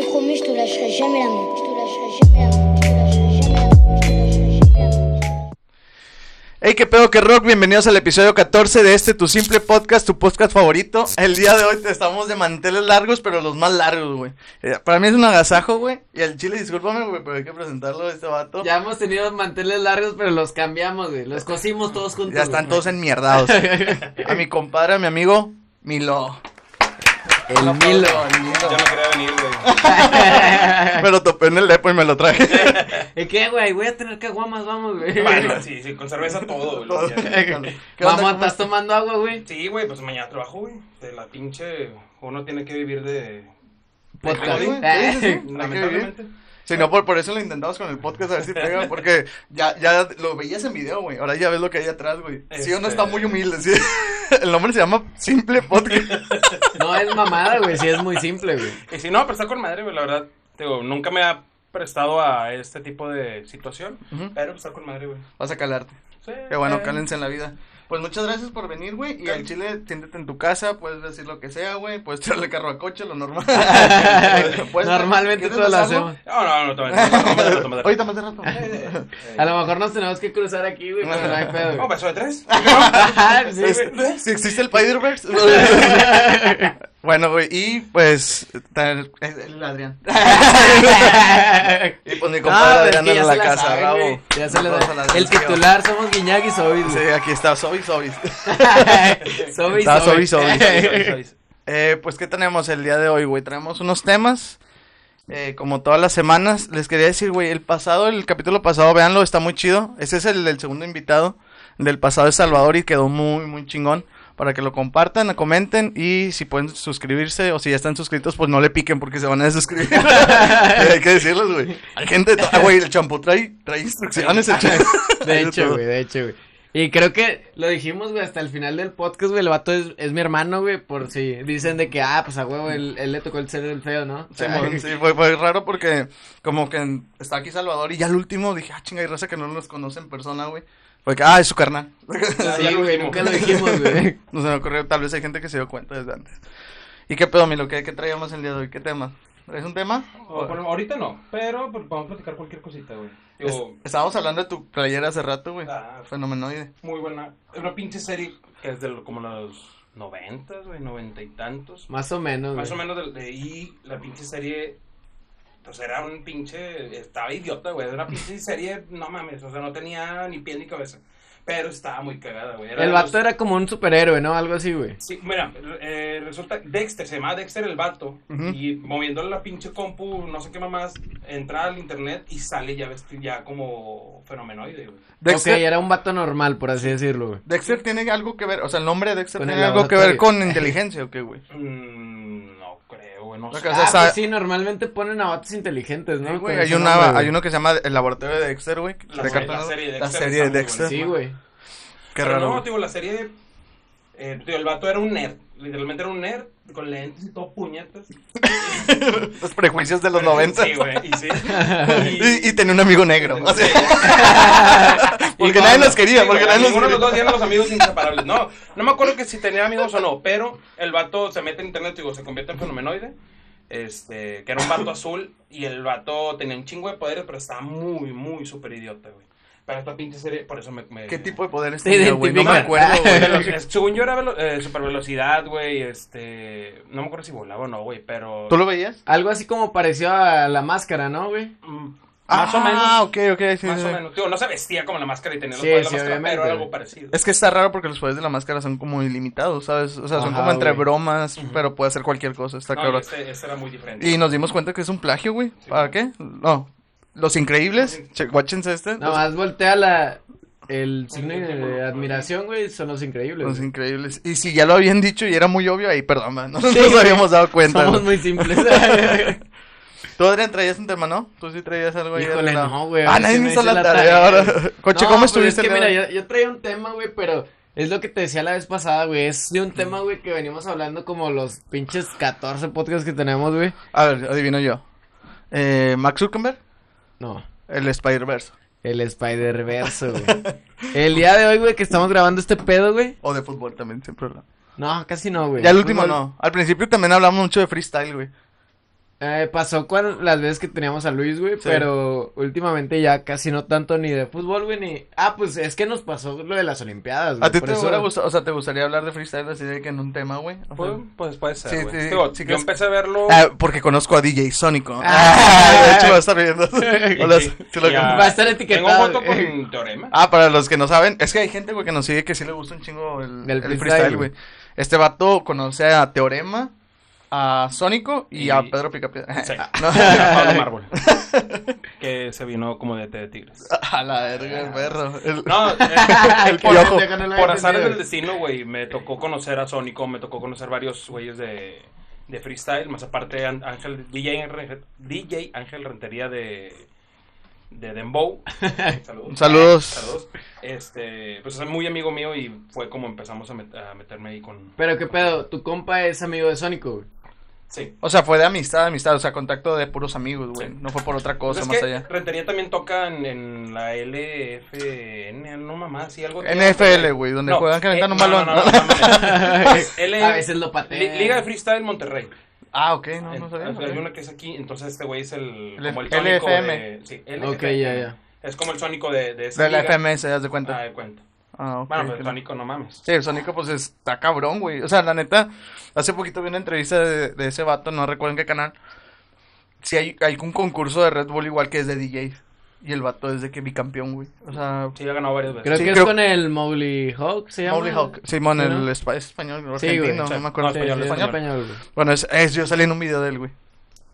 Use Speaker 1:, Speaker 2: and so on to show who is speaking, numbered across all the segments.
Speaker 1: je te lâcherai jamais la main. Je te lâcherai jamais la main. Je te lâcherai jamais la main. Je te lâcherai jamais la main.
Speaker 2: Hey, qué pedo, que rock. Bienvenidos al episodio 14 de este tu simple podcast, tu podcast favorito. El día de hoy te estamos de manteles largos, pero los más largos, güey. Eh, para mí es un agasajo, güey. Y al chile, discúlpame, güey, pero hay que presentarlo a este vato. Ya,
Speaker 3: Ya hemos tenido manteles largos, pero los cambiamos, güey. Los cosimos todos juntos.
Speaker 2: están
Speaker 3: güey.
Speaker 2: todos enmierdados. a mi compadre, a mi amigo, Milo.
Speaker 3: El Milo.
Speaker 2: El Milo.
Speaker 4: Yo no quería venir, güey.
Speaker 2: Me lo topé en el depo y me lo traje.
Speaker 3: ¿Y qué, güey? Voy a tener caguamas, vamos, güey.
Speaker 4: Bueno, sí, sí, con cerveza todo, güey.
Speaker 2: ¿Qué onda,
Speaker 3: Vamos,
Speaker 2: cómo
Speaker 3: ¿estás tomando agua, güey?
Speaker 4: Sí, güey, pues mañana trabajo, güey. De la pinche. Uno tiene que vivir de.
Speaker 3: Podcast,
Speaker 2: Sí,
Speaker 3: güey.
Speaker 2: sí, sí, sí. Hay que vivir.
Speaker 4: Lamentablemente.
Speaker 2: Si no, por, por eso lo intentamos con el podcast, a ver si pega, porque ya, ya lo veías en video, güey. Ahora ya ves lo que hay atrás, güey. Sí, uno
Speaker 4: Este-
Speaker 2: está muy humilde, sí. El nombre se llama Simple Podcast.
Speaker 3: No es mamada, güey. Sí, es muy simple, güey.
Speaker 4: Y si no, pero está con madre, güey, la verdad. Digo, nunca me ha prestado a este tipo de situación.
Speaker 2: Ujú.
Speaker 4: Pero pues está con madre, güey.
Speaker 2: Vas a calarte.
Speaker 4: Sí.
Speaker 2: Qué bueno,
Speaker 4: eh,
Speaker 2: cálense en la vida. Pues muchas gracias por venir, güey. Y al chile, siéntete en tu casa, puedes decir lo que sea, güey. Puedes tirarle carro a coche, lo normal. Puedes-
Speaker 3: Normalmente
Speaker 2: ¿quieres
Speaker 3: todas
Speaker 2: más
Speaker 3: las
Speaker 2: algo?
Speaker 3: hacemos.
Speaker 4: No, no, no, toma, toma, toma, toma, toma,
Speaker 2: Ahorita más de rato.
Speaker 3: A lo mejor nos tenemos que cruzar aquí, güey, pero no hay pedo,
Speaker 4: No,
Speaker 3: güey.
Speaker 4: beso Oh, de tres.
Speaker 3: Ah, Sí, güey.
Speaker 2: Este, Si existe el Spider-Verse. bueno, güey, y pues. tan- El Adrián. y pues mi compadre
Speaker 3: No, es
Speaker 2: Adrián
Speaker 3: que ya
Speaker 2: en
Speaker 3: se
Speaker 2: la casa,
Speaker 3: saben,
Speaker 2: bravo.
Speaker 3: güey. Ya se
Speaker 2: Todos a
Speaker 3: la
Speaker 2: la
Speaker 3: El
Speaker 2: atención.
Speaker 3: titular somos Guiñag y Sobis,
Speaker 2: Sí,
Speaker 3: güey.
Speaker 2: aquí está, Sobis, Sobis.
Speaker 3: Sobis,
Speaker 2: Está Sobis,
Speaker 3: Sobis.
Speaker 2: Sobis.
Speaker 4: Soy, soy, soy.
Speaker 2: Eh, pues, ¿qué tenemos el día de hoy, güey? Traemos unos temas. eh, como todas las semanas, les quería decir, güey, el pasado, el capítulo pasado, véanlo, está muy chido. Ese es el del segundo invitado del pasado de Salvador y quedó muy, muy chingón. Para que lo compartan, comenten y si pueden suscribirse o si ya están suscritos, pues no le piquen porque se van a desuscribir. Hay que decirles, güey. Hay gente, de to- ah, güey, el champú trae, trae instrucciones. El champú.
Speaker 3: De hecho, güey, de hecho, güey. Y creo que lo dijimos, güey, hasta el final del podcast, güey. El vato es, es mi hermano, güey, por si dicen de que, ah, pues a huevo, él, él le tocó el ser del feo, ¿no?
Speaker 2: Sí,
Speaker 3: Ay,
Speaker 2: mon, sí, fue, fue raro porque como que en- está aquí Salvador y ya al último dije, ah, chinga, hay raza que no nos conoce en persona, güey. Fue que, ah, es su carnal.
Speaker 3: Sí, güey, nunca lo dijimos, güey.
Speaker 2: no se me ocurrió, tal vez hay gente que se dio cuenta desde antes. ¿Y qué pedo, Milo? ¿Qué, qué traíamos el día de hoy? ¿Qué tema? ¿Es un tema?
Speaker 4: O, bueno, ahorita no, pero pues, vamos a platicar cualquier cosita, güey.
Speaker 2: Es-
Speaker 4: Digo,
Speaker 2: estábamos hablando de tu playera hace rato, güey.
Speaker 4: ah,
Speaker 2: Fenomenoide.
Speaker 4: Muy buena. Una pinche serie que es de lo- como los noventas, güey, noventa y tantos.
Speaker 3: Más o menos,
Speaker 4: Más o
Speaker 3: güey.
Speaker 4: menos de, de ahí la pinche serie, pues era un pinche, estaba idiota, güey. Era una pinche serie, no mames, o sea, no tenía ni pie ni cabeza. Pero estaba muy cagada, güey.
Speaker 3: El vato era como un superhéroe, ¿no? Algo así, güey.
Speaker 4: Sí, mira, eh, resulta Dexter, se llamaba Dexter el vato.
Speaker 2: Ujú.
Speaker 4: Y moviéndole la pinche compu, no sé qué mamás, entra al internet y sale ya vestido, ya como fenomenoide, güey.
Speaker 2: Dexter,
Speaker 3: Ok, era un vato normal, por así decirlo, güey.
Speaker 2: Dexter tiene algo que ver, o sea, el nombre de Dexter
Speaker 3: Con
Speaker 2: tiene
Speaker 3: el
Speaker 2: algo que ver
Speaker 3: laboratorio.
Speaker 2: con inteligencia, ¿o qué, güey?
Speaker 4: Mm, no creo, güey, no
Speaker 2: No
Speaker 4: sé.
Speaker 2: creo. O sea,
Speaker 3: ah,
Speaker 2: sabe-
Speaker 3: pues sí, normalmente ponen a vatos inteligentes, ¿no?
Speaker 2: Sí, güey,
Speaker 3: Con
Speaker 2: hay,
Speaker 3: ese
Speaker 2: una-
Speaker 3: nombre, güey.
Speaker 2: hay uno que se llama El Laboratorio de Dexter, güey.
Speaker 4: La
Speaker 2: de
Speaker 4: serie-
Speaker 2: cartón-
Speaker 4: la serie de
Speaker 2: la
Speaker 4: Dexter
Speaker 2: serie de
Speaker 4: está muy
Speaker 2: Dexter.
Speaker 3: Sí, güey.
Speaker 2: Qué
Speaker 4: Pero
Speaker 2: raro.
Speaker 4: No,
Speaker 2: güey.
Speaker 4: digo, la serie. eh, digo, el vato era un nerd. Literalmente era un nerd con lentes y todo puñetas.
Speaker 2: Los prejuicios de los
Speaker 4: Pero-
Speaker 2: 90.
Speaker 4: Sí, güey, y sí.
Speaker 2: y, y tenía un amigo negro. o sea, porque
Speaker 3: Y
Speaker 2: nadie
Speaker 3: gordo.
Speaker 2: los quería,
Speaker 4: Sí,
Speaker 2: porque
Speaker 4: güey,
Speaker 2: nadie los
Speaker 4: ninguno de los dos
Speaker 2: quería.
Speaker 4: eran los amigos inseparables. No, no me acuerdo que si tenía amigos o no, pero el vato se mete en internet, digo, se convierte en fenomenoide. Este, que era un vato azul y el vato tenía un chingo de poderes, pero estaba muy, muy súper idiota, güey. Pero esta pinche serie, por eso me. me-
Speaker 2: ¿Qué tipo de poderes
Speaker 3: Te
Speaker 2: tenía, güey? No me
Speaker 3: identifica.
Speaker 2: acuerdo, güey.
Speaker 4: Velo- es- según yo era velo- eh, super velocidad, güey, este... No me acuerdo si volaba o no, güey, pero...
Speaker 2: ¿Tú lo veías?
Speaker 3: Algo así como pareció a la máscara, ¿no, güey?
Speaker 4: Mm,
Speaker 2: Ah,
Speaker 4: más o menos.
Speaker 2: ok, ok. sí,
Speaker 4: más
Speaker 2: sí,
Speaker 4: o
Speaker 2: sí.
Speaker 4: menos. Digo, no se vestía como la máscara y tenía los
Speaker 3: Sí,
Speaker 4: poderes
Speaker 3: sí,
Speaker 4: de la máscara,
Speaker 3: obviamente,
Speaker 4: pero era algo
Speaker 3: güey.
Speaker 4: parecido.
Speaker 2: Es que está raro porque los poderes de la máscara son como ilimitados, ¿sabes? O sea, son
Speaker 3: Ajá,
Speaker 2: como entre
Speaker 3: güey.
Speaker 2: bromas,
Speaker 4: Ujú.
Speaker 2: pero puede hacer cualquier cosa, está
Speaker 4: No,
Speaker 2: cabrón.
Speaker 4: este, este era muy diferente.
Speaker 2: Y nos dimos cuenta que es un plagio, güey.
Speaker 4: Sí,
Speaker 2: ¿Para
Speaker 4: güey.
Speaker 2: qué? No. Los Increíbles, che, guáchense este.
Speaker 3: Nada
Speaker 2: los,
Speaker 3: más voltea la, el signo de admiración, güey, son los increíbles.
Speaker 2: Los
Speaker 3: güey.
Speaker 2: Increíbles. Y si ya lo habían dicho y era muy obvio, ahí perdón, man, no nos
Speaker 3: Sí, güey.
Speaker 2: habíamos dado cuenta.
Speaker 3: Somos
Speaker 2: güey.
Speaker 3: muy simples.
Speaker 2: Tú, Adrián, traías un tema, ¿no? Tú sí traías algo ahí.
Speaker 3: Híjole,
Speaker 2: Adrián.
Speaker 3: no, güey.
Speaker 2: Ah,
Speaker 3: ahora
Speaker 2: nadie
Speaker 3: sí
Speaker 2: me
Speaker 3: me
Speaker 2: hizo la
Speaker 3: hice la
Speaker 2: tarea.
Speaker 3: tarea.
Speaker 2: ahora. Coche,
Speaker 3: No,
Speaker 2: ¿cómo
Speaker 3: pues
Speaker 2: estuviste?
Speaker 3: Es
Speaker 2: el día
Speaker 3: que mira,
Speaker 2: de hoy?
Speaker 3: yo, yo traía un tema, güey, pero es lo que te decía la vez pasada, güey. Es de un tema, güey, que venimos hablando como los pinches 14 podcasts que tenemos, güey.
Speaker 2: A ver, adivino yo. Eh, Max Zuckerberg,
Speaker 3: No,
Speaker 2: el Spider-Verse.
Speaker 3: el Spider-Verse, güey. El día de hoy, güey, que estamos grabando este pedo, güey.
Speaker 2: O de fútbol también, siempre hablamos.
Speaker 3: No, casi no, güey.
Speaker 2: Ya el último
Speaker 3: Fútbol-
Speaker 2: no. Al principio también hablamos mucho de freestyle, güey.
Speaker 3: Eh, pasó cuando, las veces que teníamos a Luis, güey, pero últimamente ya casi no tanto ni de fútbol, güey, ni... Ah, pues es que nos pasó lo de las Olimpiadas, güey.
Speaker 2: ¿A ti
Speaker 3: por
Speaker 2: te
Speaker 3: eso-
Speaker 2: hubiera gustado, o sea, te gustaría hablar de freestyle así de que en un tema, güey? O
Speaker 4: Pues,
Speaker 2: sea,
Speaker 4: pues puede ser,
Speaker 2: Sí,
Speaker 4: güey.
Speaker 2: sí,
Speaker 4: Digo,
Speaker 2: sí,
Speaker 4: yo
Speaker 2: que-
Speaker 4: empecé a verlo.
Speaker 2: ah, porque conozco a DJ Sónico.
Speaker 3: Ah.
Speaker 2: de hecho, va a estar viendo. Hola,
Speaker 4: Sí,
Speaker 2: te lo-
Speaker 4: ya.
Speaker 3: Va a estar
Speaker 4: Tengo un
Speaker 3: etiquetado. eh.
Speaker 4: voto
Speaker 3: güey.
Speaker 4: con Teorema.
Speaker 2: Ah, para los que no saben, es que hay gente, güey, que nos sigue que sí le gusta un chingo el,
Speaker 3: Del
Speaker 2: el
Speaker 3: freestyle,
Speaker 2: freestyle,
Speaker 3: güey.
Speaker 2: güey. Este vato conoce a Teorema, a Sónico y,
Speaker 4: Y-
Speaker 2: a Pedro Picapiedra.
Speaker 4: Sí.
Speaker 2: No.
Speaker 4: A Pablo Mármol. que se vino como de té de tigres.
Speaker 2: a la verga, el perro. El-
Speaker 4: No, eh,
Speaker 3: Ay, qué
Speaker 2: Y ojo,
Speaker 3: pendejo, no lo había
Speaker 4: por azar del
Speaker 3: entendido.
Speaker 4: destino, güey, me tocó conocer a Sónico, me tocó conocer varios güeyes de, de freestyle, más aparte An- Ángel, DJ, Ángel- DJ Ángel Rentería de, de Dembow. Saludos.
Speaker 2: Saludos.
Speaker 4: Saludos. Este, pues es muy amigo mío y fue como empezamos a, met- a meterme ahí con...
Speaker 3: Pero qué pedo, tu compa es amigo de Sónico, güey.
Speaker 4: Sí.
Speaker 2: O sea, fue de amistad, amistad, o sea, contacto de puros amigos, güey. No fue por otra
Speaker 4: Pues
Speaker 2: cosa
Speaker 4: es
Speaker 2: más
Speaker 4: que
Speaker 2: allá.
Speaker 4: Rentería también toca en, en la LFN, no mamá, sí, algo. tiene-
Speaker 2: NFL, güey, donde
Speaker 4: No,
Speaker 2: juegan que aventan
Speaker 4: eh,
Speaker 2: un balón.
Speaker 4: No, no, no, no, no, Es L-
Speaker 3: A veces lo
Speaker 4: Li-
Speaker 3: patea.
Speaker 4: Liga de Freestyle Monterrey.
Speaker 2: Ah, ok, no, no sabía.
Speaker 4: Entonces, Eh, Hay
Speaker 2: ok.
Speaker 4: una que es aquí, entonces este güey es el,
Speaker 2: El-
Speaker 4: como el tónico
Speaker 2: LFM.
Speaker 4: de... Sí, LFM.
Speaker 3: Ok, ya, ya.
Speaker 4: Es como el sónico de, de esa
Speaker 2: De la
Speaker 4: liga.
Speaker 2: FMS, haz de
Speaker 4: Ah,
Speaker 2: cuenta.
Speaker 4: de cuenta.
Speaker 2: Ah, ok.
Speaker 4: Bueno, pues
Speaker 2: que
Speaker 4: el
Speaker 2: la-
Speaker 4: tónico no mames.
Speaker 2: Sí, el Sónico pues está cabrón, güey. O sea, la neta, hace poquito vi una entrevista de, de ese vato, no recuerdo en qué canal. Si hay algún concurso de Red Bull igual que es de DJ. Y el vato es de que bicampeón, güey. O sea,
Speaker 4: Sí, ha ganado varias
Speaker 3: Creo
Speaker 4: veces.
Speaker 2: Sí,
Speaker 3: que
Speaker 2: creo-
Speaker 3: es con el Mowgli Hawk, ¿se llama?
Speaker 2: Mowgli Hawk. Simón,
Speaker 3: ¿Sí,
Speaker 2: el
Speaker 3: no?
Speaker 2: espa- español,
Speaker 3: Sí,
Speaker 2: argentino,
Speaker 3: güey.
Speaker 2: no
Speaker 4: Sí.
Speaker 2: me acuerdo.
Speaker 4: No,
Speaker 3: Sí,
Speaker 4: español,
Speaker 3: sí, es
Speaker 4: español.
Speaker 3: español, güey.
Speaker 2: Bueno, es, es- yo salí en un video de él, güey.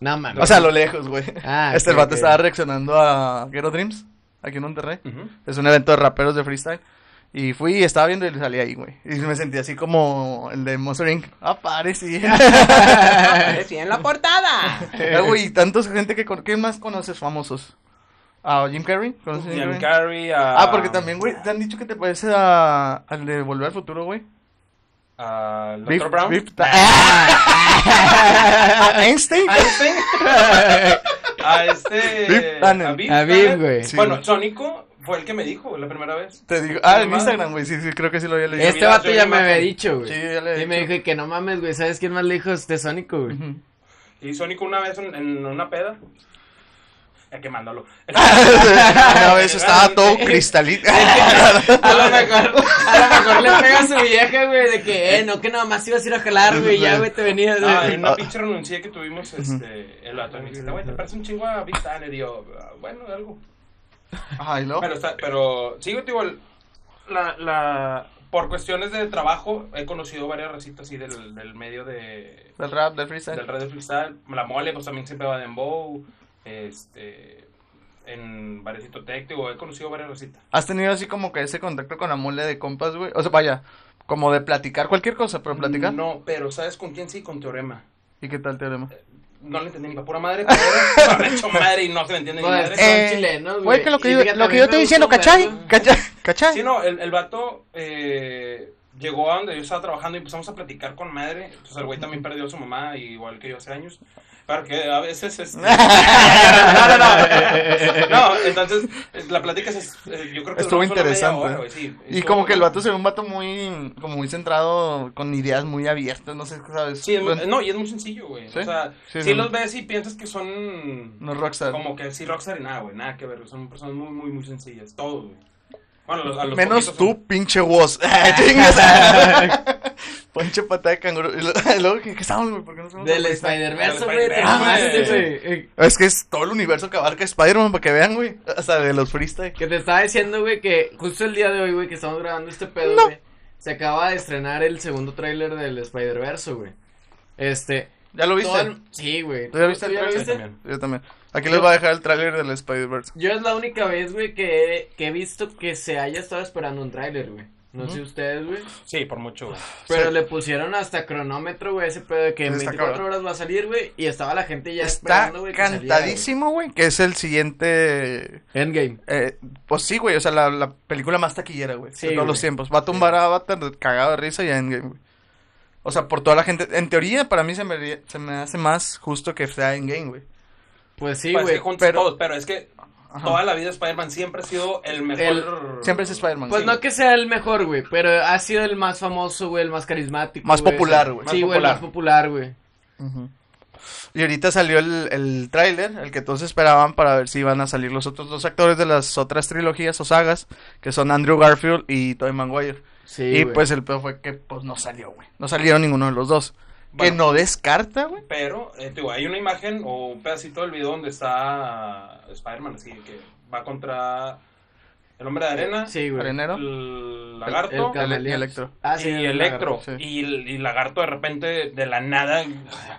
Speaker 3: No, mames.
Speaker 2: O sea, a lo lejos, güey.
Speaker 3: Ah,
Speaker 2: este el
Speaker 3: ok,
Speaker 2: vato
Speaker 3: ok.
Speaker 2: estaba reaccionando a Gero Dreams, aquí en Monterrey.
Speaker 4: Ujú.
Speaker 2: Es un evento de raperos de freestyle. Y fui y estaba viendo y le salí ahí, güey. Y me sentí así como el de Monster Inc. Aparecí.
Speaker 4: Sí, en la portada.
Speaker 2: Eh, güey, tantos gente que... con- ¿Qué más conoces famosos? ¿A Jim Carrey? ¿Conoces a Jim
Speaker 4: Jim
Speaker 2: Carrey?
Speaker 4: Carrey. a-
Speaker 2: Ah, porque también, güey, te han dicho que te parece a... al de Volver al Futuro, güey.
Speaker 4: a Dr.
Speaker 2: Biff-
Speaker 4: Brown.
Speaker 2: Biff- ¿A Ah, Einstein?
Speaker 4: A este. a este.
Speaker 2: Biff Tannen.
Speaker 4: A Biff,
Speaker 3: A Biff,
Speaker 4: Tannen.
Speaker 3: güey.
Speaker 2: Sí,
Speaker 4: Bueno,
Speaker 2: güey.
Speaker 4: Sónico fue el que me dijo la primera vez.
Speaker 2: Te digo... Ah, en
Speaker 4: Mamá.
Speaker 2: Instagram, güey. Sí, sí, creo que sí lo había leído.
Speaker 3: Este
Speaker 4: yo-
Speaker 3: vato
Speaker 4: yo
Speaker 3: ya
Speaker 4: vi
Speaker 3: me
Speaker 4: más-
Speaker 3: había dicho, güey.
Speaker 2: Sí, yo ya le he
Speaker 3: Y me
Speaker 2: dicho.
Speaker 3: dijo que no mames, güey. ¿Sabes quién más le dijo este Sónico, güey?
Speaker 2: Ujú.
Speaker 4: Y Sónico una vez en, en una peda. Es que mándalo.
Speaker 2: Una vez estaba todo cristalito.
Speaker 3: A lo mejor, a lo mejor le pega a su vieja, güey, de que, eh, no, que nomás ibas a ir a jalar, güey, ya, güey, te venías.
Speaker 4: Ah,
Speaker 3: güey.
Speaker 4: en una pinche renuncia que tuvimos, este, el vato me dice, güey, te parece un chingo a Big Tan, y yo, "Ah, bueno, algo.
Speaker 2: Ay, ¿no?
Speaker 4: Pero, está, pero sí, güey, te digo, el- la, la, por cuestiones de trabajo, he conocido varias recitas así del, del medio de,
Speaker 2: Del rap, del freestyle.
Speaker 4: del radio freestyle, la mole, pues también siempre va de Dembow, este, en Varecito Tech, digo, he conocido varias recitas.
Speaker 2: ¿Has tenido así como que ese contacto con la mole de compas, güey? O sea, vaya, como de platicar cualquier cosa, pero platicar.
Speaker 4: No, pero ¿sabes con quién sí? Con Teorema.
Speaker 2: ¿Y qué tal teorema?
Speaker 4: No le entendí ni pa' pura madre, pero ahora me ha hecho madre y no se le entiende ni
Speaker 3: Pues,
Speaker 4: madre.
Speaker 3: Son chilenos, güey.
Speaker 2: güey, Eh, que lo
Speaker 3: Y
Speaker 2: que yo,
Speaker 3: fíjate,
Speaker 2: lo
Speaker 3: a mí
Speaker 2: que yo
Speaker 3: me
Speaker 2: estoy
Speaker 3: gusta
Speaker 2: diciendo,
Speaker 3: un
Speaker 2: ¿cachai?
Speaker 3: verbo.
Speaker 2: ¿Cachai? ¿Cachai?
Speaker 4: Sí, no, el, el vato eh, llegó a donde yo estaba trabajando y empezamos a platicar con madre. Entonces el güey también perdió a su mamá, igual que yo hace años. Claro que a veces... este- no, no, no. No, entonces la plática se, eh, yo creo que
Speaker 2: Estuvo
Speaker 4: duró solo media
Speaker 2: interesante.
Speaker 4: hora, güey, sí.
Speaker 2: Y
Speaker 4: Estuvo-
Speaker 2: como que el vato se ve un vato muy, como muy centrado, con ideas muy abiertas, no sé, ¿sabes?
Speaker 4: Sí, es muy-
Speaker 2: Bueno,
Speaker 4: no, y es muy sencillo, güey.
Speaker 2: ¿Sí?
Speaker 4: O sea,
Speaker 2: Sí,
Speaker 4: si
Speaker 2: no.
Speaker 4: los ves y piensas que son...
Speaker 2: no es rockstar.
Speaker 4: Como que sí, rockstar y nada, güey, nada que ver. Son personas muy, muy, muy sencillas, todo, güey. Bueno, a los- a los
Speaker 2: Menos
Speaker 4: poquitos
Speaker 2: tú,
Speaker 4: son-
Speaker 2: pinche voz. Chingas. Ponche patada de canguro. Y lo- y luego, ¿qué, qué estamos, güey? ¿Por qué no estamos
Speaker 3: Del
Speaker 2: hablando?
Speaker 3: Spider-Verse,
Speaker 4: Del
Speaker 3: güey, te
Speaker 4: Spider-Verse,
Speaker 3: mamaste,
Speaker 4: güey.
Speaker 3: güey. Eh,
Speaker 2: Es que es todo el universo que abarca Spider-Man, para que vean, güey. Hasta de los freestyle.
Speaker 3: Que te estaba diciendo, güey, que justo el día de hoy, güey, que estamos grabando este pedo, güey. Se acaba de estrenar el segundo tráiler del Spider-Verse, güey. Este.
Speaker 2: ¿Ya lo viste?
Speaker 3: todo el- Sí, güey.
Speaker 2: ¿Tú ya viste
Speaker 3: ¿Tú
Speaker 2: el
Speaker 3: ya lo
Speaker 2: tráiler?
Speaker 3: viste?
Speaker 4: También.
Speaker 2: Yo también. Aquí les voy a dejar el tráiler del Spider-Verse.
Speaker 3: Yo es la única vez, güey, que he, que he visto que se haya estado esperando un tráiler, güey. No sé ustedes, güey.
Speaker 4: Sí, por mucho, güey.
Speaker 3: Pero le pusieron hasta cronómetro, güey, ese pedo de que en
Speaker 2: Está
Speaker 3: 24
Speaker 2: cabrón.
Speaker 3: horas va a salir, güey. Y estaba la gente ya
Speaker 2: Está
Speaker 3: esperando, güey. que saliera, güey.
Speaker 2: cantadísimo, güey, que es el siguiente...
Speaker 3: Endgame.
Speaker 2: eh, pues sí, güey, o sea, la, la película más taquillera, güey,
Speaker 3: Sí,
Speaker 2: de todos
Speaker 3: güey.
Speaker 2: los tiempos. Va a tumbar a Avatar de- cagado de risa y a Endgame, güey. O sea, por toda la gente... En teoría, para mí se me, se me hace más justo que sea Endgame, güey.
Speaker 3: Pues sí,
Speaker 4: Pues es
Speaker 3: güey.
Speaker 4: que juntos
Speaker 2: pero-
Speaker 4: todos, pero es que toda la vida Spider-Man siempre ha sido el mejor.
Speaker 2: Siempre es Spider-Man.
Speaker 3: Pues
Speaker 2: sí.
Speaker 3: no que sea el mejor, güey, pero ha sido el más famoso, güey, el más carismático.
Speaker 2: Más
Speaker 3: güey,
Speaker 2: popular,
Speaker 3: ese-
Speaker 2: güey.
Speaker 3: Sí,
Speaker 4: Más
Speaker 3: güey, el más
Speaker 4: popular.
Speaker 3: popular, güey.
Speaker 2: Ujú. Y ahorita salió el, el tráiler, el que todos esperaban para ver si iban a salir los otros dos actores de las otras trilogías o sagas, que son Andrew Garfield y Tobey Maguire.
Speaker 3: Sí,
Speaker 2: y
Speaker 3: güey.
Speaker 2: pues el peor fue que pues no salió, güey. No salieron ninguno de los dos.
Speaker 4: Bueno.
Speaker 2: que no descarta, güey.
Speaker 4: Pero, eh, te digo, hay una imagen o un pedacito del video donde está Spider-Man, así que va contra el hombre de arena,
Speaker 3: Sí, güey.
Speaker 2: Arenero.
Speaker 4: el lagarto
Speaker 2: el-
Speaker 3: camaleón.
Speaker 2: y Electro.
Speaker 3: Ah, sí,
Speaker 4: y
Speaker 3: el
Speaker 4: electro.
Speaker 2: lagarto,
Speaker 3: lagarto.
Speaker 2: sí.
Speaker 4: Y, y lagarto de repente, de la nada.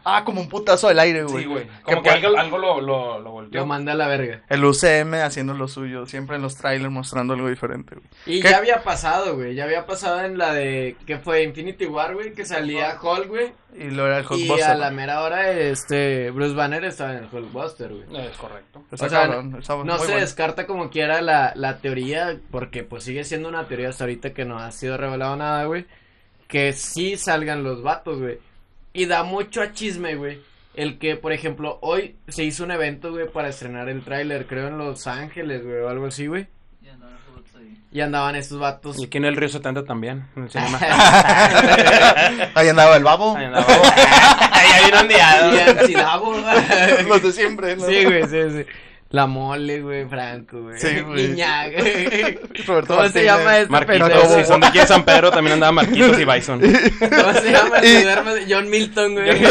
Speaker 2: Ah, como un putazo del aire, güey.
Speaker 4: Sí, güey.
Speaker 2: Que
Speaker 4: Como que
Speaker 2: por-
Speaker 4: algo, algo lo, lo, lo volteó.
Speaker 3: Lo manda a la verga.
Speaker 2: El UCM haciendo lo suyo, siempre en los trailers mostrando algo diferente, güey.
Speaker 3: Y
Speaker 2: ¿Qué?
Speaker 3: ya había pasado, güey. Ya había pasado en la de. que fue? Infinity War, güey. Que salía Hulk, güey.
Speaker 2: Y lo era el
Speaker 3: Y
Speaker 2: Hulkbuster.
Speaker 3: a la mera hora, este. Bruce Banner estaba en el Hulkbuster, güey.
Speaker 4: Es correcto.
Speaker 2: Está
Speaker 3: o sea,
Speaker 2: cabrón, está
Speaker 3: No
Speaker 2: muy
Speaker 3: se
Speaker 2: bueno.
Speaker 3: descarta como quiera la, la teoría, porque pues sigue siendo una teoría hasta ahorita que no ha sido revelado nada, güey. Que sí salgan los vatos, güey. Y da mucho a chisme, güey. El que, por ejemplo, hoy se hizo un evento, güey, para estrenar el tráiler, creo en Los Ángeles, güey, o algo así, güey. Y andaban estos vatos.
Speaker 4: Y aquí en el Río 70 también, en el cinema.
Speaker 2: Ahí andaba el babo.
Speaker 4: Ahí andaba. Ahí hay un ondeado.
Speaker 3: Y Antinabo, güey.
Speaker 2: Los de siempre, ¿no?
Speaker 3: Sí, güey, sí, sí. La mole, güey, Franco, güey.
Speaker 2: Sí, güey.
Speaker 3: Iñak, güey.
Speaker 2: Roberto
Speaker 3: ¿Cómo
Speaker 2: Martínez.
Speaker 3: se llama este
Speaker 4: Marquitos,
Speaker 3: pendejo?
Speaker 4: si son de aquí en San Pedro, también andaba Marquitos y Bison.
Speaker 3: ¿Cómo se llama?
Speaker 2: Y-
Speaker 3: el duerme- John Milton, güey.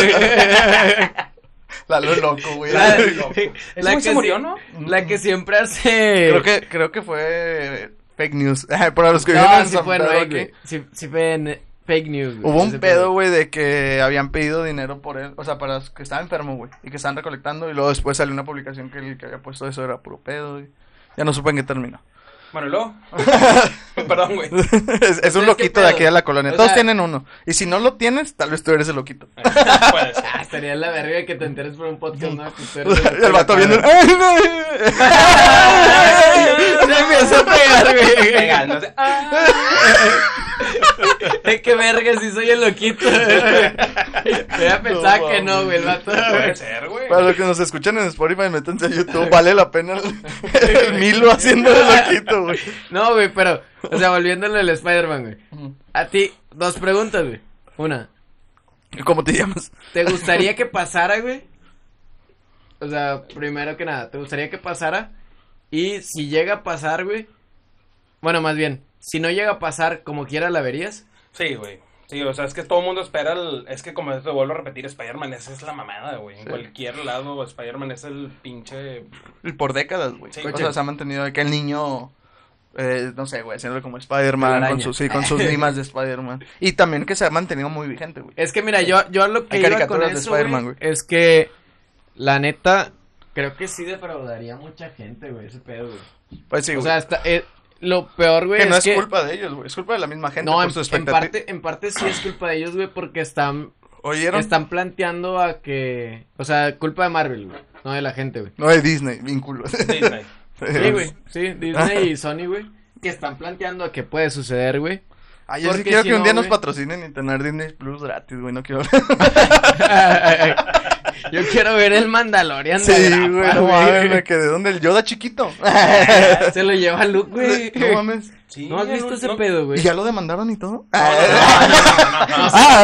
Speaker 2: Lalo loco, güey.
Speaker 3: La-
Speaker 2: Lalo loco.
Speaker 4: Ese güey se
Speaker 3: sie-
Speaker 4: murió, ¿no? Mm.
Speaker 3: La que siempre hace.
Speaker 2: Creo que, creo que fue fake news. Para los que viven
Speaker 3: No,
Speaker 2: en
Speaker 3: sí
Speaker 2: San
Speaker 3: fue
Speaker 2: Pedro
Speaker 3: no,
Speaker 2: aquí.
Speaker 3: güey. Sí, sí fue en fake news, güey.
Speaker 2: Hubo
Speaker 3: Sí
Speaker 2: un
Speaker 3: fue-
Speaker 2: pedo, güey, de que habían pedido dinero por él, o sea, para los que estaba enfermo, güey, y que estaban recolectando, y luego después salió una publicación que el que había puesto eso era puro pedo, y ya no supe en qué terminó.
Speaker 4: Bueno, y luego. Perdón, güey.
Speaker 2: es, es un
Speaker 3: ¿Sabes
Speaker 2: loquito
Speaker 3: qué
Speaker 2: de
Speaker 3: pedo?
Speaker 2: aquí de la colonia,
Speaker 3: O
Speaker 2: todos
Speaker 3: sea-
Speaker 2: tienen uno, y si no lo tienes, tal vez tú eres el loquito.
Speaker 4: Puede ser.
Speaker 3: Ah, estaría la verga que te enteres por un podcast, ¿no? Que tú eres
Speaker 2: el vato viendo, ¡ay, no!
Speaker 3: Me empiezo a pegar, güey.
Speaker 4: Venga, no sé. Ah,
Speaker 3: ¿De qué verga si soy el loquito? Yo ya pensaba
Speaker 2: No,
Speaker 3: que no, güey, el vato.
Speaker 4: Puede ser, güey.
Speaker 2: Para los que nos escuchan en Spotify, métanse a YouTube, vale la pena el, el Milo haciendo el loquito, güey.
Speaker 3: No, güey, pero, o sea, volviéndole al Spider-Man, güey. A ti, dos preguntas, güey. Una,
Speaker 2: ¿Y ¿Cómo te llamas?
Speaker 3: ¿te gustaría que pasara, güey? O sea, primero que nada, ¿te gustaría que pasara? Y si llega a pasar, güey. Bueno, más bien, si no llega a pasar, como quiera, ¿la verías?
Speaker 4: Sí, güey. Sí, o sea, es que todo el mundo espera el... Es que como te vuelvo a repetir, Spider-Man, esa es la mamada, güey. En cualquier lado, Spider-Man es el pinche...
Speaker 2: Y pues, por décadas, güey.
Speaker 4: Sí,
Speaker 2: o
Speaker 4: coche.
Speaker 2: sea, se ha mantenido de que el niño, eh, no sé, güey, haciéndolo como Spider-Man, con,
Speaker 3: Telaraña.
Speaker 2: sus- sí, con sus rimas de Spider-Man. Y también que se ha mantenido muy vigente, güey.
Speaker 3: Es que mira, yo, yo lo que
Speaker 2: Hay
Speaker 3: iba con
Speaker 2: caricaturas de
Speaker 3: eso, güey,
Speaker 2: Spider-Man, güey.
Speaker 3: es que la neta creo que sí defraudaría a mucha gente, güey, ese pedo, güey.
Speaker 2: Pues sí,
Speaker 3: o
Speaker 2: güey.
Speaker 3: sea, está- eh, lo peor, güey,
Speaker 2: que no es
Speaker 3: que
Speaker 2: culpa de ellos, güey. Es culpa de la misma gente
Speaker 3: no,
Speaker 2: por
Speaker 3: en,
Speaker 2: su
Speaker 3: en
Speaker 2: expectativa.
Speaker 3: parte en parte sí es culpa de ellos, güey, porque están
Speaker 2: ¿Oyeron?
Speaker 3: están planteando a que, o sea, culpa de Marvel, güey, no de la gente, güey.
Speaker 2: No de Disney, vínculo.
Speaker 4: Disney.
Speaker 2: Em.
Speaker 3: Sí, güey, sí, Disney y Sony, güey, que están planteando a que puede suceder, güey.
Speaker 2: Ah, yo sí
Speaker 3: Porque
Speaker 2: quiero
Speaker 3: si
Speaker 2: que un
Speaker 3: no,
Speaker 2: día nos
Speaker 3: güey.
Speaker 2: patrocinen y tener Disney Plus gratis, güey. No quiero.
Speaker 3: Yo quiero ver el Mandalorian de
Speaker 2: sí,
Speaker 3: grapa,
Speaker 2: güey. No mames, me quedé donde el Yoda chiquito.
Speaker 3: Se lo lleva Luke, güey.
Speaker 2: no mames.
Speaker 4: Sí,
Speaker 3: ¿No has visto ese
Speaker 4: no-
Speaker 3: pedo,
Speaker 2: ¿Y
Speaker 3: güey?
Speaker 2: ya lo demandaron y todo?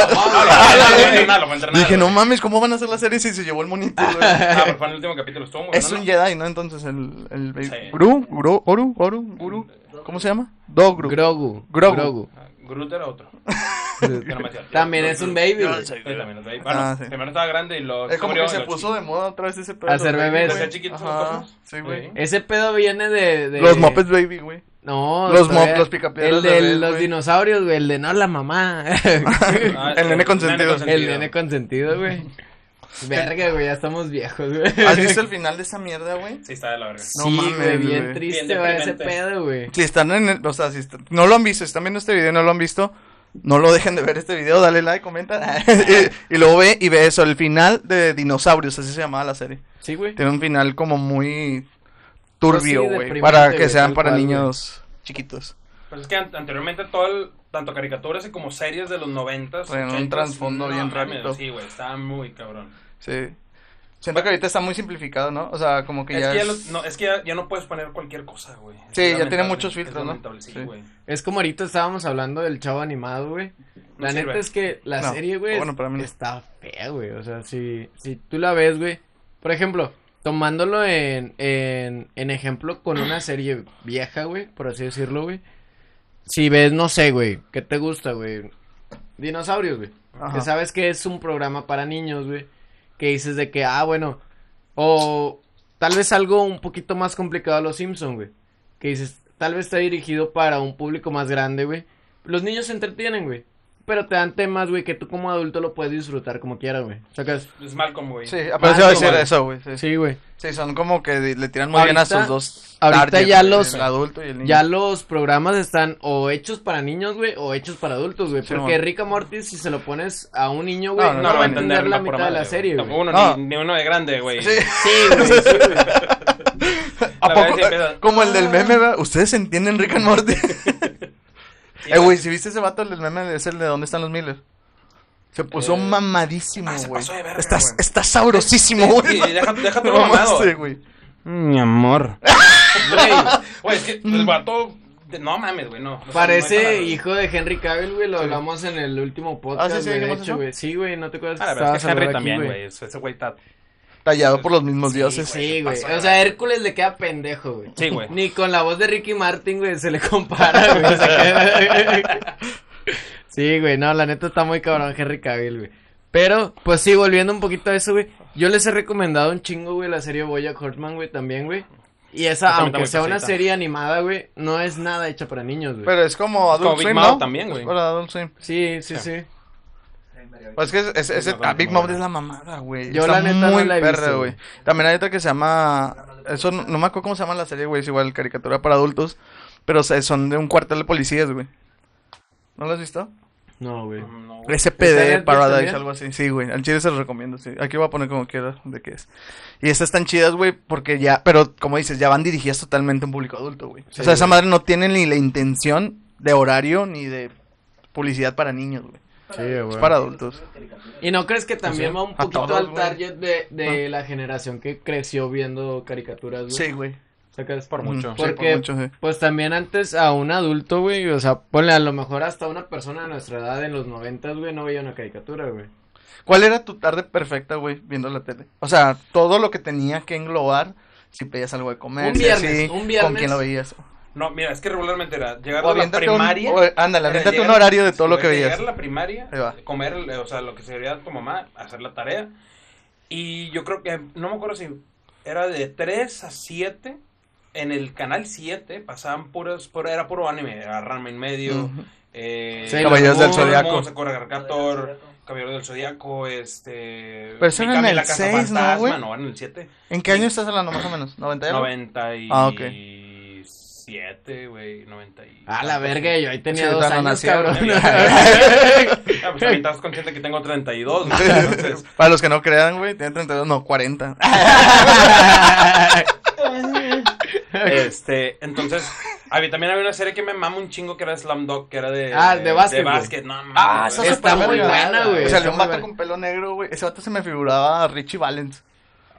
Speaker 4: No, no, no.
Speaker 2: Dije, no mames, ¿cómo van a hacer la serie si se llevó el monito, güey?
Speaker 4: Ah, pero fue en el último capítulo, estuvo muy
Speaker 2: Es
Speaker 4: bueno,
Speaker 2: un
Speaker 4: ¿no?
Speaker 2: Jedi, ¿no? Entonces el... el baby-
Speaker 4: Sí.
Speaker 2: Gru, Gru, Oru, Oru, Guru. ¿Cómo se llama? Dogru.
Speaker 3: Grogu.
Speaker 2: Grogu.
Speaker 4: Ah, Groot era otro. Que no me acuerdo.
Speaker 3: También es un baby, güey.
Speaker 4: Sí, también es baby. Bueno,
Speaker 2: Ah, sí.
Speaker 4: primero estaba grande y lo
Speaker 2: Es como
Speaker 4: murió
Speaker 2: que
Speaker 4: y
Speaker 2: se
Speaker 4: lo
Speaker 2: puso de moda otra vez ese pedo. de
Speaker 3: Hacer
Speaker 2: los
Speaker 3: bebés.
Speaker 2: babitos,
Speaker 4: Hacer chiquitos,
Speaker 2: Ajá,
Speaker 4: ¿no?
Speaker 2: Sí, güey.
Speaker 4: Sí.
Speaker 3: Ese pedo viene de... de-
Speaker 2: Los Muppets Baby, güey.
Speaker 3: No.
Speaker 2: Los
Speaker 3: todavía-
Speaker 2: mop- los picapiedras
Speaker 3: El de
Speaker 2: de Bel,
Speaker 3: los
Speaker 2: güey.
Speaker 3: dinosaurios, güey. El de no la mamá.
Speaker 4: Ah,
Speaker 2: El nene consentido.
Speaker 3: el nene consentido, güey. Verga, güey. Ya estamos viejos, güey.
Speaker 2: ¿Has visto el final de esa mierda, güey?
Speaker 4: Sí, está de la verga.
Speaker 2: No
Speaker 3: sí,
Speaker 2: mames,
Speaker 3: güey. Bien
Speaker 2: güey.
Speaker 3: triste,
Speaker 4: Bien
Speaker 3: güey. Ese
Speaker 4: deprimente.
Speaker 3: pedo, güey.
Speaker 2: Si están en el, o sea, si est- no lo han visto, si están viendo este video y no lo han visto, no lo dejen de ver este video, dale like, comenta y, y luego ve y ve eso, el final de Dinosaurios, así se llamaba la serie.
Speaker 3: Sí, güey.
Speaker 2: Tiene un final como muy turbio,
Speaker 3: Sí,
Speaker 2: güey,
Speaker 3: deprimente,
Speaker 2: para que
Speaker 3: güey,
Speaker 2: sean
Speaker 3: tal
Speaker 2: para
Speaker 3: cual, güey.
Speaker 2: niños chiquitos.
Speaker 4: Pues es que an- anteriormente todo el, tanto caricaturas y como series de los noventas.
Speaker 2: Traían un
Speaker 4: ochentas,
Speaker 2: trasfondo bien
Speaker 4: mames,
Speaker 2: rarito.
Speaker 4: Sí, güey, está muy cabrón.
Speaker 2: Sí. Siento que ahorita está muy simplificado, ¿no? O sea, como que
Speaker 4: es
Speaker 2: ya.
Speaker 4: que, ya
Speaker 2: es-
Speaker 4: los- no, es que ya, ya no puedes poner cualquier cosa, güey. Es
Speaker 2: Sí, ya
Speaker 4: lamentable,
Speaker 2: tiene muchos
Speaker 4: es
Speaker 2: filtros, ¿no?
Speaker 4: lamentable, Sí,
Speaker 2: Sí.
Speaker 4: güey.
Speaker 3: Es como ahorita estábamos hablando del chavo animado, güey.
Speaker 4: No
Speaker 3: La
Speaker 4: sirve.
Speaker 3: neta es que la
Speaker 2: No, Oh,
Speaker 3: serie, güey,
Speaker 2: bueno, para mí no.
Speaker 3: está fea, güey. O sea, si, si tú la ves, güey. Por ejemplo, tomándolo en, en, en ejemplo con una serie vieja, güey, por así decirlo, güey. Si ves, no sé, güey, ¿qué te gusta, güey? Dinosaurios, güey.
Speaker 2: Ajá.
Speaker 3: Que sabes que es un programa para niños, güey. Que dices de que, ah, bueno. O tal vez algo un poquito más complicado a los Simpson, güey. Que dices, tal vez está dirigido para un público más grande, güey. Los niños se entretienen, güey. Pero te dan temas, güey, que tú como adulto lo puedes disfrutar como quieras, güey. ¿Sacas?
Speaker 4: Es Malcolm, güey.
Speaker 2: Sí, ah, apenas iba a decir
Speaker 3: Malcolm,
Speaker 2: eso, güey. Sí.
Speaker 3: Sí, güey.
Speaker 2: Sí, son como que di- le tiran muy bien
Speaker 3: Ahorita-
Speaker 2: a sus dos.
Speaker 3: ahorita
Speaker 2: targets,
Speaker 3: ya
Speaker 2: güey,
Speaker 3: los-
Speaker 2: El adulto y el niño.
Speaker 3: Ya los programas están o hechos para niños, güey, o hechos para adultos, güey.
Speaker 2: Sí,
Speaker 3: Porque
Speaker 2: mon.
Speaker 3: Rick and Morty, si se lo pones a un niño, güey,
Speaker 2: No,
Speaker 3: no,
Speaker 2: no,
Speaker 4: lo
Speaker 3: va a
Speaker 2: entender
Speaker 3: entender la
Speaker 4: pura
Speaker 3: mitad de
Speaker 4: madre,
Speaker 3: la
Speaker 4: güey.
Speaker 3: serie,
Speaker 4: Tampoco
Speaker 3: güey.
Speaker 4: uno,
Speaker 2: No.
Speaker 4: ni, ni uno de grande, güey.
Speaker 2: Sí.
Speaker 3: Sí, güey, sí, güey.
Speaker 2: ¿A
Speaker 4: La
Speaker 2: poco?
Speaker 4: verdad sí Ah. empieza-
Speaker 2: Como el del meme, ¿verdad? ¿Ustedes entienden Rick and Morty? eh, güey, si viste ese vato, el del meme es el de ¿Dónde están los Miller? Se puso
Speaker 4: Eh,
Speaker 2: mamadísimo,
Speaker 4: ah, se
Speaker 2: güey.
Speaker 4: pasó de verga,
Speaker 2: Está,
Speaker 4: güey.
Speaker 2: está sabrosísimo,
Speaker 4: Sí,
Speaker 2: güey.
Speaker 4: sí, deja- deja tu
Speaker 2: Lo
Speaker 4: mamado.
Speaker 2: mamaste, güey.
Speaker 4: Mi amor.
Speaker 3: Güey,
Speaker 2: Pues,
Speaker 4: Güey, es que
Speaker 2: mm.
Speaker 4: el vato. de- No mames, güey, no. O sea, no hay
Speaker 3: Parece
Speaker 4: palabras.
Speaker 3: hijo de Henry Cavill, güey, lo hablamos en el último podcast,
Speaker 2: Ah, sí, sí,
Speaker 3: güey, de
Speaker 2: dijimos
Speaker 3: hecho,
Speaker 2: eso.
Speaker 3: güey. Sí, güey, no te acuerdas
Speaker 4: Ah, la verdad
Speaker 3: estabas
Speaker 4: es que Henry
Speaker 3: hablando aquí,
Speaker 4: también, güey. Ese ese güey está.
Speaker 2: Tallado por los mismos dioses.
Speaker 3: Sí,
Speaker 4: se
Speaker 3: güey.
Speaker 4: pasó de
Speaker 3: O sea, Hércules le queda pendejo, güey.
Speaker 4: Sí, güey.
Speaker 3: Ni con la voz de Ricky Martin, güey, se le compara, güey. o sea que- sí, güey, no, la neta está muy cabrón Henry Cavill, güey. Pero, pues sí, volviendo un poquito a eso, güey. Yo les he recomendado un chingo, güey, la serie Boya Horseman, güey, también, güey. Y esa,
Speaker 4: Esa me está
Speaker 3: aunque
Speaker 4: muy
Speaker 3: sea una
Speaker 4: pesadita.
Speaker 3: serie animada, güey, no es nada hecha para niños, güey.
Speaker 2: Pero es como Adult
Speaker 4: Big
Speaker 2: Swim,
Speaker 4: Mouth
Speaker 2: ¿no?
Speaker 4: también, güey.
Speaker 2: Para Adult Swim.
Speaker 3: Sí, sí, sí.
Speaker 2: Pues que es, es- es-
Speaker 4: Big Mouth
Speaker 2: ah,
Speaker 4: es
Speaker 2: Big
Speaker 4: muy
Speaker 2: Mouth
Speaker 4: buena.
Speaker 2: es la mamada, güey.
Speaker 3: Yo
Speaker 2: Está
Speaker 3: la neta no
Speaker 2: muy
Speaker 3: la he
Speaker 2: perra,
Speaker 3: visto,
Speaker 2: güey.
Speaker 3: güey.
Speaker 2: También hay otra que se llama... Eso no, no me acuerdo cómo se llama la serie, güey. Es igual caricatura para adultos. Pero o sea, son de un cuartel de policías, güey. ¿No lo has visto?
Speaker 3: No, güey.
Speaker 4: No, güey.
Speaker 2: SPD
Speaker 3: Netflix
Speaker 2: E Paradise,
Speaker 3: también?
Speaker 2: algo así. Sí, güey. Al chile se los recomiendo, sí. Aquí voy a poner como quiera de qué es. Y estas están chidas, güey, porque ya, pero como dices, ya van dirigidas totalmente a un público adulto, güey.
Speaker 3: Sí,
Speaker 2: o sea, esa
Speaker 3: güey.
Speaker 2: madre no tiene ni la intención de horario ni de publicidad para niños, güey.
Speaker 3: Sí, güey.
Speaker 2: Es para adultos.
Speaker 3: ¿Y no crees que también
Speaker 2: Sí.
Speaker 3: va un
Speaker 2: A
Speaker 3: poquito
Speaker 2: todos,
Speaker 3: al
Speaker 2: güey.
Speaker 3: target de, de la generación que creció viendo caricaturas, güey?
Speaker 2: Sí, güey.
Speaker 3: ¿Sacas?
Speaker 4: Por mucho.
Speaker 2: Sí,
Speaker 3: Porque,
Speaker 2: por mucho, sí.
Speaker 3: pues también antes a un adulto, güey, o sea, ponle a lo mejor hasta una persona de nuestra edad en los noventas, güey, no veía una caricatura, güey.
Speaker 2: ¿Cuál era tu tarde perfecta, güey, viendo la tele? O sea, todo lo que tenía que englobar, si pedías algo de comer,
Speaker 3: Un
Speaker 2: si
Speaker 3: viernes,
Speaker 2: así,
Speaker 3: un viernes.
Speaker 2: con quién lo veías.
Speaker 4: No, mira, es que regularmente era llegar
Speaker 2: O
Speaker 4: a la
Speaker 2: aviéntate un-
Speaker 4: primaria.
Speaker 2: o- ándale,
Speaker 4: era
Speaker 2: aviéntate
Speaker 4: llegar-
Speaker 2: un horario de todo lo que
Speaker 4: Llegar
Speaker 2: veías.
Speaker 4: a la primaria,
Speaker 2: Ahí va.
Speaker 4: comer, eh, o sea, lo que sería tu mamá, hacer la tarea. Y yo creo que, no me acuerdo si era de 3 a 7. En el canal 7 pasaban puros, puro, era puro anime, era Ramen Medio,
Speaker 2: Ujú.
Speaker 4: eh,
Speaker 3: Sí, Caballeros del
Speaker 2: Zodiaco.
Speaker 4: Corregarcator, Caballeros del Zodiaco, este.
Speaker 2: Pero eso era en
Speaker 4: Mikami
Speaker 2: el
Speaker 4: la Casa
Speaker 2: 6, ¿no,
Speaker 4: Fantasma,
Speaker 2: güey?
Speaker 4: No, en el 7.
Speaker 2: ¿En qué año estás hablando, más o menos? ¿90 y algo?
Speaker 4: 97,
Speaker 2: Ah, ok.
Speaker 4: güey, 90 y...
Speaker 3: Ah, la verga, yo ahí tenía
Speaker 2: Sí,
Speaker 3: dos
Speaker 2: todavía no
Speaker 3: años,
Speaker 2: nacía,
Speaker 3: cabrón.
Speaker 4: Ah, pues también estás consciente que tengo 32, güey, entonces...
Speaker 2: Para los que no crean, güey, tiene 32, no, 40.
Speaker 3: Ah,
Speaker 4: Este, entonces, había, también había una serie que me mama un chingo que era Slumdog, que era de...
Speaker 3: Ah, de básquet,
Speaker 4: De
Speaker 3: güey.
Speaker 4: básquet, no, mames,
Speaker 2: Ah,
Speaker 4: güey.
Speaker 2: esa
Speaker 3: Está
Speaker 2: súper
Speaker 3: muy
Speaker 2: verga.
Speaker 3: buena, güey,
Speaker 2: O sea,
Speaker 3: está
Speaker 2: un
Speaker 3: muy
Speaker 2: vato
Speaker 3: buena.
Speaker 2: con pelo negro, güey. Ese vato se me figuraba a Richie Valens.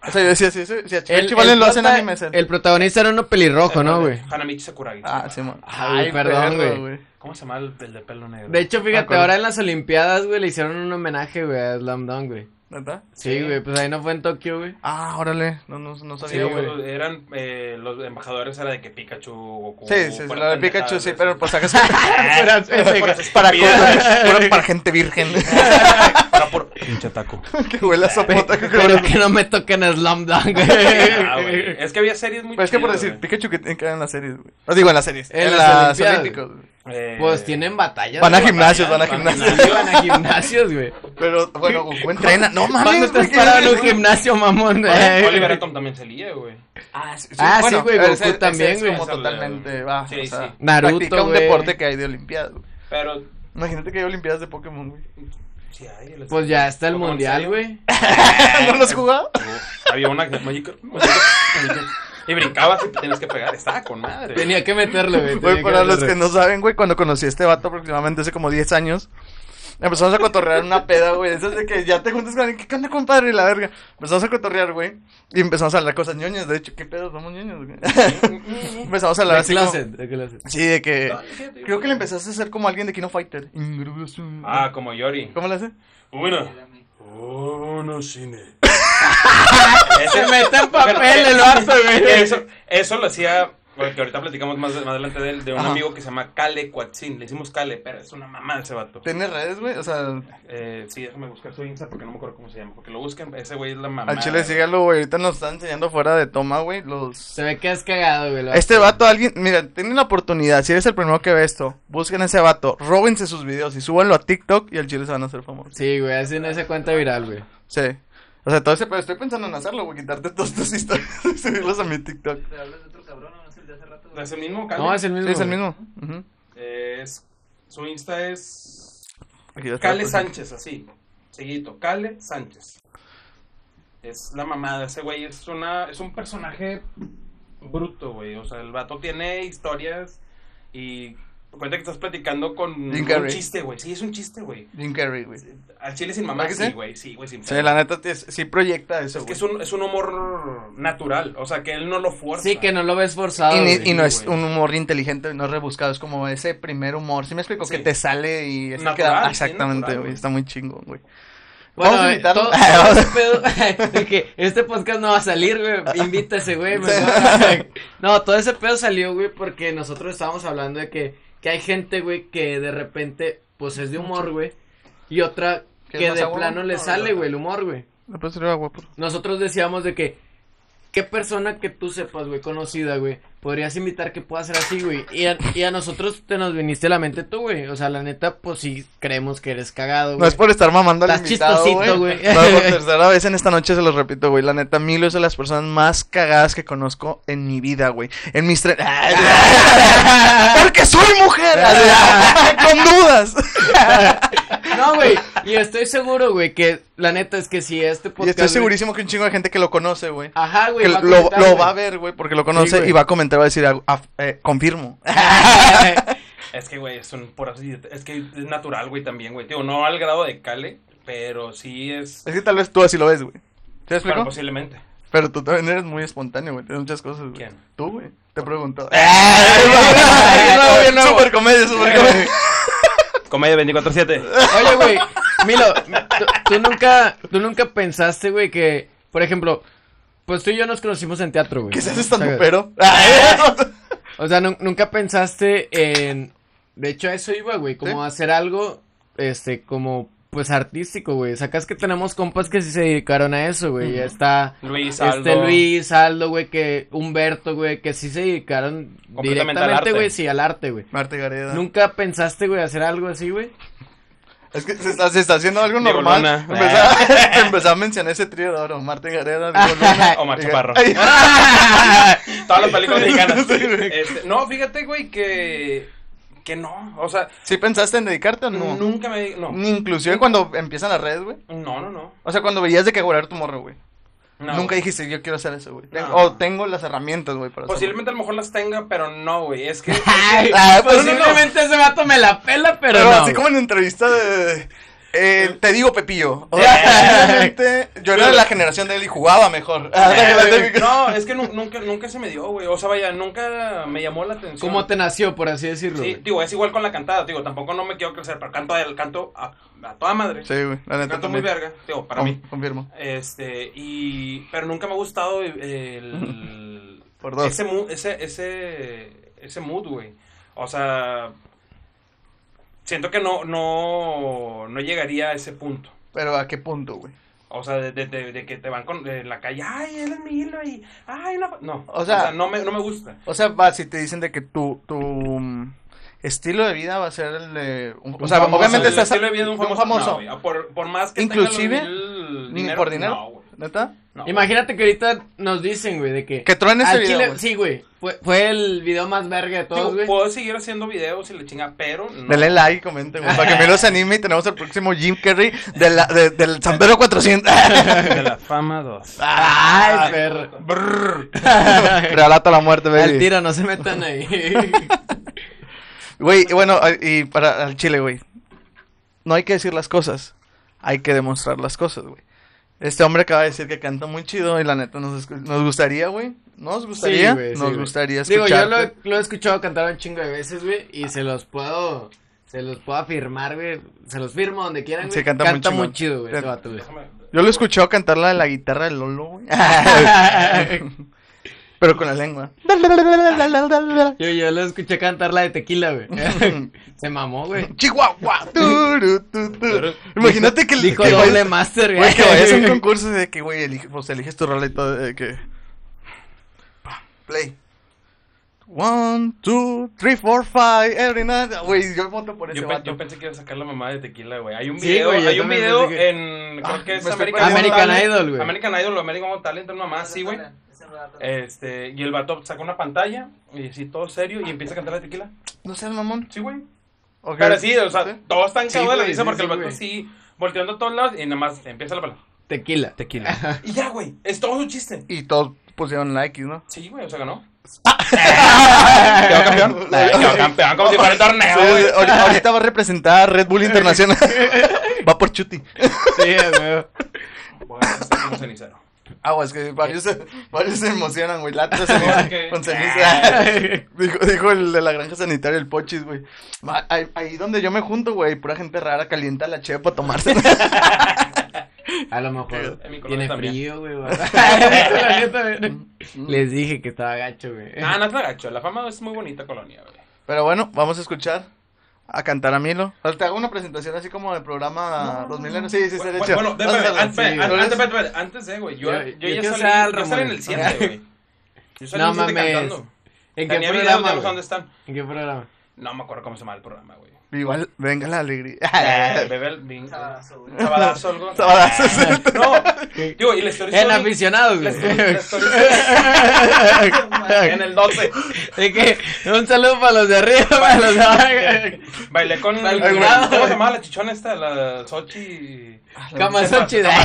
Speaker 2: O sea, yo decía, si, si, si a
Speaker 3: El,
Speaker 2: Richie Valens
Speaker 3: el
Speaker 2: lo hacen
Speaker 3: prota-
Speaker 2: anime, es él.
Speaker 3: el protagonista era uno pelirrojo, ¿no, güey?
Speaker 4: Hanamichi Sakuragi.
Speaker 2: Ah, sí, man.
Speaker 3: Ay, perdón,
Speaker 2: perro,
Speaker 3: güey.
Speaker 4: ¿Cómo se llama el, el de pelo negro?
Speaker 3: De hecho,
Speaker 2: Me
Speaker 3: fíjate,
Speaker 2: acuerdo.
Speaker 3: ahora en las Olimpiadas, güey, le hicieron un homenaje, güey, a Slam Dunk, güey.
Speaker 2: ¿Neta?
Speaker 3: Sí, güey, pues ahí no fue en Tokio, güey.
Speaker 2: Ah, órale. No, no, no
Speaker 4: Sí,
Speaker 2: sabía, güey.
Speaker 4: güey, eran eh, los embajadores, era de que Pikachu, Goku...
Speaker 2: Sí, sí, sí,
Speaker 4: fueron
Speaker 2: la de
Speaker 4: pendejadas
Speaker 2: Pikachu, sí,
Speaker 4: esas.
Speaker 2: pero pues sacas
Speaker 3: Era pendeja.
Speaker 2: para,
Speaker 4: Estúpidas.
Speaker 2: para, para gente virgen.
Speaker 4: Era por... Pinche taco.
Speaker 2: que huele a sopota. que
Speaker 3: Pero que no me toquen a Slam Dunk,
Speaker 4: Ah, güey,
Speaker 3: güey.
Speaker 4: es que había series muy
Speaker 2: Pero es que por
Speaker 4: chidas,
Speaker 2: decir,
Speaker 4: güey.
Speaker 2: Pikachu que que en las series, güey. No digo en las series,
Speaker 3: En
Speaker 2: en,
Speaker 3: las
Speaker 2: las
Speaker 3: Olimpiadas.
Speaker 2: Olímpicos. güey.
Speaker 4: Eh,
Speaker 3: Pues tienen batallas.
Speaker 2: Van a
Speaker 3: güey.
Speaker 2: gimnasios, van a
Speaker 4: van a
Speaker 2: gimnasios.
Speaker 4: gimnasio.
Speaker 3: Van a gimnasios, güey.
Speaker 2: Pero bueno, Goku entrena. No
Speaker 3: ¿Cuándo
Speaker 2: mames,
Speaker 3: te has
Speaker 2: güey, ¿qué
Speaker 3: parado en un
Speaker 2: güey?
Speaker 3: gimnasio, mamón?
Speaker 4: Oliver-
Speaker 3: Eh,
Speaker 4: Oliver Atom también se lía, güey.
Speaker 2: Ah, sí,
Speaker 3: Ah, sí, güey, Goku
Speaker 2: ese- ese
Speaker 3: también,
Speaker 2: es
Speaker 3: güey.
Speaker 2: como
Speaker 4: Ese es el-
Speaker 2: totalmente, va,
Speaker 4: Sí,
Speaker 2: o sea,
Speaker 4: sí.
Speaker 3: Naruto,
Speaker 2: practica un
Speaker 3: güey.
Speaker 2: deporte que hay de olimpiadas, güey.
Speaker 4: Pero.
Speaker 2: Imagínate que hay olimpiadas de Pokémon, güey.
Speaker 4: sí, ay, el-
Speaker 3: Pues ya está el
Speaker 4: Pokémon
Speaker 3: mundial,
Speaker 4: salió.
Speaker 3: güey.
Speaker 2: ¿No lo has jugado?
Speaker 4: Uf, Había una que. Magic- Magic- Y brincabas y te tenías que pegar. Estaba con madre.
Speaker 3: Tenía que meterle, güey. tenía
Speaker 2: Güey, para los que
Speaker 3: meterle.
Speaker 2: no saben, güey, cuando conocí a este vato aproximadamente hace como 10 años, Empezamos a cotorrear en una peda, güey. Eso es de que ya te juntas con alguien. ¿Qué onda, compadre? Y la verga. Empezamos a cotorrear, güey. Y empezamos a hablar cosas ñoñas. De hecho, ¿qué pedo? Somos ñoños, güey. empezamos a hablar
Speaker 3: De
Speaker 2: así. como-
Speaker 3: closet, de closet.
Speaker 2: Sí, de que. Creo que le empezaste a hacer como alguien de Kino Fighter.
Speaker 4: Ah, como Yori.
Speaker 2: ¿Cómo le hace?
Speaker 4: Una. Uno cine. Ese
Speaker 3: mete en papel el vato, güey.
Speaker 2: Eh.
Speaker 4: Eso, eso lo hacía, porque ahorita platicamos más, más adelante de él, de un
Speaker 2: Ajá.
Speaker 4: amigo que se llama Cale Cuatzin. Le hicimos Cale, pero es una mamá ese vato.
Speaker 2: ¿Tiene redes, güey? O sea,
Speaker 4: Eh, sí, déjame buscar su Insta porque no me acuerdo cómo se llama. Porque lo busquen, ese güey es la mamá.
Speaker 2: al chile sígalo, güey. Ahorita nos están enseñando fuera de toma, güey. Los.
Speaker 3: Se ve que es cagado, güey. lo-
Speaker 2: Este vato, alguien, mira, tienen la oportunidad. Si eres el primero que ve esto, busquen a ese vato, róbense sus videos y súbanlo a TikTok y al chile se van a hacer famosos.
Speaker 3: Sí, güey, así no se cuenta viral, güey.
Speaker 2: Sí. O sea, todo ese, pero estoy pensando en hacerlo, güey, quitarte todas tus historias y subirlas a mi TikTok.
Speaker 5: Te hablas de otro cabrón, no es el de hace rato.
Speaker 4: Es el mismo Cale.
Speaker 3: No, es el mismo.
Speaker 2: Es el
Speaker 3: güey.
Speaker 2: mismo. Ujú.
Speaker 4: Es- su Insta es
Speaker 2: Aquí ya está la
Speaker 4: Cale
Speaker 2: persona.
Speaker 4: Sánchez, así. Seguito, Cale Sánchez. Es la mamada, ese güey es una es un personaje bruto, güey. O sea, el vato tiene historias y cuenta que estás platicando con
Speaker 2: Jim
Speaker 4: un
Speaker 2: Carrey.
Speaker 4: chiste, güey. Sí, es un chiste, güey.
Speaker 2: Jim Carrey, güey.
Speaker 4: Al chile sin mamá,
Speaker 2: ¿Verdad que
Speaker 4: sí,
Speaker 2: sí?
Speaker 4: güey. Sí, güey, sin
Speaker 2: Sí,
Speaker 4: pedo.
Speaker 2: la neta, es- sí proyecta eso,
Speaker 4: Es
Speaker 2: güey.
Speaker 4: que es un, es un humor natural, o sea, que él no lo fuerza.
Speaker 3: Sí, que no lo ves forzado.
Speaker 2: Y, ni-
Speaker 3: güey.
Speaker 2: y no es
Speaker 4: güey.
Speaker 2: un humor inteligente, no es rebuscado, es como ese primer humor. ¿Sí me explico?
Speaker 4: Sí.
Speaker 2: Que te sale y es el que
Speaker 4: Natural,
Speaker 2: da-
Speaker 4: sí,
Speaker 2: Exactamente,
Speaker 4: natural,
Speaker 2: güey.
Speaker 4: güey.
Speaker 2: Está muy chingón, güey.
Speaker 3: Bueno,
Speaker 2: Vamos a
Speaker 3: eh,
Speaker 2: invitarlo.
Speaker 3: todo- todo ese pedo de que este podcast no va a salir, güey. Invita a ese güey, me mama. No, todo ese pedo salió, güey, porque nosotros estábamos hablando de que, que hay gente, güey, que de repente, pues es de humor, güey. Y otra
Speaker 2: ¿Que es
Speaker 3: que
Speaker 2: más
Speaker 3: de
Speaker 2: agua?
Speaker 3: plano le
Speaker 4: No,
Speaker 3: sale,
Speaker 4: no.
Speaker 3: güey, el humor, güey.
Speaker 2: ¿Me puedes servir agua, por favor?
Speaker 3: Nosotros decíamos de que, ¿qué persona que tú sepas, güey, conocida, güey, podrías invitar que pueda ser así, güey? Y a, y a nosotros te nos viniste a la mente tú, güey. O sea, la neta, pues sí creemos que eres cagado,
Speaker 2: No
Speaker 3: güey.
Speaker 2: es por estar mamando al
Speaker 3: Estás
Speaker 2: invitado,
Speaker 3: chistosito,
Speaker 2: güey.
Speaker 3: güey.
Speaker 2: No, por tercera vez en esta noche se los repito, güey. La neta, Milo es de las personas más cagadas que conozco en mi vida, güey. En mis tres... ¡Porque soy mujer! ¡Con dudas!
Speaker 3: No, güey. Y estoy seguro, güey, que la neta es que si este podcast.
Speaker 2: Y estoy
Speaker 3: güey-
Speaker 2: segurísimo que un chingo de gente que lo conoce, güey.
Speaker 3: Ajá, güey.
Speaker 2: que
Speaker 3: va a
Speaker 2: lo,
Speaker 3: comentar,
Speaker 2: lo
Speaker 3: güey.
Speaker 2: va a ver, güey, porque lo conoce
Speaker 3: güey.
Speaker 2: y va a comentar, va a decir, "Ah, ah, eh, confirmo.
Speaker 4: Es que, güey, es un por así, es que es natural, güey, también, güey. Tío, no al grado de Cale, pero sí es...
Speaker 2: Es que tal vez tú así lo ves, güey. ¿Te explico?
Speaker 4: Pero posiblemente.
Speaker 2: Pero tú también eres muy espontáneo, güey. Tienes muchas cosas, güey.
Speaker 4: ¿Quién?
Speaker 2: Tú, güey. Te pregunto.
Speaker 4: ay, ay, ay,
Speaker 2: Super comedia, super comedia.
Speaker 4: Comedia 24-7.
Speaker 3: Oye, güey. Milo, tú, tú nunca, tú nunca pensaste, güey, que, por ejemplo, pues tú y yo nos conocimos en teatro, güey.
Speaker 2: Que seas
Speaker 3: O sea,
Speaker 2: estando pero.
Speaker 3: O sea, nun- nunca pensaste en. De hecho, a eso iba, güey. Como
Speaker 2: Sí.
Speaker 3: hacer algo, este, como, pues artístico, güey. Sacas que tenemos compas que sí se dedicaron a eso, güey. Ya está.
Speaker 4: Luis, Aldo.
Speaker 3: Este Luis, Aldo, güey, que Humberto, güey, que sí se dedicaron
Speaker 4: Completamente al
Speaker 3: directamente,
Speaker 4: arte.
Speaker 3: güey, sí, al arte, güey.
Speaker 2: Marte Gareda.
Speaker 3: ¿Nunca pensaste, güey, hacer algo así, güey?
Speaker 2: Es que se está, se está haciendo algo
Speaker 4: Diego
Speaker 2: normal.
Speaker 4: Luna. Ah.
Speaker 2: Empezaba- Empezaba a mencionar ese trío de oro. Marte Gareda, Diego Luna.
Speaker 4: Omar
Speaker 2: y-
Speaker 4: Chaparro.
Speaker 2: Ah, eh, Ay,
Speaker 4: Todas las películas mexicanas.
Speaker 2: Sí, güey.
Speaker 4: Este, no, fíjate, güey, que... Que no, o sea,
Speaker 2: ¿Sí pensaste en dedicarte o no?
Speaker 4: nunca me... No,
Speaker 2: Ni Inclusive cuando empiezan las redes, güey.
Speaker 4: no, no, no.
Speaker 2: O sea, cuando veías de que guardar tu morro, güey.
Speaker 4: No.
Speaker 2: Nunca dijiste, yo quiero hacer eso, güey. Tengo-
Speaker 4: No.
Speaker 2: O tengo las herramientas, güey, para hacerlo.
Speaker 4: Posiblemente a lo mejor las tenga, pero no, güey. Es que...
Speaker 2: Ah, pues sí, no.
Speaker 3: Posiblemente ese vato me la pela, pero,
Speaker 2: Pero
Speaker 3: no.
Speaker 2: así
Speaker 3: güey.
Speaker 2: como en entrevista de... eh, te digo Pepillo. O sea, realmente, yo era de la generación de él y jugaba mejor.
Speaker 4: Eh, No, es que nu- nunca, nunca se me dio, güey. O sea, vaya, nunca me llamó la atención.
Speaker 3: ¿Cómo te nació, por así decirlo?
Speaker 4: Sí,
Speaker 3: güey?
Speaker 4: digo, es igual con la cantada, digo, tampoco no me quiero crecer, pero canto, el canto a, a toda madre.
Speaker 2: Sí, güey, la neta.
Speaker 4: canto muy
Speaker 2: también.
Speaker 4: verga, digo, para
Speaker 2: Con-
Speaker 4: mí.
Speaker 2: Confirmo.
Speaker 4: Este, y pero nunca me ha gustado el
Speaker 2: Por dos.
Speaker 4: ese mu- ese ese ese mood, güey. O sea, siento que no no no llegaría a ese punto.
Speaker 2: Pero ¿a qué punto, güey?
Speaker 4: O sea, de, de- de- de que te van con de la calle, ay, él es mi hilo y ay, no, no.
Speaker 2: O sea-
Speaker 4: no me no me gusta.
Speaker 2: O sea, va, si te dicen de que tu, tu mm, estilo de vida va a ser el de... un- o
Speaker 4: Un
Speaker 2: sea,
Speaker 4: famoso,
Speaker 2: obviamente
Speaker 4: el
Speaker 2: estás...
Speaker 4: estilo de vida de un
Speaker 2: de
Speaker 4: famoso. no, güey. por, por más que
Speaker 2: Inclusive,
Speaker 4: tenga los mil
Speaker 2: Ni por dinero.
Speaker 4: no, güey,
Speaker 2: ¿Neta?
Speaker 4: no,
Speaker 3: Imagínate que ahorita nos dicen, güey, de que...
Speaker 2: Que truene este
Speaker 3: al
Speaker 2: video,
Speaker 3: chile-
Speaker 2: güey.
Speaker 3: Sí, güey. Fue, fue el video más verga de todos,
Speaker 4: Digo,
Speaker 3: güey.
Speaker 4: puedo seguir haciendo videos y le chinga, pero no.
Speaker 2: Dale like, comente, güey. Para que Milo se anime y tenemos el próximo Jim Carrey de la- de- del Sambero 400.
Speaker 4: De la fama 2. Ah,
Speaker 3: Ay, perro.
Speaker 2: Relato a la muerte,
Speaker 3: Al
Speaker 2: baby.
Speaker 3: tiro, no se metan ahí.
Speaker 2: Güey, y bueno, a- y para al chile, güey. no hay que decir las cosas, hay que demostrar las cosas, güey. Este hombre acaba de decir que canta muy chido y la neta nos, escu- nos gustaría, güey. Nos gustaría,
Speaker 3: güey, sí,
Speaker 2: nos
Speaker 3: güey.
Speaker 2: gustaría
Speaker 3: Digo, yo lo,
Speaker 2: escucharte.
Speaker 3: lo he escuchado cantar un chingo de veces, güey, y se los puedo, se los puedo afirmar, güey, se los firmo donde quieran, güey.
Speaker 2: Sí, canta muy
Speaker 3: muy
Speaker 2: chingón. Eh.
Speaker 3: chido, güey, ese
Speaker 2: Pero-
Speaker 3: vato, güey.
Speaker 4: Déjame-
Speaker 2: Yo lo he escuchado cantar la de la guitarra de Lolo, güey. Pero con la lengua.
Speaker 3: Yo, yo lo escuché cantar la de tequila, güey. se mamó, güey.
Speaker 2: Chihuahua. Turu, tu, tu. Imagínate que el
Speaker 3: Dijo
Speaker 2: que
Speaker 3: doble
Speaker 2: vayas-
Speaker 3: master, güey.
Speaker 2: güey, que vayas a un concurso de que, güey, elige- pues eliges tu rola y todo, de que. Pa, Play. One, two, three, four, five, every night. Güey, yo voto por ese
Speaker 4: Yo, pe-
Speaker 2: vato.
Speaker 4: yo pensé que iba a sacar la mamá de tequila, güey. Hay un
Speaker 3: Sí,
Speaker 4: video,
Speaker 3: güey, yo
Speaker 4: hay un
Speaker 3: también
Speaker 4: video
Speaker 3: pensé que-
Speaker 4: en. Creo
Speaker 2: Ah,
Speaker 4: que es
Speaker 2: me estoy
Speaker 4: American,
Speaker 2: perdiendo.
Speaker 4: Got
Speaker 3: American
Speaker 4: Talent,
Speaker 3: Idol, güey.
Speaker 4: American Idol o American Got Talent, una mamá así, güey. Este, y el vato saca una pantalla y así todo serio y empieza a cantar la tequila.
Speaker 2: No seas mamón.
Speaker 4: Sí, güey.
Speaker 2: Ok.
Speaker 4: Pero sí, o sea,
Speaker 2: ¿Sí?
Speaker 4: todos están
Speaker 3: Sí,
Speaker 4: cagados de la
Speaker 3: güey,
Speaker 4: risa
Speaker 3: sí,
Speaker 4: porque
Speaker 3: sí,
Speaker 4: el vato
Speaker 3: güey.
Speaker 4: sí volteando a todos lados y nada más empieza la palabra.
Speaker 3: Tequila. Tequila.
Speaker 4: Y ya, güey, es todo un chiste.
Speaker 2: Y todos pusieron like, ¿no?
Speaker 4: Sí, güey, o sea, ganó. Quedó campeón. Quedó campeón como si fuera el torneo,
Speaker 2: Sí,
Speaker 4: güey.
Speaker 2: ahori- ahorita va a representar a Red Bull Internacional. va por Chuti.
Speaker 3: sí, güey.
Speaker 4: Voy a hacer como cenicero.
Speaker 2: Aguas, Ah, que varios se, varios se emocionan, güey. Lata se
Speaker 4: Ok. Ah.
Speaker 2: con ceniza. dijo, dijo el de la granja sanitaria, el Pochis, güey. Va- Ahí, ahí donde yo me junto, güey, pura gente rara calienta la cheve para tomarse.
Speaker 3: A lo mejor
Speaker 4: En mi colonia
Speaker 3: tiene
Speaker 4: también.
Speaker 3: frío, güey. güey. La neta, güey. Les dije que estaba gacho, güey.
Speaker 4: Ah, no es gacho. La fama es muy bonita colonia, güey.
Speaker 2: Pero bueno, vamos a escuchar a cantar a Milo. Ahora Te hago una presentación así como del programa 2000. Sí, sí, está
Speaker 4: Bueno,
Speaker 2: hecho.
Speaker 4: bueno, espérame,
Speaker 2: Ándale,
Speaker 4: antes,
Speaker 2: sí.
Speaker 4: espérame,
Speaker 2: ¿Lo
Speaker 4: antes,
Speaker 2: ves?
Speaker 4: espérame, espérame, antes de, güey. Yo,
Speaker 3: Yo-
Speaker 4: yo,
Speaker 3: yo
Speaker 4: ya
Speaker 3: quiero ser
Speaker 4: salí, yo salí en
Speaker 3: Ramón.
Speaker 4: el 7, güey. Yo salí
Speaker 3: No
Speaker 4: en el 7
Speaker 3: mames.
Speaker 4: cantando.
Speaker 3: ¿En qué
Speaker 4: Tenía videos,
Speaker 3: programa,
Speaker 4: ya no sé
Speaker 3: güey?
Speaker 4: dónde están.
Speaker 3: ¿En qué programa?
Speaker 4: No me acuerdo cómo se llama el programa, güey.
Speaker 2: Igual, venga la alegría.
Speaker 3: Ah.
Speaker 4: Eh, Bebé el vin-
Speaker 5: Sabadazo, güey.
Speaker 4: Sabadazo, algo.
Speaker 2: Sabadazo, sí.
Speaker 4: Eh, No, digo, y la historia
Speaker 3: En aficionados,
Speaker 4: La
Speaker 3: güey.
Speaker 4: story- la story- en el 12.
Speaker 3: ¿De qué? Un saludo para los de arriba, para los de abajo.
Speaker 4: Bailé con.
Speaker 3: Bailé
Speaker 4: ¿Cómo
Speaker 3: con-
Speaker 4: se llamaba la chichona esta? La Sochi.
Speaker 3: Camasochi.
Speaker 4: Ah,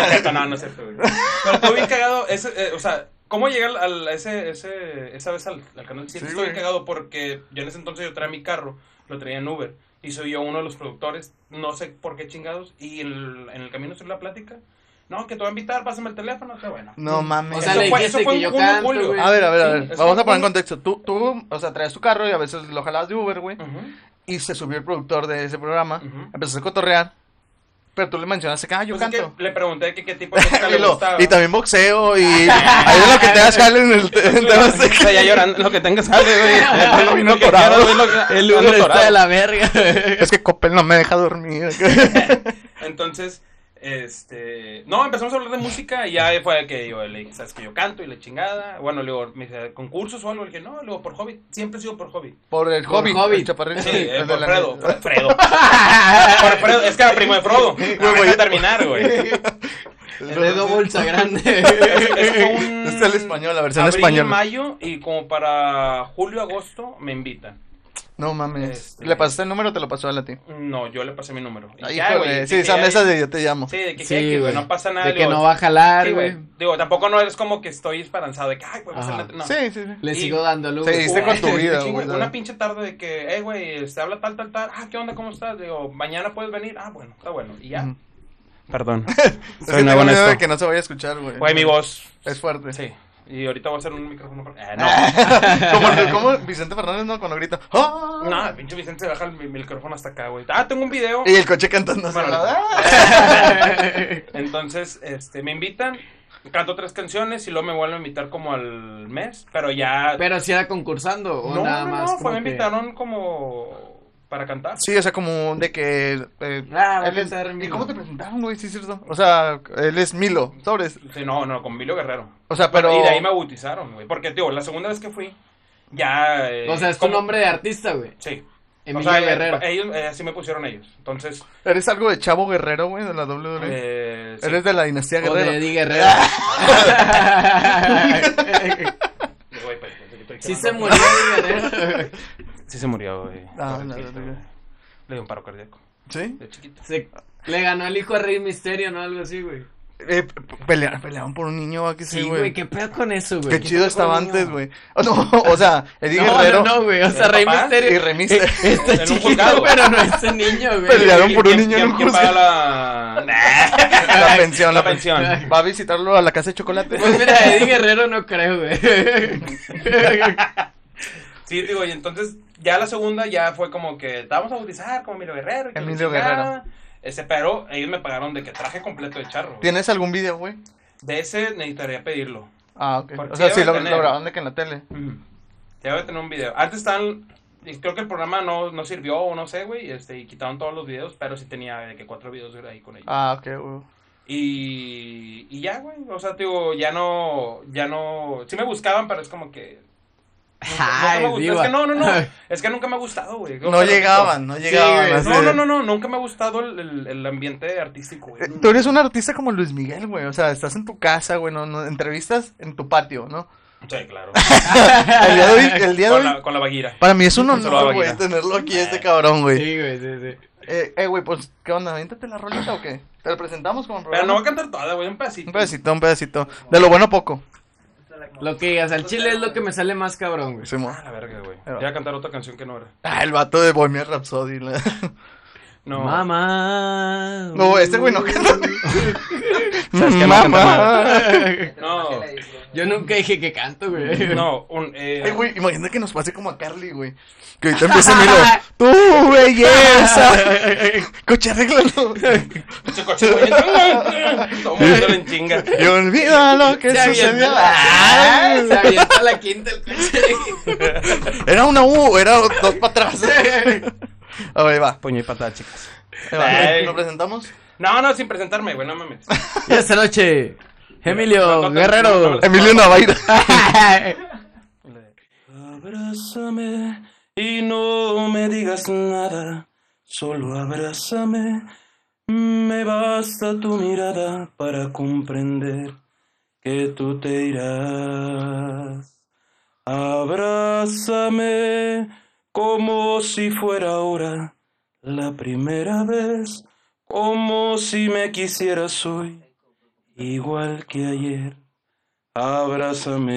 Speaker 4: no, no es cierto, no, no es cierto, güey. Pero estuve bien cagado. ese, eh, o sea, ¿cómo llegué al, al- a ese, ese, esa vez al, al canal 7?
Speaker 2: Sí,
Speaker 4: estuve
Speaker 2: güey.
Speaker 4: bien cagado porque yo en ese entonces yo traía mi carro, lo traía en Uber. Y soy yo uno de los productores, no sé por qué chingados. Y en el, en el camino sobre la plática, no, que te voy a invitar, pásame el teléfono. Está bueno.
Speaker 2: No mames.
Speaker 3: O sea,
Speaker 4: Eso
Speaker 3: le
Speaker 4: fue-
Speaker 3: dijiste
Speaker 4: eso fue
Speaker 3: que
Speaker 4: en
Speaker 3: yo
Speaker 4: junio,
Speaker 3: canto,
Speaker 4: julio.
Speaker 3: güey.
Speaker 2: A ver, a ver, a
Speaker 4: Sí,
Speaker 2: ver.
Speaker 4: eso
Speaker 2: Vamos a
Speaker 4: fue-
Speaker 2: poner en contexto. Tú, tú, o sea, traes tu carro y a veces lo jalabas de Uber, güey.
Speaker 4: Ujú.
Speaker 2: Y se subió el productor de ese programa.
Speaker 4: Ujú.
Speaker 2: Empezó a cotorrear. Pero tú le mencionaste que, ah, yo
Speaker 4: Pues es
Speaker 2: canto.
Speaker 4: que le pregunté que qué tipo de música
Speaker 2: Y,
Speaker 4: le
Speaker 2: lo-
Speaker 4: gustaba.
Speaker 2: y también boxeo. Y ahí es lo que te das jale en el. en el tema
Speaker 4: O sea,
Speaker 2: sexual.
Speaker 4: ya llorando, lo que tengas sale, güey. Ya lo vino
Speaker 2: Lo que
Speaker 4: torado.
Speaker 2: quiero,
Speaker 3: El
Speaker 4: Ando
Speaker 3: Uber
Speaker 4: torado.
Speaker 3: está de la verga.
Speaker 2: Es que Coppel no me deja dormir.
Speaker 4: Entonces, este. No, empezamos a hablar de música y ya fue que yo le dije, ¿sabes que yo canto y la chingada? Bueno, luego me dice, ¿concursos o algo? Le dije, no, luego por hobby. Siempre he sido por hobby.
Speaker 2: Por el
Speaker 3: Por
Speaker 2: hobby.
Speaker 3: Hobbit.
Speaker 2: el chaparrito.
Speaker 4: Sí,
Speaker 2: El
Speaker 4: eh,
Speaker 2: de
Speaker 4: por
Speaker 2: la-
Speaker 4: Fredo. Por Fredo. Por Fredo. Es que era primo de Frodo. No voy a terminar, güey.
Speaker 3: El dedo bolsa
Speaker 4: Es,
Speaker 3: grande.
Speaker 4: es fue un-
Speaker 2: Este es el español, la versión
Speaker 4: abril,
Speaker 2: española.
Speaker 4: mayo y como para julio, agosto me invitan.
Speaker 2: No mames.
Speaker 4: Este-
Speaker 2: ¿Le pasaste el número o te lo pasó él a ti?
Speaker 4: No, yo le pasé mi número. Y
Speaker 2: Ahí,
Speaker 4: ya, güey,
Speaker 2: Ah, Sí,
Speaker 4: que
Speaker 2: esa
Speaker 4: ya-
Speaker 2: mesa de yo te llamo.
Speaker 4: Sí, de que,
Speaker 3: Sí,
Speaker 4: que- que,
Speaker 3: güey.
Speaker 4: no pasa nada.
Speaker 3: De que
Speaker 4: digo,
Speaker 3: no va a
Speaker 4: sí,
Speaker 3: jalar,
Speaker 4: güey.
Speaker 3: güey.
Speaker 4: Digo, tampoco no es como que estoy esperanzado de que, ay, güey, pues,
Speaker 3: Ajá.
Speaker 4: no.
Speaker 2: Sí, sí, sí.
Speaker 3: Le
Speaker 4: Y-
Speaker 3: sigo dando luz.
Speaker 2: Sí,
Speaker 4: Hubo
Speaker 2: Hiciste con tu
Speaker 4: un
Speaker 2: vida,
Speaker 4: chingo-
Speaker 2: güey,
Speaker 4: Una
Speaker 2: ¿sabes?
Speaker 4: pinche tarde de que, eh, güey, se habla tal, tal, tal. Ah, ¿qué onda? ¿Cómo estás? Digo, mañana puedes venir. Ah, bueno, está bueno. Y ya.
Speaker 2: Ujú.
Speaker 4: Perdón.
Speaker 2: Es que
Speaker 4: Soy
Speaker 2: tengo
Speaker 4: nuevo en
Speaker 2: miedo de
Speaker 4: esto.
Speaker 2: que no se vaya a escuchar, güey.
Speaker 4: Güey, mi voz.
Speaker 2: Es fuerte.
Speaker 4: Sí. Y ahorita voy a hacer un micrófono. por- Eh, no.
Speaker 2: como, como Vicente Fernández, ¿no? Cuando grita. ¡Ah!
Speaker 4: No, pinche Vicente, baja el mi- micrófono hasta acá, güey. Ah, tengo un video.
Speaker 2: Y el coche cantando así.
Speaker 4: Bueno,
Speaker 2: ¿verdad?
Speaker 4: Entonces, este, me invitan. Canto tres canciones y luego me vuelven a invitar como al mes. Pero ya.
Speaker 3: Pero si era concursando o
Speaker 4: no,
Speaker 3: nada
Speaker 4: no,
Speaker 3: más.
Speaker 4: no, fue
Speaker 3: como
Speaker 4: me
Speaker 3: que-
Speaker 4: invitaron como para cantar.
Speaker 2: Sí, o sea, como de que. eh,
Speaker 3: Ah, va a
Speaker 2: él es-
Speaker 3: cantar
Speaker 2: ¿Y
Speaker 3: Milo.
Speaker 2: cómo te presentaron, güey? Sí, es cierto. O sea, él es Milo. Sobres.
Speaker 4: Sí, no, no, con Emilio Guerrero.
Speaker 2: O
Speaker 3: Ah,
Speaker 2: sea, pero.
Speaker 4: Y de ahí me bautizaron, güey. Porque, tío, la segunda vez que fui, ya. eh,
Speaker 3: O sea, es tu
Speaker 4: como-
Speaker 3: nombre de artista, güey.
Speaker 4: Sí.
Speaker 3: Emilio
Speaker 4: o sea, eh,
Speaker 3: Guerrero.
Speaker 4: ellos, eh, así me pusieron ellos. Entonces,
Speaker 2: Eres algo de Chavo Guerrero, güey, de la WWE.
Speaker 4: eh, sí.
Speaker 2: Eres de la dinastía
Speaker 3: o de
Speaker 2: Guerrero.
Speaker 3: Eddie Guerrero.
Speaker 4: Güey, pues, pensé que estoy
Speaker 3: sí se
Speaker 4: quemando.
Speaker 3: murió Eddie Guerrero.
Speaker 4: Sí se murió, güey.
Speaker 2: Ah,
Speaker 4: Pobrecito,
Speaker 2: la verga.
Speaker 4: güey. Le dio un paro cardíaco.
Speaker 2: ¿Sí?
Speaker 4: De chiquito.
Speaker 3: Se- Le ganó el hijo a Rey Misterio, ¿no? Algo así, güey.
Speaker 2: eh, pe- pelea- peleaban por un niño, ¿a que sí,
Speaker 3: Sí, güey, qué pedo con eso, güey.
Speaker 2: Qué chido estaba
Speaker 4: niño.
Speaker 2: antes, güey. O, no, o sea, Eddie
Speaker 3: No,
Speaker 2: Guerrero
Speaker 3: no, no, güey, o sea,
Speaker 4: ¿El
Speaker 3: Rey
Speaker 4: papá?
Speaker 2: y
Speaker 3: Misterio.
Speaker 2: Remiste
Speaker 4: En
Speaker 3: Está
Speaker 4: un
Speaker 3: chiquito,
Speaker 4: juzgado.
Speaker 3: pero no es un niño, güey.
Speaker 2: pelearon por un
Speaker 4: ¿Quién-
Speaker 2: niño en
Speaker 4: quién-
Speaker 2: un
Speaker 4: ¿Quién
Speaker 2: juzgado.
Speaker 4: paga la...
Speaker 2: La pensión, la
Speaker 4: La pensión.
Speaker 2: pensión. Va a visitarlo a la casa de chocolate.
Speaker 3: Pues mira, Eddie Guerrero no creo, güey.
Speaker 4: Sí, digo, y entonces ya la segunda ya fue como que te vamos a bautizar como Emilio Guerrero. y que la
Speaker 2: Emilio
Speaker 4: chingada.
Speaker 2: Guerrero.
Speaker 4: Ese, pero ellos me pagaron de que traje completo de charro. güey.
Speaker 2: ¿Tienes algún video, güey?
Speaker 4: De ese necesitaría pedirlo.
Speaker 2: Ah, ok.
Speaker 4: Porque
Speaker 2: O sea,
Speaker 4: ya
Speaker 2: sí,
Speaker 4: va a
Speaker 2: lo,
Speaker 4: tener.
Speaker 2: lo grabaron de que en la tele.
Speaker 4: Ya voy a tener un video. Antes estaban. y Creo que el programa no, no sirvió o no sé, güey. Este, y quitaron todos los videos, pero sí tenía de que cuatro videos ahí con ellos.
Speaker 2: Ah, ok, güey.
Speaker 4: Y, y ya, güey. O sea, te digo, ya no. Ya no. Sí me buscaban, pero es como que. nunca me
Speaker 3: Ay,
Speaker 4: gustó.
Speaker 3: diva.
Speaker 4: Es que no, no, no. Es que nunca me ha gustado, güey. O
Speaker 2: No
Speaker 4: sea,
Speaker 2: llegaban, no llegaban.
Speaker 3: güey.
Speaker 2: así
Speaker 4: No, no,
Speaker 2: de-
Speaker 4: no, no, nunca me ha gustado el, el- el ambiente artístico, güey.
Speaker 2: Eh, Tú eres un artista como Luis Miguel, güey. O sea, estás en tu casa, güey. No, no, entrevistas en tu patio, ¿no?
Speaker 4: Sí, claro.
Speaker 2: El día de hoy, el día de
Speaker 4: Con
Speaker 2: hoy
Speaker 4: la, con la vaguira.
Speaker 2: para mí es un
Speaker 4: Con la
Speaker 2: honor, güey,
Speaker 4: vaguita.
Speaker 2: tenerlo aquí, este
Speaker 4: Eh,
Speaker 2: cabrón, güey.
Speaker 3: Sí, güey, sí, sí.
Speaker 2: Eh, eh, güey, pues, ¿qué onda? ¿Aviéntate la rolita o qué? ¿Te la presentamos como
Speaker 4: Pero no va a
Speaker 2: programa?
Speaker 4: cantar toda, güey, un pedacito.
Speaker 2: Un pedacito, un pedacito. De lo bueno poco.
Speaker 3: Lo que digas, al chile es lo que me sale más cabrón, güey.
Speaker 2: Simón.
Speaker 4: Ah, la verga, güey.
Speaker 2: Pero-
Speaker 4: Voy a cantar otra canción que no era.
Speaker 2: Ah, el vato de Bohemian Rhapsody. la-
Speaker 4: No.
Speaker 3: Mamá.
Speaker 2: No, güey, este güey no canta.
Speaker 4: Mm. Sabes que no canta
Speaker 2: Mamá.
Speaker 4: No.
Speaker 3: Yo nunca dije que canto, güey.
Speaker 4: No, un. Eh,
Speaker 2: Eh, güey, imagina que nos pase como a Carly, güey. Que ahorita empieza a mirar. ¡Tu belleza! Coche, arréglalo.
Speaker 4: Ese coche, güey. Todo mundo en chinga.
Speaker 2: Y olvida lo que
Speaker 3: Se
Speaker 2: sucedió.
Speaker 3: avienta,
Speaker 2: Ah,
Speaker 3: la- se avienta la quinta el coche.
Speaker 2: Era una U, era dos para atrás. A ver, va.
Speaker 4: Puño y patada, chicas.
Speaker 2: Ahí va.
Speaker 4: Ey.
Speaker 2: ¿Lo presentamos?
Speaker 4: No, no, sin presentarme, güey, no mames.
Speaker 3: Y esta noche,
Speaker 4: No,
Speaker 3: Emilio
Speaker 4: no, no, no,
Speaker 3: Guerrero.
Speaker 4: no,
Speaker 2: Emilio Navaira.
Speaker 4: Abrázame y no me digas nada. Solo abrázame. Me basta tu mirada para comprender que tú te irás. Abrázame como si fuera ahora la primera vez, como si me quisieras hoy, igual que ayer.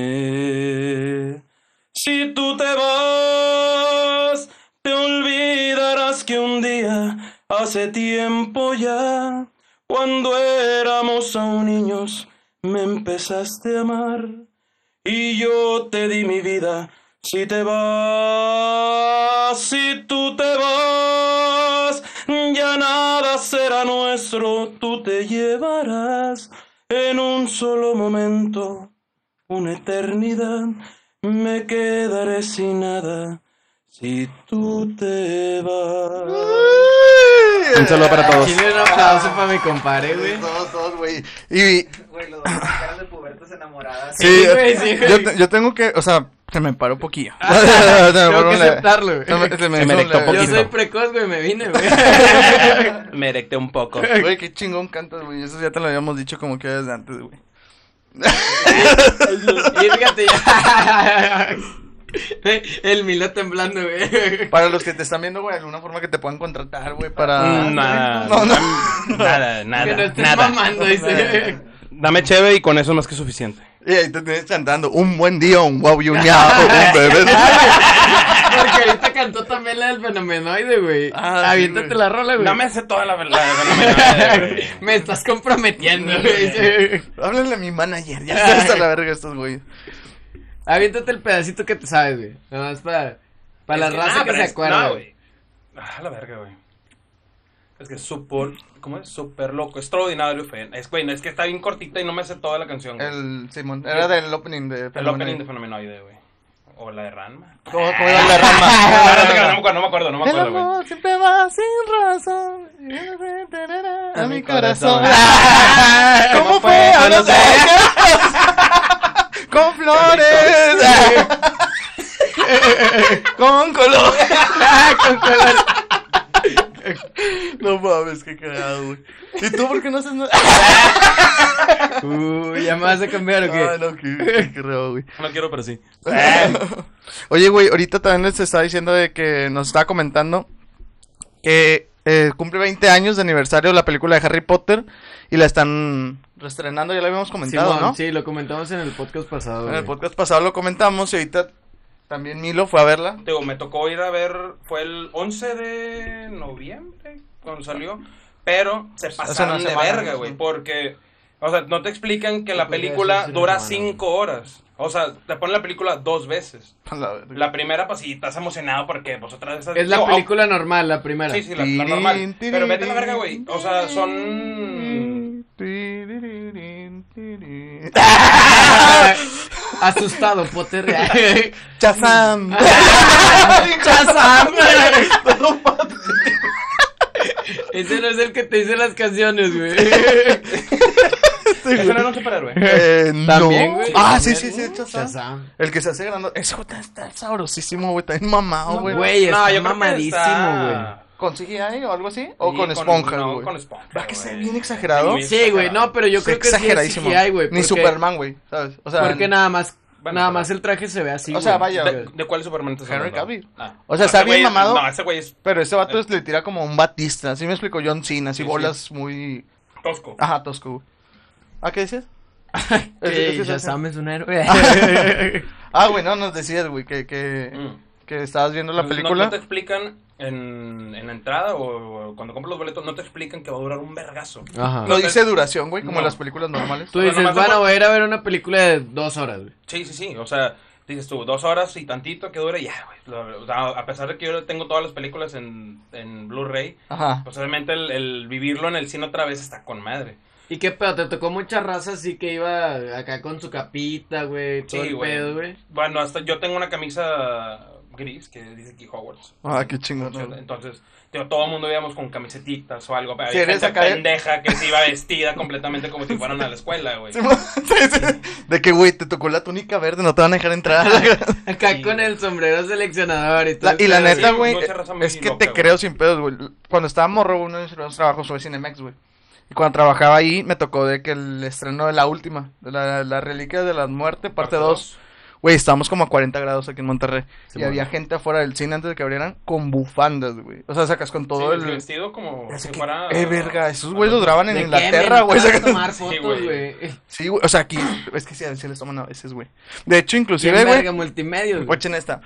Speaker 4: Abrázame. Si tú te vas, te olvidarás que un día, hace tiempo ya, cuando éramos aún niños, me empezaste a amar. Y yo te di mi vida. Si te vas, si tú te vas, ya nada será nuestro. Tú te llevarás en un solo momento, una eternidad. Me quedaré sin nada si tú te vas.
Speaker 2: Un
Speaker 3: Al chile un aplauso para mi compadre, güey.
Speaker 2: Todos, todos, güey. Y
Speaker 5: Güey, los dos con caras de pubertas enamoradas.
Speaker 2: Sí,
Speaker 3: Sí, güey, sí, güey.
Speaker 2: yo, te- yo tengo que, o sea, se me paró poquillo.
Speaker 3: Tengo que aceptarlo,
Speaker 2: Se me,
Speaker 3: güey.
Speaker 2: se me
Speaker 4: Se
Speaker 2: hizo
Speaker 4: me erectó
Speaker 2: leve.
Speaker 3: Yo
Speaker 4: poquito.
Speaker 3: soy precoz, güey, me vine, güey.
Speaker 4: Me erecté un poco.
Speaker 2: Güey, qué chingón cantas, güey. Eso ya te lo habíamos dicho como que desde antes, güey.
Speaker 3: Y fíjate ya. El Milo temblando, güey.
Speaker 2: Para los que te están viendo, güey, alguna forma que te puedan contratar, güey, para.
Speaker 4: Mm, Nada,
Speaker 2: No, no.
Speaker 4: nada,
Speaker 3: que no
Speaker 4: nada,
Speaker 3: estés
Speaker 4: nada.
Speaker 3: mamando, dice.
Speaker 4: Dame cheve y con eso es más que suficiente.
Speaker 2: Y ahí te tienes cantando un buen día, un guau y un ñao, un bebé.
Speaker 3: Porque ahorita cantó también la del fenomenoide, güey.
Speaker 2: Ah, sí,
Speaker 3: Aviéntate
Speaker 2: güey.
Speaker 3: la rola, güey.
Speaker 4: No me sé toda la verdad.
Speaker 3: Me estás comprometiendo, güey. dice.
Speaker 2: Háblale a mi manager, ya está hasta la verga estos, güey.
Speaker 3: Aviéntate el pedacito que te sabes, güey. Nada más para, para la raza que se acuerda, güey.
Speaker 4: Ah, la verga, güey. Es que super, ¿cómo es? Super loco, extraordinario fue. Es, güey, es que está bien cortita y no me sé toda la canción. güey. El,
Speaker 2: El Simón, era del opening de.
Speaker 4: opening de Fenomenoide, güey. O la de Ranma.
Speaker 2: ¿Cómo, cómo era la
Speaker 4: No,
Speaker 2: rama?
Speaker 4: no, me acuerdo, no me acuerdo, no me
Speaker 2: El
Speaker 4: acuerdo, güey.
Speaker 2: amor siempre va sin razón. A mi corazón. ¿Cómo fue?
Speaker 3: fue?
Speaker 2: Ahora sé. Con flores. Con color. Con color. No mames, qué cagado, güey. ¿Y tú por qué no haces nada?
Speaker 3: Uy, ya me vas a cambiar, ¿o
Speaker 2: Ah,
Speaker 3: qué?
Speaker 2: no, qué, qué cagado, güey.
Speaker 4: No quiero, pero sí.
Speaker 2: Eh. Oye, güey, ahorita también les estaba diciendo de que nos estaba comentando que eh, cumple 20 años de aniversario de la película de Harry Potter y la están reestrenando, ya lo habíamos comentado,
Speaker 3: Simón,
Speaker 2: ¿no?
Speaker 3: Sí, lo comentamos en el podcast pasado.
Speaker 2: En el
Speaker 3: güey.
Speaker 2: podcast pasado lo comentamos y ahorita también Milo fue a verla.
Speaker 4: Digo, me tocó ir a ver, fue el 11 de noviembre cuando salió, pero se pasaron
Speaker 2: una
Speaker 4: de
Speaker 2: semana,
Speaker 4: verga,
Speaker 2: ¿no?
Speaker 4: güey, porque, o sea, no te explican que la
Speaker 3: Sí, pues, ya
Speaker 4: película
Speaker 3: hace una
Speaker 4: dura
Speaker 3: semana,
Speaker 4: 5 horas, o sea, te ponen la película dos veces.
Speaker 2: A la verga.
Speaker 4: La primera, pues sí, estás emocionado porque, pues, otra vez estás-
Speaker 3: Es la
Speaker 4: digo,
Speaker 3: película normal, la primera.
Speaker 4: Sí, sí, la, la normal. Pero vete a la verga, güey. O sea, son.
Speaker 3: Asustado, Potter.
Speaker 2: Chazam.
Speaker 3: Chazam. Ese no es el que te dice las canciones, güey.
Speaker 4: Eso no era un superhéroe.
Speaker 2: Eh,
Speaker 3: También,
Speaker 2: no.
Speaker 3: güey.
Speaker 2: Ah, sí,
Speaker 3: También.
Speaker 2: sí, sí, Chazam.
Speaker 3: Shazam.
Speaker 2: El que se hace grande. Ese güey está, está sabrosísimo, güey. Está bien mamado, güey.
Speaker 3: Güey,
Speaker 4: No,
Speaker 3: está
Speaker 4: yo creo que
Speaker 3: mamadísimo,
Speaker 4: está-
Speaker 3: güey.
Speaker 2: ¿Con CGI o algo así? ¿O
Speaker 4: Sí,
Speaker 2: con esponja,
Speaker 4: No,
Speaker 2: güey?
Speaker 4: con esponja.
Speaker 2: ¿Va que se ve
Speaker 4: güey.
Speaker 2: bien exagerado?
Speaker 4: Muy
Speaker 3: Sí, güey, no, pero yo
Speaker 2: Sí,
Speaker 3: creo que sí es
Speaker 2: exageradísimo.
Speaker 3: CGI, güey.
Speaker 2: Ni
Speaker 3: porque-
Speaker 2: Superman, güey. ¿Sabes? O sea,
Speaker 3: Porque nada más,
Speaker 4: Bueno,
Speaker 3: nada
Speaker 4: pero-
Speaker 3: más el traje se ve así,
Speaker 2: O sea,
Speaker 3: güey.
Speaker 2: vaya,
Speaker 4: ¿De, de cuál Superman estás
Speaker 2: Henry
Speaker 4: hablando?
Speaker 2: Cavill.
Speaker 4: Ah.
Speaker 2: O sea,
Speaker 4: No,
Speaker 2: está
Speaker 4: ese
Speaker 2: bien
Speaker 4: güey es-
Speaker 2: mamado.
Speaker 4: No, ese güey es
Speaker 2: Pero ese vato es- le tira como un Batista. Así me explicó John Cena. Así
Speaker 4: Eh. Sí, sí.
Speaker 2: bolas muy.
Speaker 4: tosco.
Speaker 2: Ajá, tosco. güey. ¿Ah, qué decías? Es- es-
Speaker 3: Que
Speaker 2: es- es-
Speaker 3: Shazam es un héroe.
Speaker 2: Ah, güey, no, nos decías, güey, que, que,
Speaker 4: Mm.
Speaker 2: que estabas viendo la
Speaker 4: No-
Speaker 2: película.
Speaker 4: No, te explican en, en la entrada o, o cuando compras los boletos, no te explican que va a durar un vergazo.
Speaker 3: Ajá.
Speaker 2: No
Speaker 4: te-
Speaker 2: dice duración, güey, como
Speaker 4: No.
Speaker 2: en las películas normales.
Speaker 3: Tú
Speaker 4: Pero
Speaker 3: dices,
Speaker 4: nomás
Speaker 3: bueno,
Speaker 4: hemos-
Speaker 3: voy a ir a ver una película de dos horas, güey.
Speaker 4: Sí, sí, sí. O sea, dices tú, dos horas y tantito que dure, ya, güey. Lo- o sea, a pesar de que yo tengo todas las películas en, en Blu-ray,
Speaker 2: Ajá.
Speaker 4: pues obviamente el, el vivirlo en el cine otra vez está con madre.
Speaker 3: ¿Y qué pedo? ¿Te tocó mucha raza así que iba acá con su capita, güey? Todo
Speaker 4: Sí,
Speaker 3: el
Speaker 4: güey.
Speaker 3: pedo, güey.
Speaker 4: Bueno, hasta yo tengo una camisa gris que dice aquí Hogwarts.
Speaker 2: Ah, qué chingón.
Speaker 4: Entonces,
Speaker 2: güey.
Speaker 4: entonces, digo, todo el mundo íbamos con camisetitas o algo. Había
Speaker 2: Sí, en
Speaker 4: gente
Speaker 2: esa calle-
Speaker 4: pendeja que se iba vestida completamente como si fueran a la escuela, güey.
Speaker 2: Sí, sí. De que, güey, te tocó la túnica verde, no te van a dejar entrar.
Speaker 3: Acá
Speaker 4: Sí,
Speaker 3: con
Speaker 4: güey.
Speaker 3: el sombrero seleccionador y todo.
Speaker 2: La-
Speaker 3: el
Speaker 2: y la
Speaker 3: pedo,
Speaker 2: neta,
Speaker 4: sí,
Speaker 2: güey,
Speaker 4: mucha raza muy
Speaker 2: es que
Speaker 4: loca,
Speaker 2: te
Speaker 4: güey.
Speaker 2: creo sin pedos, güey. Cuando estaba morro, uno de mis primeros trabajos fue Cinemex, güey. Y cuando trabajaba ahí, me tocó de que el estreno de la última, de la, la Reliquia de la Muerte, parte 2. Güey, estábamos como a 40 grados aquí en Monterrey.
Speaker 3: Sí,
Speaker 2: y
Speaker 3: bueno.
Speaker 2: había gente afuera del cine antes de que abrieran con bufandas, güey. O sea, sacas con todo
Speaker 4: Sí,
Speaker 2: el...
Speaker 4: vestido como
Speaker 2: Así
Speaker 4: si
Speaker 2: que,
Speaker 4: fuera.
Speaker 2: eh, verga, esos güeyes
Speaker 4: Ah,
Speaker 2: los graban en
Speaker 3: ¿De qué,
Speaker 2: Inglaterra,
Speaker 3: men?
Speaker 2: güey.
Speaker 3: Te vas a
Speaker 2: sacas-
Speaker 3: tomar
Speaker 4: Sí,
Speaker 3: fotos,
Speaker 4: güey.
Speaker 3: güey.
Speaker 2: Sí, güey, o sea, aquí, es que sí, sí les toman a veces, güey. De hecho, inclusive,
Speaker 3: Bien verga,
Speaker 2: güey,
Speaker 3: multimedia, güey.
Speaker 2: watchen esta.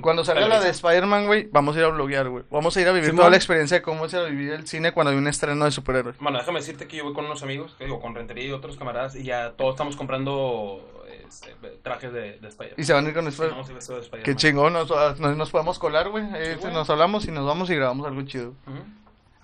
Speaker 2: Cuando salga la de Spider-Man, güey, vamos a ir a bloguear, güey. Vamos a ir a vivir
Speaker 3: Simón.
Speaker 2: toda la experiencia de cómo es ir a vivir el cine cuando hay un estreno de superhéroes.
Speaker 4: Bueno, déjame decirte que yo voy con unos amigos, que digo, con Rentería y otros camaradas, y ya todos estamos comprando este, trajes de, de Spider-Man.
Speaker 2: Y se van a ir con Spider-Man.
Speaker 4: Vamos a ir vestidos de Spider-Man.
Speaker 2: Qué chingón, nos, nos, nos podemos colar, güey. Eh,
Speaker 4: Sí, güey.
Speaker 2: nos hablamos y nos vamos y grabamos algo chido.
Speaker 4: Ujú.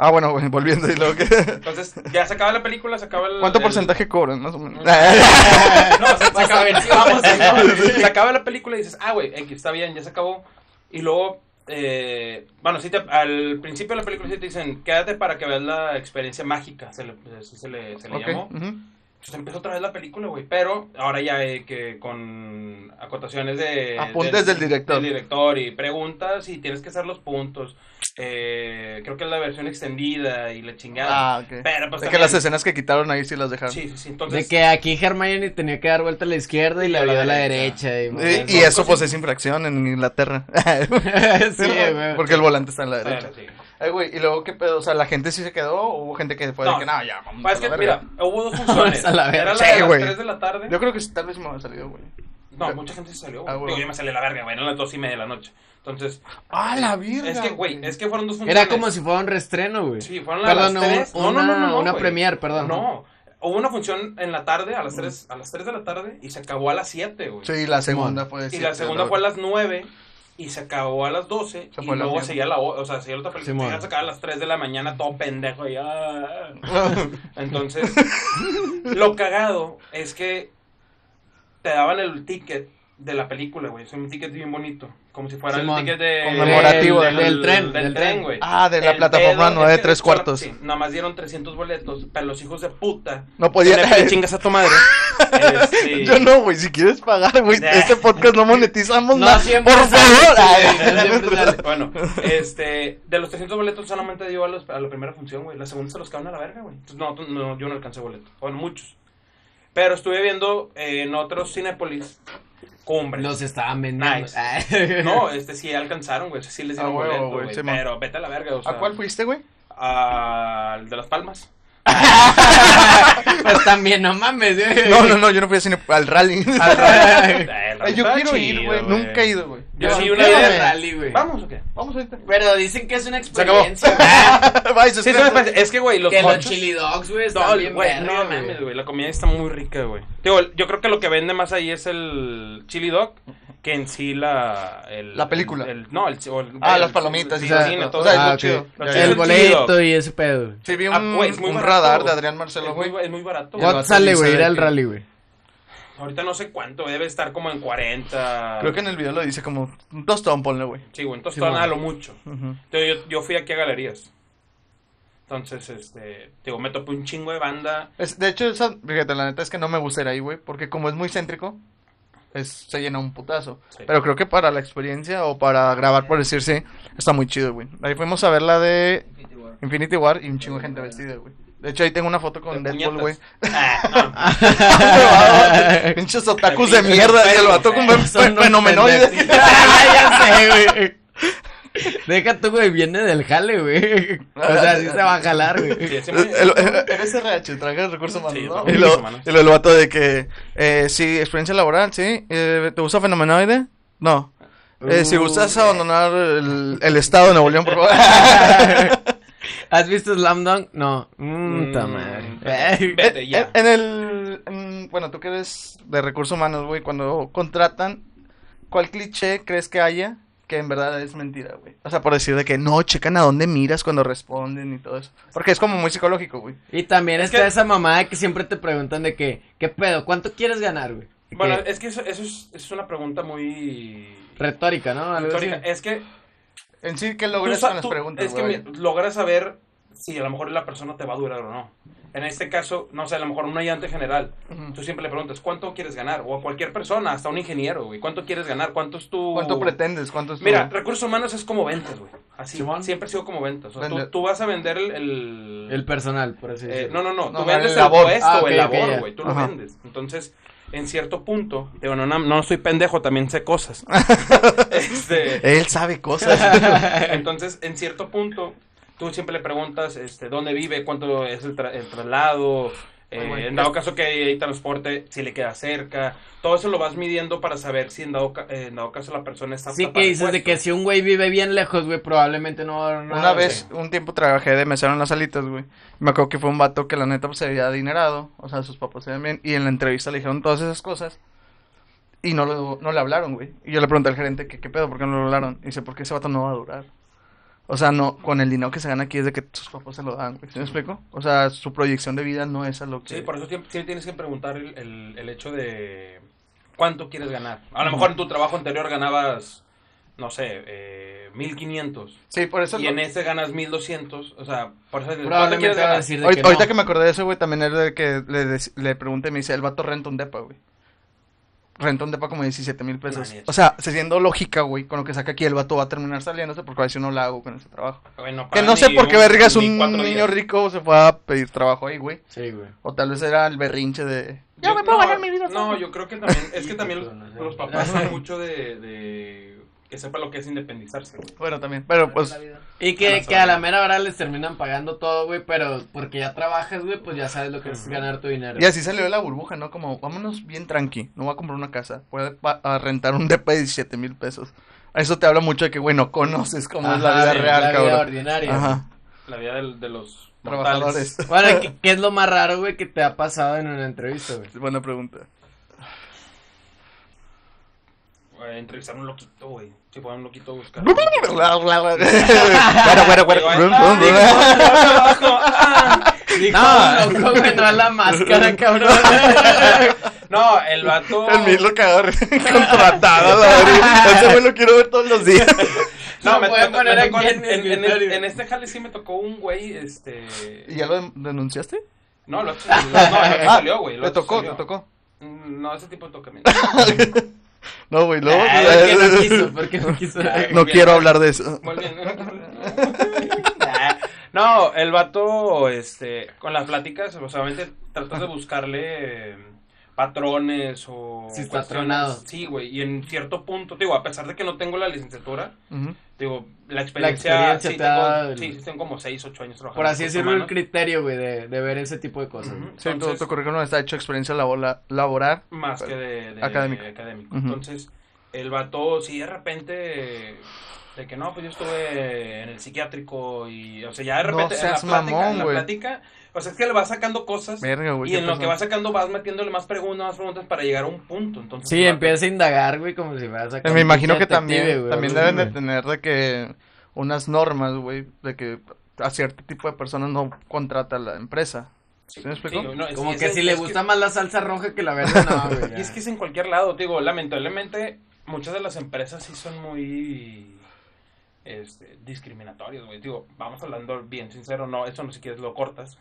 Speaker 2: Ah, bueno, güey, volviendo y luego que...
Speaker 4: Entonces, ya se acaba la película, se acaba el.
Speaker 2: ¿Cuánto
Speaker 4: el-
Speaker 2: porcentaje cobran, más o menos?
Speaker 4: No, se, se
Speaker 3: Vas a
Speaker 4: acaba,
Speaker 3: ver si
Speaker 4: vamos,
Speaker 3: vamos,
Speaker 4: no, se acaba la película y dices, ah, güey, X, está bien, ya se acabó. Y luego, eh, bueno, sí te- al principio de la película sí te dicen, quédate para que veas la experiencia mágica, se le, así se le, se le
Speaker 2: Ok,
Speaker 4: llamó.
Speaker 2: ujú.
Speaker 4: Entonces empezó otra vez la película, güey, pero ahora ya eh, que con acotaciones de...
Speaker 2: Apuntes del director.
Speaker 4: Del director y preguntas y tienes que hacer los puntos. Eh, creo que es la versión extendida y la chingada.
Speaker 2: Ah, ok.
Speaker 4: pero pues
Speaker 2: Es que
Speaker 4: también-
Speaker 2: las escenas que quitaron ahí sí las dejaron.
Speaker 4: Sí, sí, sí, entonces...
Speaker 3: De que aquí Hermione tenía que dar vuelta a la izquierda y la vio a la derecha. Y,
Speaker 2: Eh, Y,
Speaker 4: Son
Speaker 2: eso pues
Speaker 4: cosas-
Speaker 2: es infracción en Inglaterra.
Speaker 3: sí, güey.
Speaker 2: Porque el volante está en la
Speaker 4: eh,
Speaker 2: derecha.
Speaker 4: sí.
Speaker 2: Ay, güey, y luego qué pedo, o sea, la gente sí se quedó o hubo gente que fue de
Speaker 4: No.
Speaker 2: que no, ya, vamos
Speaker 4: Pues
Speaker 2: a
Speaker 4: es que,
Speaker 2: la
Speaker 4: mira,
Speaker 2: verga"?
Speaker 4: hubo dos funciones.
Speaker 3: Vamos a la verga.
Speaker 4: Era la
Speaker 2: Sí,
Speaker 4: de las
Speaker 2: güey.
Speaker 4: 3 de la tarde.
Speaker 2: Yo creo que sí, tal vez me había salido, güey.
Speaker 4: No, mucha gente se salió.
Speaker 2: Ah,
Speaker 4: güey.
Speaker 2: güey.
Speaker 4: Digo, yo me salí a la verga, güey. Eran las 2 y media de la noche. Entonces,
Speaker 2: Ah, la virga.
Speaker 4: es que, güey, es que fueron dos funciones.
Speaker 3: Era como si fuera un restreno, güey.
Speaker 4: Sí, fueron a
Speaker 3: Perdón,
Speaker 4: las 3.
Speaker 3: un- una, una
Speaker 4: güey.
Speaker 3: premiere, perdón.
Speaker 4: No, hubo una función en la tarde, a las 3, a las 3 de la tarde, y se acabó a las 7, güey.
Speaker 2: Sí, la segunda fue de
Speaker 4: y
Speaker 2: siete,
Speaker 4: la segunda fue a
Speaker 2: verga.
Speaker 4: las 9 y se acabó a las 12
Speaker 2: Se
Speaker 4: y
Speaker 2: fue la
Speaker 4: luego
Speaker 2: mierda.
Speaker 4: seguía la o- o sea, seguía la otra película,
Speaker 3: Simón.
Speaker 4: ya se acababa a las 3 de la mañana todo pendejo y ah. Entonces, lo cagado es que te daban el ticket de la película, güey, es un ticket bien bonito, como si fuera
Speaker 3: Simón.
Speaker 4: el ticket de
Speaker 2: Conmemorativo.
Speaker 4: del,
Speaker 3: Del tren,
Speaker 4: del,
Speaker 3: del
Speaker 4: tren,
Speaker 3: tren.
Speaker 4: güey.
Speaker 2: Ah, de la
Speaker 4: El
Speaker 2: plataforma
Speaker 4: pedo
Speaker 2: nueve
Speaker 4: es que
Speaker 2: tres
Speaker 4: sola-
Speaker 2: cuartos.
Speaker 4: sí, nada más dieron 300 boletos, pero los hijos de puta.
Speaker 2: No podía-
Speaker 4: Cinépolis, chingas a tu madre. Este,
Speaker 2: Yo no, güey, si quieres pagar, güey,
Speaker 4: Nah.
Speaker 2: este podcast no monetizamos
Speaker 3: No,
Speaker 2: nada.
Speaker 3: siempre
Speaker 2: Por
Speaker 3: sale,
Speaker 2: favor.
Speaker 3: sí,
Speaker 2: Ay,
Speaker 3: no, siempre sale.
Speaker 4: Bueno, este, de los 300 boletos solamente dio a, los- a la primera función, güey. La segunda se los cagaron a la verga, güey. Entonces, no, tú- no, yo no alcancé boleto. Bueno, muchos. Pero estuve viendo eh, en otros Cinépolis cumbres.
Speaker 3: Los estaban vendiendo.
Speaker 4: Nice.
Speaker 3: Ah.
Speaker 4: No, este sí alcanzaron, güey. Sí les dieron
Speaker 2: Ah, huevo,
Speaker 4: boleto,
Speaker 2: güey,
Speaker 4: güey.
Speaker 2: Simón.
Speaker 4: pero vete a la verga, o sea.
Speaker 2: ¿A cuál fuiste, güey?
Speaker 4: Ah, al de Las Palmas.
Speaker 3: Pero Pues también, no mames, güey.
Speaker 2: No, no, no, yo no fui al cine, al rally.
Speaker 3: Al rally.
Speaker 4: Eh,
Speaker 2: Ay, yo
Speaker 4: estaba
Speaker 2: quiero ir,
Speaker 4: chido,
Speaker 2: güey. Nunca he ido, güey.
Speaker 4: Yo
Speaker 3: Yo
Speaker 4: sí,
Speaker 3: sí,
Speaker 4: una
Speaker 3: quiero
Speaker 4: vez.
Speaker 3: de rally, güey.
Speaker 4: ¿Vamos o qué? Vamos ahorita.
Speaker 3: Pero dicen que es una
Speaker 4: Se acabó.
Speaker 3: experiencia.
Speaker 2: Bye, se
Speaker 4: Sí, es
Speaker 2: estrena.
Speaker 4: una especie- es que, güey, los
Speaker 3: que los
Speaker 4: hot-
Speaker 3: chili dogs, güey,
Speaker 4: No,
Speaker 3: están bien
Speaker 4: güey,
Speaker 3: Pues verga,
Speaker 4: no
Speaker 3: güey.
Speaker 4: mames, güey. La comida está muy rica, güey. Digo, yo creo que lo que vende más ahí es el chili dog que en sí la. el-
Speaker 2: La película.
Speaker 4: el- el- no, el. o el-
Speaker 2: Ah,
Speaker 4: el-
Speaker 2: las palomitas,
Speaker 4: sí,
Speaker 2: y
Speaker 4: el
Speaker 2: esas
Speaker 4: cine,
Speaker 2: cosas.
Speaker 4: todo.
Speaker 2: O sea, es
Speaker 3: Ah,
Speaker 2: lo
Speaker 3: ok.
Speaker 2: chido. Ya,
Speaker 4: Ya, ya.
Speaker 2: ya.
Speaker 3: El
Speaker 4: El
Speaker 3: boleto
Speaker 4: chili
Speaker 3: y ese pedo. güey.
Speaker 2: Sí, vi un,
Speaker 4: Ah, güey, es muy
Speaker 2: un
Speaker 4: barato.
Speaker 2: radar de Adrián Marcelo,
Speaker 4: es,
Speaker 2: güey.
Speaker 4: muy, es muy barato.
Speaker 2: Ya.
Speaker 4: güey.
Speaker 3: ¿Cuánto sale, güey, ir
Speaker 2: dice
Speaker 3: al
Speaker 2: que-
Speaker 3: rally, güey?
Speaker 4: Ahorita no sé cuánto, güey, debe estar como en 40.
Speaker 2: Creo que en el video lo dice como un tostón, ponle, güey.
Speaker 4: Sí, güey, entonces
Speaker 3: Sí,
Speaker 4: todavía
Speaker 3: bueno.
Speaker 4: a lo mucho.
Speaker 2: Ujú.
Speaker 4: Entonces, yo, yo fui aquí a galerías. Entonces, este. Digo, me topé un chingo de banda.
Speaker 2: Es- de hecho, esa, fíjate, la neta es que no me gusta ir ahí, güey, porque como es muy céntrico, es, se llena un putazo.
Speaker 4: Sí.
Speaker 2: Pero creo que para la experiencia o para grabar, por decir, sí, está muy chido, güey. Ahí fuimos a ver la de Infinity War y un chingo de gente vestida, güey. De hecho, ahí tengo una foto con
Speaker 4: De
Speaker 2: Deadpool, güey.
Speaker 4: puñetas. Ah,
Speaker 2: Pinches otakus de mierda, y el vato con fe-
Speaker 3: Son unos pendejos.
Speaker 2: fenomenoide.
Speaker 3: ya sé, güey. Deja tú, güey, viene del jale, güey. O sea, sí se va a jalar,
Speaker 4: no. Sí,
Speaker 3: güey.
Speaker 4: ese-
Speaker 2: El- el- Eres RH, traje de recursos humanos,
Speaker 4: Sí,
Speaker 2: ¿no?
Speaker 4: trabajo
Speaker 2: Y
Speaker 4: de
Speaker 2: lo,
Speaker 4: recursos humanos.
Speaker 2: y lo del vato de que, eh, sí, experiencia laboral, sí. Eh, ¿Te gusta fenomenoide? No. Eh, si
Speaker 3: Uh.
Speaker 2: gustas abandonar el, el estado de Nuevo León, por favor.
Speaker 3: ¿Has visto Slam Dunk? No. Mmm,
Speaker 4: Mm,
Speaker 3: madre.
Speaker 4: Vete
Speaker 2: en,
Speaker 4: ya.
Speaker 2: en el. en- bueno, tú que eres de recursos humanos, güey, cuando contratan, ¿cuál cliché crees que haya que en verdad es mentira, güey? O sea, por decir de que no, checan a dónde miras cuando responden y todo eso. Porque es como muy psicológico, güey.
Speaker 3: Y también
Speaker 4: Es
Speaker 3: está
Speaker 4: que-
Speaker 3: esa mamada que siempre te preguntan de que, ¿qué pedo? ¿Cuánto quieres ganar, güey? Que-
Speaker 4: Bueno, es que eso, eso es, es una pregunta muy.
Speaker 3: retórica, ¿no? Algo así.
Speaker 4: retórica. eh, Es que.
Speaker 2: En sí, ¿qué
Speaker 4: tú
Speaker 2: logras
Speaker 4: sa-
Speaker 2: con las
Speaker 4: Pues, tú-
Speaker 2: preguntas,
Speaker 4: es que
Speaker 2: güey?
Speaker 4: mi- logras saber si a lo mejor la persona te va a durar o no. En este caso, no sé, a lo mejor un ayudante general.
Speaker 2: Ujú.
Speaker 4: Tú siempre le preguntas, ¿cuánto quieres ganar? O a cualquier persona, hasta un ingeniero, güey. ¿Cuánto quieres ganar? ¿Cuánto es tu.
Speaker 2: ¿Cuánto pretendes? ¿Cuánto es tu-
Speaker 4: Oh. Mira, recursos humanos es como ventas, güey. Así,
Speaker 3: Simón.
Speaker 4: siempre ha sido como ventas. O sea, tú,
Speaker 2: Vende-
Speaker 4: tú vas a vender el... el-
Speaker 3: El personal, por así
Speaker 4: eh,
Speaker 3: decirlo.
Speaker 4: no, no, no,
Speaker 2: No,
Speaker 4: Tú vendes
Speaker 2: el
Speaker 4: el
Speaker 2: labor.
Speaker 4: puesto,
Speaker 3: Ah, ok,
Speaker 4: el
Speaker 3: ok, ya.
Speaker 4: labor, güey. Tú lo
Speaker 2: Ajá.
Speaker 4: vendes. Entonces, en cierto punto, digo, no, no, no soy pendejo, también sé cosas. este,
Speaker 2: Él sabe cosas.
Speaker 4: entonces, en cierto punto, tú siempre le preguntas este, dónde vive, cuánto es el, tra- el traslado, eh,
Speaker 2: bueno.
Speaker 4: en dado caso que hay, hay transporte, si le queda cerca. Todo eso lo vas midiendo para saber si en dado, ca- eh, en dado caso la persona está
Speaker 3: Sí
Speaker 4: apta
Speaker 3: que
Speaker 4: para el
Speaker 3: dices de
Speaker 4: puesto.
Speaker 3: que si un güey vive bien lejos, güey, probablemente no va a ganar
Speaker 2: Una
Speaker 3: nada,
Speaker 2: vez,
Speaker 3: güey.
Speaker 2: un tiempo trabajé de mesero en las alitas, güey. Me acuerdo que fue un vato que la neta pues, se veía adinerado, o sea, sus papás se veían bien, y en la entrevista le dijeron todas esas cosas, y no, lo- no le hablaron, güey. Y yo le pregunté al gerente, que, ¿qué pedo? ¿Por qué no lo hablaron? Y dice, porque ese vato no va a durar. O sea, no, con el dinero que se gana aquí es de que sus papás se lo dan, güey. ¿Sí me explico? O sea, su proyección de vida no es a lo que...
Speaker 4: Sí, por eso siempre, siempre tienes que preguntar el, el- el hecho de cuánto quieres ganar. A lo mejor en tu trabajo anterior ganabas, no sé, eh, 1500.
Speaker 2: Sí, por eso...
Speaker 4: Y
Speaker 2: lo-
Speaker 4: en ese ganas 1200. O sea, por eso dices, ¿cuánto quieres
Speaker 3: Probablemente va a
Speaker 4: ganar?
Speaker 3: decir de
Speaker 2: Ahorita,
Speaker 3: que
Speaker 2: ahorita
Speaker 3: no.
Speaker 2: que me acordé de eso, güey, también era de que le, des- le pregunté y me dice, el vato renta un depa, güey. Renta un depa como 17 mil pesos.
Speaker 4: No, ni
Speaker 2: o sea, se siendo lógica, güey, con lo que saca aquí, el vato va a terminar saliéndose porque va a decir, no la hago con ese trabajo.
Speaker 4: Güey,
Speaker 2: que
Speaker 4: pagan
Speaker 2: no sé
Speaker 4: ni
Speaker 2: por qué
Speaker 4: un-
Speaker 2: vergas
Speaker 4: ni
Speaker 2: un
Speaker 4: cuatro
Speaker 2: niño
Speaker 4: días.
Speaker 2: rico se fue a pedir trabajo ahí, güey.
Speaker 3: Sí, güey.
Speaker 2: O tal vez era el berrinche de...
Speaker 4: Yo-
Speaker 2: Ya me puedo
Speaker 4: no,
Speaker 2: ganar mi vida.
Speaker 4: No, yo creo que también, es que también
Speaker 3: no,
Speaker 4: los,
Speaker 3: no,
Speaker 4: los
Speaker 3: no.
Speaker 4: papás son mucho de, de que sepa lo que es independizarse. güey.
Speaker 2: Bueno, también. Pero pues...
Speaker 3: Y
Speaker 4: Ah,
Speaker 3: que,
Speaker 4: no,
Speaker 3: que a
Speaker 4: sorry.
Speaker 3: la mera hora les terminan pagando todo, güey, pero porque ya trabajas, güey, pues ya sabes lo que es ganar tu dinero.
Speaker 2: Y así salió de la burbuja, ¿no? Como, vámonos bien tranqui, no voy a comprar una casa, voy a, pa- a rentar un depa de 17 mil pesos. Eso te habla mucho de que, bueno, conoces cómo es la
Speaker 3: Ajá,
Speaker 2: vida
Speaker 3: sí,
Speaker 2: real,
Speaker 3: la vida
Speaker 2: cabrón.
Speaker 3: ordinaria.
Speaker 2: Ajá,
Speaker 4: La vida del- de, los
Speaker 2: trabajadores.
Speaker 4: mortales.
Speaker 3: Bueno, ¿qué, qué es lo más raro, güey, que te ha pasado en una entrevista, güey?
Speaker 2: Buena pregunta.
Speaker 4: Eh, entrevistar a un loquito, güey. Si ponen un loquito a buscar.
Speaker 2: Bueno, bueno, bueno.
Speaker 4: ah,
Speaker 3: Dijo,
Speaker 2: No.
Speaker 3: loco, güey, no a la máscara, cabrón.
Speaker 4: No, el vato.
Speaker 2: El mío lo cagaron contratado, la verdad. Ese güey lo quiero ver todos los días.
Speaker 4: No,
Speaker 3: Lo
Speaker 4: me,
Speaker 3: puede
Speaker 4: me- me
Speaker 3: poner
Speaker 4: tocó
Speaker 3: aquí
Speaker 4: en,
Speaker 3: en el
Speaker 4: en- en-
Speaker 3: escritorio.
Speaker 4: en este jale sí me tocó un güey, este...
Speaker 2: ¿Y ya lo denunciaste?
Speaker 4: No, lo no, no, lo Ah, salió, güey. lo
Speaker 2: Te tocó,
Speaker 4: salió.
Speaker 2: te tocó.
Speaker 4: Mm, No, ese tipo de toque.
Speaker 2: No, güey, luego.
Speaker 4: Ah,
Speaker 3: Ay, ¿Por qué no quiso? ¿Por qué no quiso?
Speaker 2: No quiero hablar de eso.
Speaker 4: Muy bien. No, el vato, este, con las pláticas, o sea, obviamente tratas de buscarle eh, patrones o...
Speaker 3: Sí, está
Speaker 4: cuestiones.
Speaker 3: tronado.
Speaker 4: Sí, güey, y en cierto punto, te digo, a pesar de que no tengo la licenciatura,
Speaker 2: Ujú.
Speaker 4: te digo, la experiencia...
Speaker 3: experiencia
Speaker 4: sí,
Speaker 3: te ha-
Speaker 4: tengo, sí, sí, tengo como 6, 8 años trabajando.
Speaker 3: Por así
Speaker 4: con
Speaker 3: decirlo, el
Speaker 4: humanos.
Speaker 3: criterio, güey, de, de ver ese tipo de cosas. güey.
Speaker 4: Ujú.
Speaker 2: Sí, tu,
Speaker 4: Entonces-
Speaker 2: tu currículum está hecho experiencia labola- laboral.
Speaker 4: Más que
Speaker 2: Pero-
Speaker 4: de, de-
Speaker 2: académico.
Speaker 4: académico.
Speaker 2: Ujú.
Speaker 4: Entonces, el vato, sí, de repente, de que no, pues yo estuve en el psiquiátrico y, o sea, ya de
Speaker 2: No
Speaker 4: repente
Speaker 2: seas
Speaker 4: en la plática,
Speaker 2: mamón,
Speaker 4: en la
Speaker 2: güey.
Speaker 4: plática, o sea, es que le vas sacando cosas
Speaker 2: Verga, güey.
Speaker 4: y
Speaker 2: ¿qué
Speaker 4: en lo
Speaker 2: pasó?
Speaker 4: que vas sacando vas metiéndole más preguntas, más preguntas para llegar a un punto. Entonces,
Speaker 3: Sí,
Speaker 4: el vato-
Speaker 3: empieza a indagar, güey, como si fueras a...
Speaker 2: Eh, Me imagino que también, también deben de tener de que unas normas, güey, de que a cierto tipo de personas no contrata la empresa.
Speaker 4: Sí,
Speaker 2: ¿Sí me explico?
Speaker 4: no, es-
Speaker 3: Como
Speaker 4: es-
Speaker 3: que
Speaker 4: es-
Speaker 3: si le
Speaker 4: es que-
Speaker 3: gusta más la salsa roja que la verde, no, güey.
Speaker 4: Y es que es en cualquier lado, te digo, lamentablemente muchas de las empresas sí son muy este, discriminatorias, güey. Digo, vamos hablando bien sincero, no, eso no si quieres lo cortas.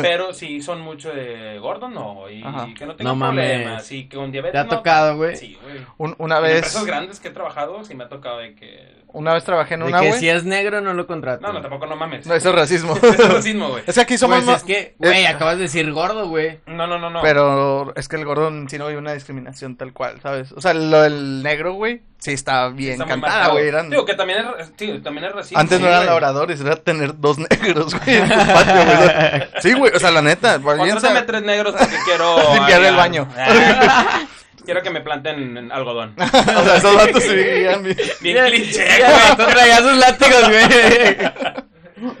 Speaker 4: Pero sí son mucho de gordo, no, y
Speaker 2: Ajá.
Speaker 4: que no tenga
Speaker 3: No mames.
Speaker 4: problemas, y que con diabetes
Speaker 3: Te ha
Speaker 4: no.
Speaker 3: tocado, güey.
Speaker 4: Sí, güey.
Speaker 2: Un- una
Speaker 4: En
Speaker 2: vez,
Speaker 4: empresas grandes que he trabajado, sí me ha tocado de que...
Speaker 2: una vez trabajé en
Speaker 3: De
Speaker 2: una,
Speaker 3: que
Speaker 2: güey.
Speaker 3: si es negro no lo contratas.
Speaker 4: No, no, tampoco no mames.
Speaker 2: No, eso es racismo.
Speaker 4: Eso es racismo, güey.
Speaker 2: es que aquí somos
Speaker 3: Pues
Speaker 2: más...
Speaker 3: es que, güey, acabas de decir gordo, güey.
Speaker 4: No, no, no, no.
Speaker 2: Pero es que el gordo en sí no hay una discriminación tal cual, ¿sabes? O sea, lo del negro, güey, sí está bien
Speaker 4: Está muy
Speaker 2: cantada,
Speaker 4: marcado.
Speaker 2: güey. eran-
Speaker 4: Digo, que también es, ra- sí, también es racismo.
Speaker 2: Antes no
Speaker 4: Sí,
Speaker 2: eran
Speaker 4: güey.
Speaker 2: labradores, era tener dos negros, güey, en tu patio, güey. Sí, güey, o sea, la neta. pues, bien
Speaker 4: Contrátame
Speaker 2: sab-
Speaker 4: tres negros porque quiero...
Speaker 2: Limpiar el baño.
Speaker 4: Ah, quiero que me planten en algodón.
Speaker 2: o sea, esos datos sí vivían bien.
Speaker 4: Bien cliché,
Speaker 3: Ya, tú traías sus látigos, güey.
Speaker 4: güey.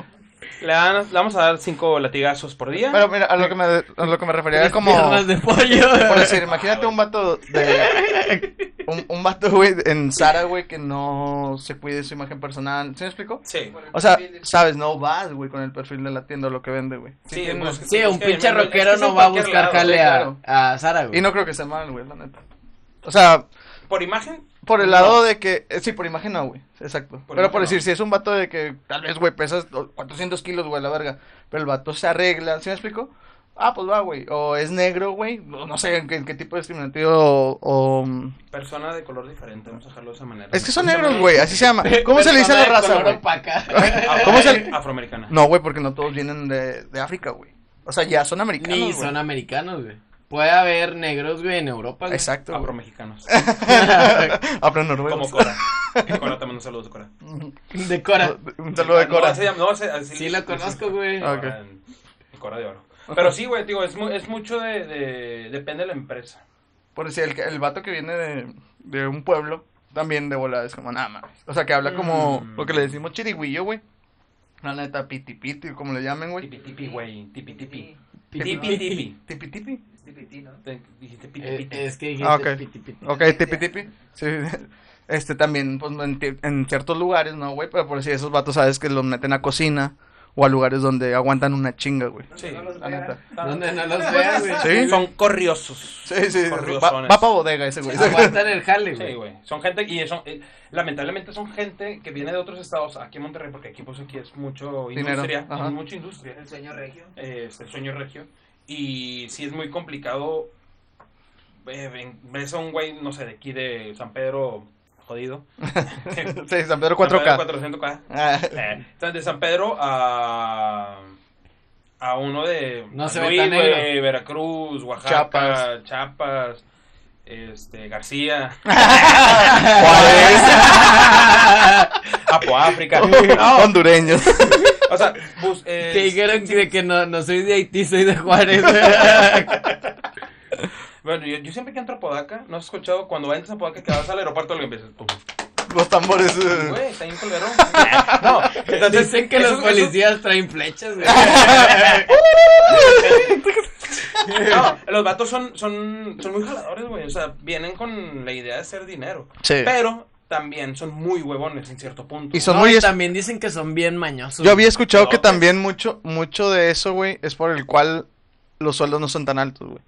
Speaker 4: Le, dan- le vamos a dar cinco latigazos por día.
Speaker 2: Pero mira, a lo que me, a lo que me refería era como...
Speaker 3: Piernas de pollo.
Speaker 2: Por decir, imagínate un vato de... Un, un vato, güey, en Sara, güey, que no se cuide su imagen personal. ¿Sí me explico?
Speaker 4: Sí.
Speaker 2: O sea, sabes, no vas, güey, con el perfil de la tienda o lo que vende, güey.
Speaker 4: Sí,
Speaker 2: tienes-
Speaker 4: pues,
Speaker 3: Sí, un
Speaker 4: Es que
Speaker 3: pinche
Speaker 4: en- es que
Speaker 3: rockero
Speaker 4: es en
Speaker 3: no va a
Speaker 4: cualquier
Speaker 3: buscar
Speaker 4: lado,
Speaker 3: jale a,
Speaker 2: claro.
Speaker 3: a Sara, güey.
Speaker 2: Y no creo que sea mal, güey, la neta. O sea,
Speaker 4: ¿Por imagen?
Speaker 2: por el lado de que... eh, Sí, por imagen no, güey. Exacto.
Speaker 4: Por
Speaker 2: pero
Speaker 4: imagen
Speaker 2: por
Speaker 4: no.
Speaker 2: decir, si es un vato de que tal vez, güey, pesas 400 kilos, güey, la verga. Pero el vato se arregla, ¿sí me explico? Ah, pues va, güey. O es negro, güey. No, no sé en qué, en qué tipo de discriminativo o- o mm,
Speaker 4: Persona de color diferente, vamos a dejarlo de esa manera.
Speaker 2: Es que son negros, güey, así se llama. ¿Cómo se le dice a la
Speaker 3: Persona de
Speaker 2: raza,
Speaker 3: color
Speaker 2: güey?
Speaker 3: opaca.
Speaker 4: Afro-
Speaker 2: ¿Cómo se-
Speaker 4: Afroamericana.
Speaker 2: No, güey, porque no todos vienen de, de África, güey. O sea, ya son americanos,
Speaker 3: Ni
Speaker 2: güey.
Speaker 3: son americanos, güey. Puede haber negros, güey, en Europa, güey.
Speaker 2: Exacto, güey.
Speaker 4: Afromexicanos.
Speaker 2: Hablan
Speaker 4: Ah, Como
Speaker 2: noruegos.
Speaker 4: Cora. Cora, te mando un saludo de Cora.
Speaker 3: De Cora.
Speaker 2: Un saludo de
Speaker 4: No,
Speaker 2: Cora.
Speaker 4: se llama- no, se- así-
Speaker 3: Sí, lo conozco, güey.
Speaker 2: Ah,
Speaker 4: Cora en- Cora de oro. Pero sí, güey, digo, es, mu- es mucho de, de- Depende de la empresa.
Speaker 2: Por decir, el, que- el vato que viene de, de un pueblo, también de volada, es como nada más. O sea, que habla como
Speaker 4: Mm.
Speaker 2: lo que le decimos chirigüillo, güey. La neta, piti piti, como le llamen, güey.
Speaker 4: Tipi tipi, güey. Tipi tipi.
Speaker 3: Piti,
Speaker 4: Tipi
Speaker 3: piti.
Speaker 4: tipi.
Speaker 2: Tipi tipi.
Speaker 5: ¿no?
Speaker 4: Te- Dijiste piti
Speaker 3: Eh,
Speaker 4: piti.
Speaker 3: Es que dijiste
Speaker 2: Ah, ok.
Speaker 3: piti, piti.
Speaker 2: Ok, tipi tipi. Sí. Este también, pues en, ti- en ciertos lugares, ¿no, güey? Pero por decir, esos vatos sabes que los meten a cocina o a lugares donde aguantan una chinga, güey.
Speaker 4: Sí,
Speaker 5: No los
Speaker 2: La
Speaker 5: vean.
Speaker 2: neta.
Speaker 3: Donde no los veas, güey.
Speaker 2: Sí.
Speaker 4: Son corriosos.
Speaker 2: Sí, sí, va,
Speaker 4: Corriosones.
Speaker 2: para bodega ese güey.
Speaker 3: Aguantan el jale,
Speaker 4: Sí,
Speaker 3: güey.
Speaker 4: güey. Son gente, y son, eh, lamentablemente son gente que viene de otros estados aquí en Monterrey, porque aquí, pues, aquí es mucho
Speaker 2: Dinero,
Speaker 4: industria,
Speaker 2: ajá.
Speaker 4: es mucha industria,
Speaker 5: El sueño regio.
Speaker 4: eh, es el sueño regio, y sí es muy complicado, eh, ven- ves a un güey, no sé, de aquí de San Pedro, jodido. San
Speaker 2: Sí, San Pedro
Speaker 4: Pedro
Speaker 2: 4K.
Speaker 4: 400K.
Speaker 2: Ah,
Speaker 4: Eh, entonces, de San Pedro a... A uno de
Speaker 3: No se
Speaker 4: San
Speaker 3: ve tan
Speaker 4: güey,
Speaker 3: negro.
Speaker 4: Veracruz, Oaxaca,
Speaker 2: Chiapas.
Speaker 4: Chiapas, este, García,
Speaker 2: Juárez, Ah.
Speaker 4: Apoáfrica.
Speaker 2: hondureños.
Speaker 4: O sea, bus- eh,
Speaker 3: Que dijeron que, de que no, no soy de Haití, soy de Juárez.
Speaker 4: bueno, yo, yo siempre que entro a Podaca, no has escuchado cuando entras a Podaca que vas al aeropuerto alguien empiezas tú.
Speaker 2: Los tambores. eh.
Speaker 4: Güey, está bien culero. No, entonces
Speaker 3: Dicen que
Speaker 4: eso-
Speaker 3: los
Speaker 4: eso-
Speaker 3: policías traen flechas, güey.
Speaker 4: no, los vatos son, son, son muy jaladores, güey. O sea, vienen con la idea de hacer dinero.
Speaker 2: Sí.
Speaker 4: Pero también son muy huevones en cierto punto.
Speaker 2: Y son
Speaker 3: No,
Speaker 2: muy
Speaker 3: y
Speaker 2: es-
Speaker 3: también dicen que son bien mañosos.
Speaker 2: Yo había escuchado que
Speaker 4: No,
Speaker 2: también mucho, mucho de eso, güey, es por el cual los sueldos no son tan altos, güey.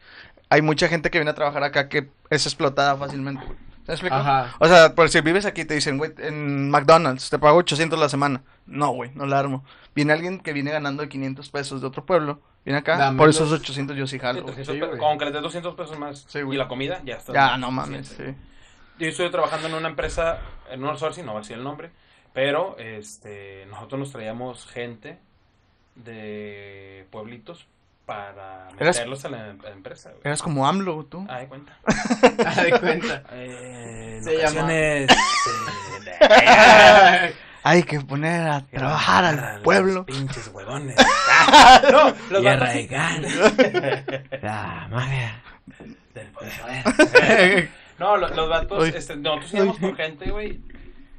Speaker 2: Hay mucha gente que viene a trabajar acá que es explotada fácilmente, güey. ¿Te explico?
Speaker 3: Ajá.
Speaker 2: O sea, por si vives aquí te dicen, güey, en McDonald's te pago 800 la semana. No, güey, no la armo. Viene alguien que viene ganando 500 pesos de otro pueblo, viene acá,
Speaker 3: Dame
Speaker 2: por
Speaker 3: los-
Speaker 2: esos 800 yo sí jalo, güey.
Speaker 3: Sí,
Speaker 4: 300 pesos,
Speaker 3: güey.
Speaker 4: con que les des 200 pesos más
Speaker 2: Sí, güey.
Speaker 4: y la comida, ya está.
Speaker 2: Ya, no mames, sí.
Speaker 4: Yo estuve trabajando en una empresa, en un outsourcing, no va a decir el nombre, pero este, nosotros nos traíamos gente de pueblitos para
Speaker 2: Eras-
Speaker 4: meterlos a la em- empresa, güey.
Speaker 2: Eras como AMLO, tú.
Speaker 4: Ah, de cuenta.
Speaker 3: Ah, de cuenta.
Speaker 4: Eh, este, en
Speaker 3: Se llama-
Speaker 4: ocasiones,
Speaker 2: Hay que poner a trabajar
Speaker 4: a
Speaker 2: al
Speaker 4: los
Speaker 2: pueblo.
Speaker 4: Pinches huevones. Ah, no, los
Speaker 6: y
Speaker 4: vatos
Speaker 6: arraigar la magia del poder.
Speaker 4: Eh, No, lo- los vatos,
Speaker 2: Uy.
Speaker 4: este, nosotros íbamos por gente, güey.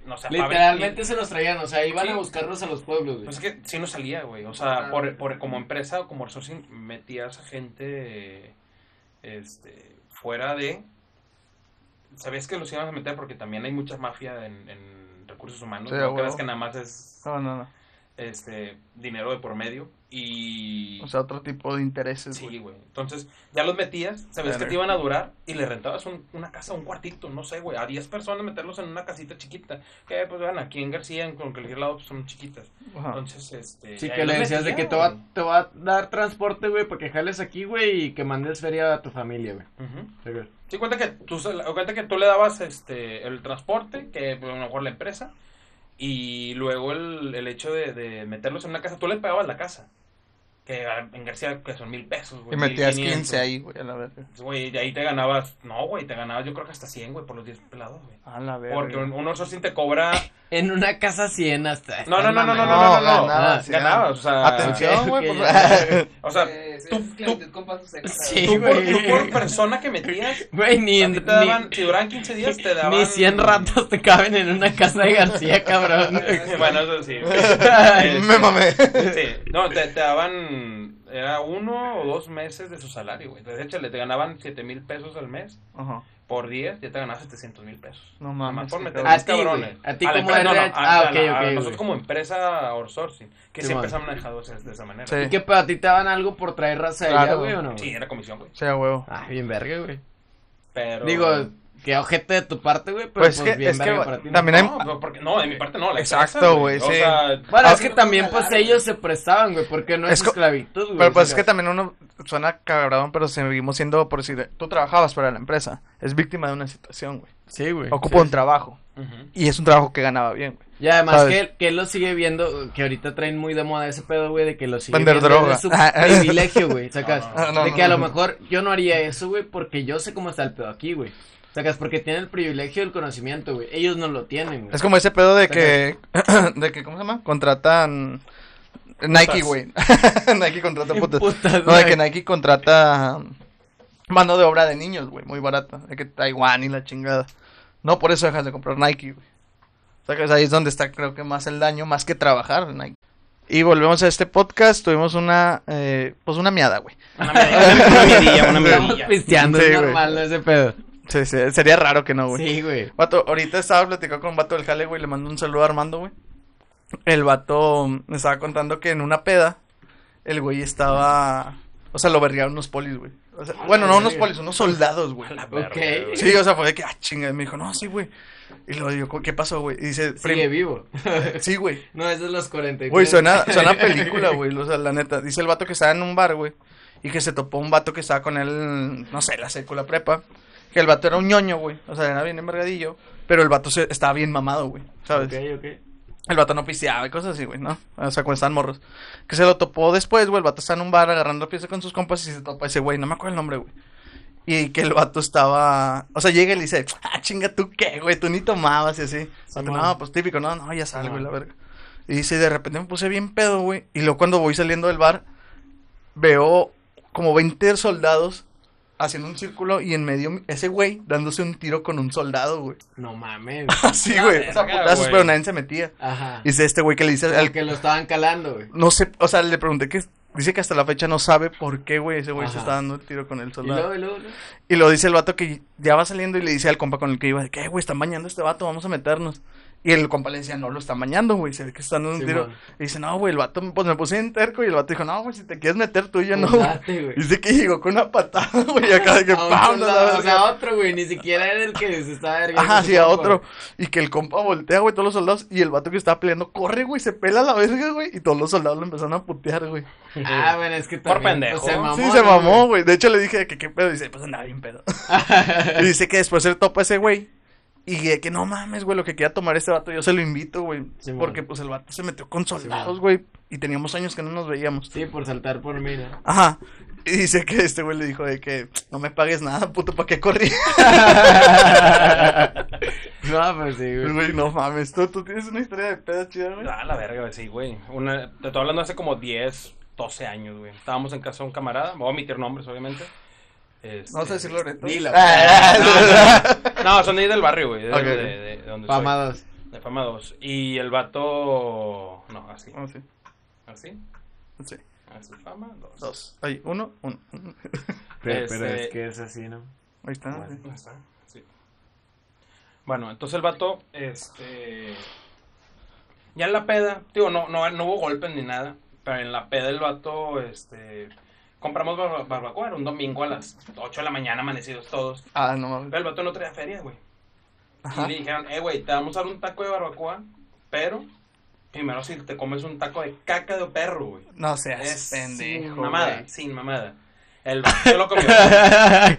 Speaker 4: No sé,
Speaker 3: Literalmente se los traían, o sea, iban a buscarlos a los pueblos, güey.
Speaker 4: Pues es que sí no salía, güey. O sea, por, por- como empresa o como outsourcing metías a gente este, fuera de... Sabías que los ibas a meter porque también hay mucha mafia en, en recursos humanos.
Speaker 2: Sí, a
Speaker 4: no
Speaker 2: huevo.
Speaker 4: creas que nada más es
Speaker 2: No, no, no.
Speaker 4: este, dinero de por medio. Y...
Speaker 2: O sea, otro tipo de intereses,
Speaker 4: sí,
Speaker 2: güey.
Speaker 4: güey. Entonces, ya los metías, sabías que
Speaker 2: Verga.
Speaker 4: te iban a durar y le rentabas un- una casa, un cuartito, no sé, güey. A 10 personas meterlos en una casita chiquita. Que pues, vean, aquí en García, en con cualquier lado, pues, son chiquitas.
Speaker 2: Ajá.
Speaker 4: Entonces, este...
Speaker 3: Ah. Sí,
Speaker 4: ahí
Speaker 3: que le
Speaker 4: los
Speaker 3: decías de
Speaker 4: metía,
Speaker 3: que te
Speaker 4: güey.
Speaker 3: va, te va a dar transporte, güey, para que jales aquí, güey, y que mandes feria a tu familia, güey.
Speaker 4: Ujú.
Speaker 3: Sí, güey.
Speaker 4: Sí, cuenta que tú, se- cuenta que tú le dabas este, el transporte, que pues, a lo mejor la empresa, y luego el, el hecho de, de meterlos en una casa, tú les pagabas la casa, que a- en García que son mil pesos, güey.
Speaker 2: Y metías
Speaker 4: 1500.
Speaker 2: 15 ahí, güey, a la verga.
Speaker 4: Güey, de ahí te ganabas, no, güey, te ganabas yo creo que hasta 100, güey, por los 10 pelados, güey.
Speaker 2: A la verga.
Speaker 4: Porque un, un outsourcing te cobra...
Speaker 3: En una casa 100 hasta.
Speaker 4: No, no, no, no, no, no,
Speaker 2: No,
Speaker 4: no, no,
Speaker 2: ganabas, Ah, sí,
Speaker 4: ganabas, o sea...
Speaker 2: Atención, güey.
Speaker 3: Ok,
Speaker 2: por-
Speaker 3: ok,
Speaker 4: O sea, tú-
Speaker 5: es esclavitud con pasos extra.
Speaker 3: Sí,
Speaker 4: tú por,
Speaker 3: güey.
Speaker 4: tú por persona que metías,
Speaker 3: Güey, ni,
Speaker 4: a
Speaker 3: en-
Speaker 4: ti
Speaker 3: ni,
Speaker 4: te daban, si duraban 15 días, te daban...
Speaker 3: ni 100 ratos te caben en una casa de García, cabrón.
Speaker 4: Bueno, eso sí. güey.
Speaker 2: Me mamé.
Speaker 4: Sí, no, te, te daban, era uno o dos meses de su salario, güey. Entonces, échale, te ganaban 7 mil pesos al mes,
Speaker 2: Ajá.
Speaker 4: por 10 ya te ganabas 700 mil pesos.
Speaker 2: No mames,
Speaker 4: Nomás por
Speaker 2: qué
Speaker 4: meter
Speaker 2: cabrón.
Speaker 4: a los
Speaker 3: A ti, güey. A ti
Speaker 4: cabrones. la
Speaker 3: como
Speaker 4: empresa,
Speaker 3: RH.
Speaker 4: a-
Speaker 3: Ah,
Speaker 4: a la-
Speaker 3: ok,
Speaker 4: a
Speaker 3: ok,
Speaker 4: Nosotros
Speaker 3: güey.
Speaker 4: como empresa outsourcing, que
Speaker 3: Sí, man.
Speaker 4: siempre se han manejado de, de esa manera.
Speaker 2: Sí.
Speaker 4: Sí.
Speaker 3: Ah, ¿Y qué pedo? ¿A ti te daban algo por traer raza de allá,
Speaker 2: Claro.
Speaker 3: güey, o no? güey?
Speaker 4: era comisión, güey.
Speaker 2: Sí, a huevo.
Speaker 3: Ah, bien verga, güey.
Speaker 4: Pero...
Speaker 3: Digo, que ojete de tu parte, güey, pero
Speaker 2: Pues
Speaker 3: pues,
Speaker 2: es que-
Speaker 3: bien
Speaker 2: es que
Speaker 3: verga
Speaker 2: va-
Speaker 3: para ti. ¿no?
Speaker 2: también hay-
Speaker 4: No, pues, porque, no, de mi parte no, la empresa,
Speaker 2: Exacto, güey,
Speaker 4: O
Speaker 2: sí.
Speaker 4: sea,
Speaker 3: Bueno,
Speaker 2: Ah,
Speaker 3: es que también, pues, ellos se prestaban, güey, porque no es,
Speaker 2: Es co-
Speaker 3: esclavitud, güey.
Speaker 2: Pero pues es
Speaker 3: ¿sabes?
Speaker 2: que también uno suena cabrón, pero seguimos siendo, por decir, tú trabajabas para la empresa, es víctima de una situación, güey.
Speaker 3: Sí, güey.
Speaker 2: Ocupa un trabajo
Speaker 4: ujú.
Speaker 2: y es un trabajo que ganaba bien, güey.
Speaker 3: Y además
Speaker 2: ¿Sabes?
Speaker 3: que, que él lo sigue viendo, que ahorita traen muy de moda ese pedo, güey, de que lo sigue
Speaker 2: Vender
Speaker 3: viendo
Speaker 2: droga. Ah,
Speaker 3: de su privilegio, güey, sacas.
Speaker 4: No,
Speaker 2: no, no,
Speaker 3: de
Speaker 2: no,
Speaker 3: que a
Speaker 2: no.
Speaker 3: lo mejor yo no haría eso, güey, porque yo sé cómo está el pedo aquí, güey. Sacas, porque tienen el privilegio del conocimiento, güey. Ellos no lo tienen, güey.
Speaker 2: Es como ese pedo de que, de que ¿cómo se llama? Contratan Nike,
Speaker 4: Putas.
Speaker 2: güey. Nike contrata putas.
Speaker 3: Putas,
Speaker 2: No, de que
Speaker 3: güey.
Speaker 2: Nike contrata mano de obra de niños, güey, muy barata. De que Taiwán y la chingada. No por eso dejas de comprar Nike, güey. O sea, que ahí es donde está, creo que más el daño, más que trabajar en Nike. Y volvemos a este podcast, tuvimos una, eh, pues una miada, güey.
Speaker 4: Una medilla, una medilla, una
Speaker 3: Estamos
Speaker 4: medilla.
Speaker 3: pisteando,
Speaker 2: Sí,
Speaker 3: es
Speaker 2: güey.
Speaker 3: normal, ¿no? Ese pedo.
Speaker 2: Sí, sí, sería raro que no, güey.
Speaker 3: Sí, güey.
Speaker 2: Vato, ahorita estaba platicando con un vato del jale, güey, le mando un saludo a Armando, güey. El vato mm, me estaba contando que en una peda, el güey estaba, o sea, lo vergaron unos polis, güey. O sea, bueno, no unos polis, unos soldados, güey.
Speaker 4: Ah,
Speaker 3: Ok.
Speaker 2: Sí, o sea, fue de que, ah, chinga, y me dijo, no, sí, güey. Y lo digo, ¿qué pasó, güey? Y dice,
Speaker 3: Sigue
Speaker 2: "Prim-
Speaker 3: vivo.
Speaker 2: sí, güey.
Speaker 3: No, es de los 40.
Speaker 2: Güey, suena, suena película, güey, o sea, la neta. Dice el vato que estaba en un bar, güey, y que se topó un vato que estaba con él, no sé, la secuela prepa. Que el vato era un ñoño, güey, o sea, era bien envergadillo, pero el vato se- estaba bien mamado, güey, ¿sabes?
Speaker 3: Ok, ok.
Speaker 2: El vato no pisteaba y cosas así, güey, ¿no? O sea, cuando estaban morros. Que se lo topó después, güey. El vato está en un bar agarrando pieza con sus compas y se topa ese güey. No me acuerdo el nombre, güey. Y que el vato estaba. O sea, llega y le dice, ah, chinga, ¿tú qué, güey? Tú ni tomabas y así. Vato, no, pues típico, no, no, ya salgo, güey, la verga. Y dice, de repente me puse bien pedo, güey. Y luego cuando voy saliendo del bar, veo como 20 soldados haciendo un círculo y en medio ese güey dándose un tiro con un soldado, güey.
Speaker 3: No mames.
Speaker 2: Así, güey. O sea,
Speaker 4: verga,
Speaker 2: putazos,
Speaker 4: güey.
Speaker 2: pero nadie se metía.
Speaker 3: Ajá.
Speaker 2: Y dice este güey que le dice al
Speaker 3: Porque lo estaban calando, güey.
Speaker 2: no sé, o sea, le pregunté que dice que hasta la fecha no sabe por qué, güey, ese güey se
Speaker 3: Ajá.
Speaker 2: está dando el tiro con el
Speaker 3: Y
Speaker 2: soldado.
Speaker 3: luego, y luego, y luego.
Speaker 2: Y lo dice el vato que ya va saliendo y le dice al compa con el que iba, de que, "Eh, güey, están bañando a este vato, vamos a meternos. Y el compa le decía, no, lo están bañando, güey, se ve que están dando un
Speaker 3: Sí,
Speaker 2: tiro.
Speaker 3: man.
Speaker 2: Y dice, no, güey, el vato, pues me puse en terco y el vato dijo, no, güey, si te quieres meter tú, yo no, güey.
Speaker 3: Date, güey.
Speaker 2: Y dice que llegó con una patada, güey, y acá de que,
Speaker 3: Pues A un
Speaker 2: ¡pam! no
Speaker 3: soldado,
Speaker 2: sabes
Speaker 3: o sea, a otro, güey, ni siquiera era el que se estaba
Speaker 2: qué.
Speaker 3: vergueando
Speaker 2: Ajá,
Speaker 3: su
Speaker 2: sí, a
Speaker 3: compa,
Speaker 2: otro.
Speaker 3: güey.
Speaker 2: Y que el compa voltea, güey, todos los soldados. Y el vato que estaba peleando corre, güey, se pela a la verga, güey. Y todos los soldados lo empezaron a putear, güey.
Speaker 3: Ah, bueno, es que
Speaker 4: Por
Speaker 3: también,
Speaker 4: pendejo.
Speaker 3: pues, se mamó,
Speaker 2: Sí, se
Speaker 3: ¿no,
Speaker 2: mamó, güey. De hecho, le dije que qué pedo. Dice, pues andaba bien pedo. y dice que después se topa ese güey. Y de que no mames, güey, lo que quiera tomar este vato, yo se lo invito, güey.
Speaker 3: Simón.
Speaker 2: porque pues el vato se metió con soldados, güey. Y teníamos años que no nos veíamos.
Speaker 3: Sí, por saltar por mí, ¿no?
Speaker 2: Ajá. Y dice que este güey le dijo de que no me pagues nada, puto, ¿para qué corrí?
Speaker 3: No, pues sí, güey.
Speaker 2: Güey, no mames, tú, tú tienes una historia de pedo chida, güey.
Speaker 4: Ah, la verga, güey, sí, güey. Una, te estoy hablando hace como 10, 12 años, güey. Estábamos en casa de un camarada, voy a omitir nombres, obviamente. Este,
Speaker 2: No vas a decir Loreto.
Speaker 3: Dilo.
Speaker 2: Ah,
Speaker 4: No, son de ahí del barrio, güey. De,
Speaker 2: Ok.
Speaker 4: de- de- de donde soy.
Speaker 3: Pamadas.
Speaker 4: De Fama 2. Y el vato. No, así.
Speaker 2: no, Oh, sí,
Speaker 4: Así.
Speaker 2: sí.
Speaker 4: Así, Fama 2.
Speaker 2: Dos. Ay, uno, uno. uno.
Speaker 3: Pero, pero
Speaker 4: Este-
Speaker 3: es que es así, ¿no?
Speaker 2: Ahí está.
Speaker 3: Bueno.
Speaker 2: sí.
Speaker 4: Bueno, entonces el vato, este. Ya en la peda, digo, no, no, no hubo golpes ni nada, pero en la peda el vato, este. Compramos barba- barbacoa, era un domingo a las 8 de la mañana, amanecidos todos.
Speaker 2: Ah, no
Speaker 4: Pero
Speaker 2: mames.
Speaker 4: el vato no traía feria, güey.
Speaker 2: Ajá.
Speaker 4: Y le dijeron, eh, güey, te vamos a dar un taco de barbacoa, pero primero si te comes un taco de caca de perro, güey.
Speaker 2: No seas
Speaker 4: Es sin
Speaker 2: pendejo.
Speaker 4: mamada,
Speaker 2: güey.
Speaker 4: sin mamada. El vato se lo comió.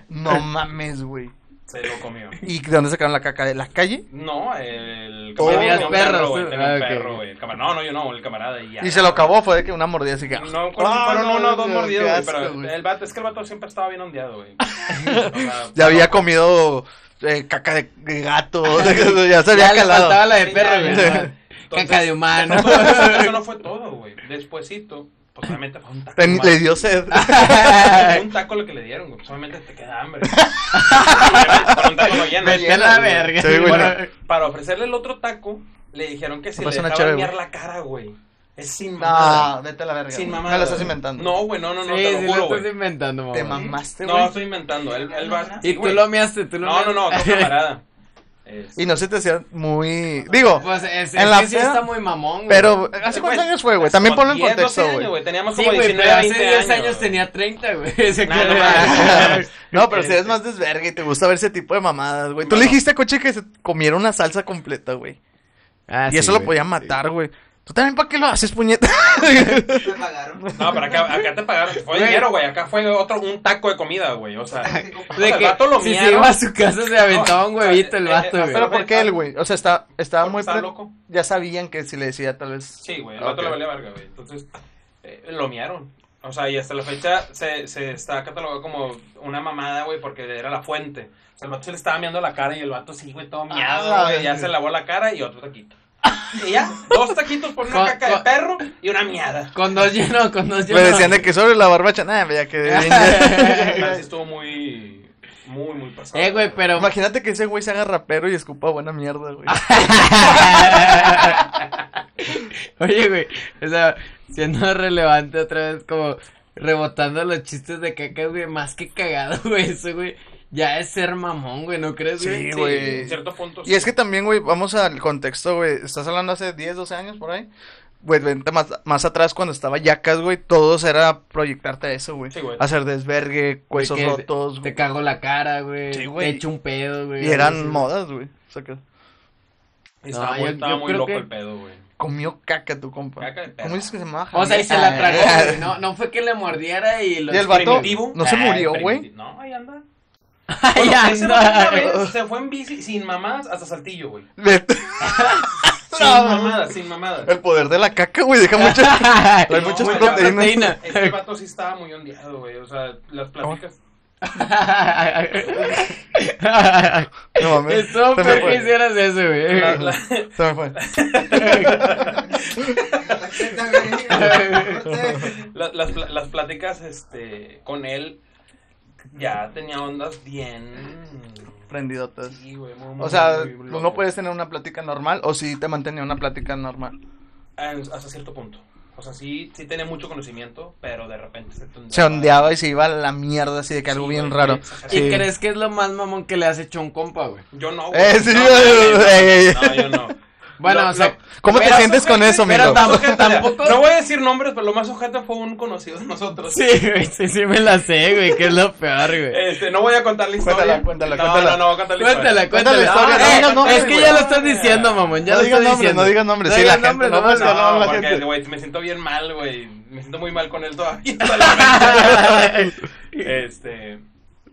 Speaker 2: No mames, güey.
Speaker 4: se lo comió.
Speaker 2: ¿Y de dónde sacaron la caca? ¿De la calle?
Speaker 4: No, el
Speaker 3: Oh,
Speaker 4: camarada tenía
Speaker 3: tenías
Speaker 4: un perro,
Speaker 3: perros,
Speaker 4: güey,
Speaker 3: tú.
Speaker 4: tenía un
Speaker 3: Ah, ok.
Speaker 4: perro, güey. El camar- No, no, yo no, el camarada y ya.
Speaker 2: Y se lo acabó, fue de que una mordida así que.
Speaker 4: No, me acuerdo si
Speaker 2: Ah,
Speaker 4: fueron
Speaker 2: no,
Speaker 4: uno o dos
Speaker 2: no, qué
Speaker 4: mordidos, güey,
Speaker 2: asco,
Speaker 4: pero
Speaker 2: güey.
Speaker 4: el vato, es que el vato siempre estaba bien ondeado, güey. O sea,
Speaker 2: Ya había comido eh, caca de, de gato. ya se había
Speaker 3: Ya le
Speaker 2: calado.
Speaker 3: faltaba la de
Speaker 4: Sí,
Speaker 3: perro,
Speaker 4: ya,
Speaker 3: güey.
Speaker 2: ya.
Speaker 3: ¿no? Caca de humano.
Speaker 4: Eso, eso no fue todo, güey. Despuésito, pues obviamente fue un taco.
Speaker 2: Ten-
Speaker 4: más.
Speaker 2: le dio sed.
Speaker 4: Fue un taco lo que le dieron, güey. Pues obviamente te queda hambre. Para un taco no llena.
Speaker 3: Vete a la verga.
Speaker 2: Sí, güey,
Speaker 3: Bueno,
Speaker 2: no.
Speaker 4: Para ofrecerle el otro taco, le dijeron que si
Speaker 2: Pasa Pues
Speaker 4: le
Speaker 2: una
Speaker 4: dejaba
Speaker 2: cheve,
Speaker 4: bañar
Speaker 2: güey.
Speaker 4: la cara, güey. Es sin mamada.
Speaker 2: No, vete a la verga.
Speaker 4: Sin
Speaker 2: güey.
Speaker 4: mamada.
Speaker 2: Me lo estás
Speaker 4: güey.
Speaker 2: inventando.
Speaker 4: No, güey, no, no, no,
Speaker 3: sí,
Speaker 4: te
Speaker 3: sí
Speaker 4: lo
Speaker 3: lo
Speaker 4: juro,
Speaker 3: estás
Speaker 4: güey.
Speaker 3: inventando, mamá.
Speaker 2: Te mamaste, güey.
Speaker 4: No, estoy inventando. Él, él va...
Speaker 3: Y
Speaker 4: sí,
Speaker 3: tú
Speaker 4: güey.
Speaker 3: lo measte, tú lo
Speaker 4: No, no, Este,
Speaker 3: measte.
Speaker 4: no, otro camarada. Es-
Speaker 2: Y no se te hacía muy. Digo,
Speaker 3: Pues es,
Speaker 2: En
Speaker 3: es
Speaker 2: la
Speaker 3: que sí
Speaker 2: peda,
Speaker 3: está muy mamón, güey.
Speaker 2: pero. ¿Hace cuántos
Speaker 4: Güey,
Speaker 2: años fue, güey?
Speaker 4: hace
Speaker 2: También
Speaker 4: como
Speaker 2: ponlo en
Speaker 4: 10, 12
Speaker 2: contexto,
Speaker 4: años,
Speaker 2: güey.
Speaker 4: Teníamos
Speaker 3: Sí,
Speaker 4: como
Speaker 3: güey,
Speaker 4: 19,
Speaker 3: pero hace
Speaker 4: 20
Speaker 3: 10 años
Speaker 4: años
Speaker 3: tenía 30, güey. Ese
Speaker 4: Nah, no,
Speaker 3: cabrón.
Speaker 4: mames.
Speaker 2: No, pero si eres más desvergue y te gusta ver ese tipo de mamadas, güey. Tú le
Speaker 4: Bueno.
Speaker 2: dijiste a Coche que se comiera una salsa completa, güey.
Speaker 6: Ah,
Speaker 2: Y
Speaker 6: sí,
Speaker 2: eso lo
Speaker 6: güey.
Speaker 2: podía matar, güey. ¿Tú también para qué lo haces, puñeta?
Speaker 5: Te pagaron.
Speaker 4: No, pero acá, acá te pagaron. Fue
Speaker 3: Güey.
Speaker 4: dinero, güey. Acá fue otro, un taco de comida, güey. O sea,
Speaker 3: De
Speaker 4: el
Speaker 3: que
Speaker 4: vato lo
Speaker 3: si se
Speaker 4: miaron.
Speaker 3: iba a su casa se aventaba un
Speaker 4: No,
Speaker 3: huevito el
Speaker 4: eh,
Speaker 3: vato,
Speaker 4: eh,
Speaker 3: güey.
Speaker 2: Pero ¿por qué él, güey? O sea, está, estaba
Speaker 4: Porque
Speaker 2: muy...
Speaker 4: estaba
Speaker 2: pre-
Speaker 4: loco.
Speaker 2: Ya sabían que si le decía tal vez...
Speaker 4: Sí, güey, el
Speaker 2: Ah,
Speaker 4: vato
Speaker 2: ok.
Speaker 4: le valía verga, güey. Entonces, eh, lo miaron. O sea, y hasta la fecha se, se está catalogado como una mamada, güey, porque era la fuente. O sea, el vato se le estaba miando la cara y el vato sí, güey,
Speaker 3: Ah,
Speaker 4: todo
Speaker 2: la
Speaker 4: miado, güey. Ya
Speaker 2: verga.
Speaker 4: se lavó la cara y otro taquito. Y ya, dos taquitos por una
Speaker 3: Con-
Speaker 4: caca de
Speaker 3: con-
Speaker 4: perro y una miada.
Speaker 3: Con dos llenos, con dos
Speaker 2: Le
Speaker 3: llenos.
Speaker 2: decían de que sobre la barbacha, nada, ya que...
Speaker 4: Pero sí estuvo muy, muy, muy pasado.
Speaker 3: Eh, güey, pero...
Speaker 2: Imagínate que ese güey se haga rapero y escupa buena mierda, güey.
Speaker 3: Oye, güey, o sea, siendo relevante otra vez, como rebotando los chistes de caca, güey, más que cagado, güey, eso, güey, ya es ser mamón, güey, ¿no crees, güey?
Speaker 2: Sí,
Speaker 4: Sí,
Speaker 2: güey.
Speaker 4: en cierto punto.
Speaker 2: Y es que también, güey, vamos al contexto, güey. Estás hablando hace 10, 12 años por ahí. Güey, vente más, más atrás cuando estaba Yacas, güey. Todos era proyectarte a eso, güey.
Speaker 4: Sí, güey.
Speaker 2: Hacer desvergue,
Speaker 3: Güey,
Speaker 2: huesos
Speaker 3: que
Speaker 2: rotos,
Speaker 3: Te
Speaker 2: güey.
Speaker 3: cago la cara, güey.
Speaker 2: Sí, güey.
Speaker 3: Te echo un pedo, güey.
Speaker 2: Y eran
Speaker 3: Sí,
Speaker 2: modas, güey. O sea, que
Speaker 4: Estaba
Speaker 3: No,
Speaker 4: muy,
Speaker 3: yo-
Speaker 4: estaba
Speaker 3: yo
Speaker 4: muy
Speaker 3: creo
Speaker 4: loco
Speaker 3: que-
Speaker 4: el pedo, güey.
Speaker 2: comió caca tu compa.
Speaker 4: Caca de perro.
Speaker 2: ¿Cómo dices que se llamaba?
Speaker 3: O sea, y se la
Speaker 2: Javier?
Speaker 3: tragó, güey. No, no fue que le mordiera y lo
Speaker 2: Y el vato
Speaker 4: primitivo.
Speaker 2: no se
Speaker 4: Ah,
Speaker 2: murió,
Speaker 4: primitivo.
Speaker 2: güey.
Speaker 4: No, ahí anda.
Speaker 3: Ay,
Speaker 4: Bueno, ese vato
Speaker 3: anda.
Speaker 4: una vez se fue en bici sin mamadas hasta Saltillo, güey.
Speaker 2: Le-
Speaker 4: Sin mamadas, sin mamadas.
Speaker 2: El poder de la caca, güey. Deja mucho. Hay
Speaker 4: No,
Speaker 2: muchas
Speaker 4: güey, la
Speaker 2: proteínas.
Speaker 3: proteína.
Speaker 4: Este vato sí estaba muy ondeado, güey. O sea, las pláticas.
Speaker 2: No mames. Se
Speaker 3: Estuvo
Speaker 2: me
Speaker 3: peor que
Speaker 2: fue.
Speaker 3: hicieras eso, güey.
Speaker 4: la- la-
Speaker 2: Se me fue.
Speaker 4: la- las, pla- las pláticas este, con él ya tenía ondas bien.
Speaker 2: Prendidotas.
Speaker 4: Sí, güey, muy, muy,
Speaker 2: O sea,
Speaker 4: muy
Speaker 2: pues,
Speaker 4: loco.
Speaker 2: no puedes tener una plática normal o si te mantenía una plática normal.
Speaker 4: Ah, Hasta cierto punto. O sea, sí, sí tenía mucho conocimiento, pero de repente se ondeaba.
Speaker 2: Se ondeaba y se iba a la mierda así de que algo
Speaker 4: Sí,
Speaker 2: bien
Speaker 4: güey,
Speaker 2: raro.
Speaker 4: bien
Speaker 3: ¿Y
Speaker 4: exagerado.
Speaker 2: Sí.
Speaker 3: crees que es lo más mamón que le has hecho a un compa, güey?
Speaker 4: Yo no, güey.
Speaker 2: Eh, sí,
Speaker 4: no,
Speaker 2: eh, eh,
Speaker 4: no, no, yo no.
Speaker 3: Bueno,
Speaker 4: Lo-
Speaker 3: o sea,
Speaker 4: lo-
Speaker 2: ¿Cómo te
Speaker 3: Pero-
Speaker 2: sientes con eso,
Speaker 3: pero
Speaker 2: amigo?
Speaker 3: tam-
Speaker 4: Más ojete, mira,
Speaker 3: tampoco-
Speaker 4: No voy a decir nombres, pero lo más objeto fue un conocido de nosotros.
Speaker 3: Sí, güey, sí, sí me la sé, güey, que es lo peor, güey.
Speaker 4: Este, no voy a contar la historia.
Speaker 2: Cuéntala, cuéntala,
Speaker 4: no,
Speaker 2: cuéntala.
Speaker 4: No, no, voy a contar la
Speaker 3: Cuéntala,
Speaker 4: historia.
Speaker 2: Cuenta la historia,
Speaker 3: cuéntala. No,
Speaker 2: no
Speaker 3: eh,
Speaker 2: digas nombres,
Speaker 3: es que
Speaker 2: güey.
Speaker 3: ya lo estás diciendo, mamón, ya
Speaker 2: No digas
Speaker 3: lo estás
Speaker 2: nombres,
Speaker 3: diciendo.
Speaker 2: no digas nombres, sí,
Speaker 3: digas
Speaker 2: la gente,
Speaker 3: nombres,
Speaker 2: no,
Speaker 3: nomás-
Speaker 2: no, no, la
Speaker 4: No, porque,
Speaker 2: gente.
Speaker 4: güey, me siento bien mal, güey. Me siento muy mal con él todavía. este,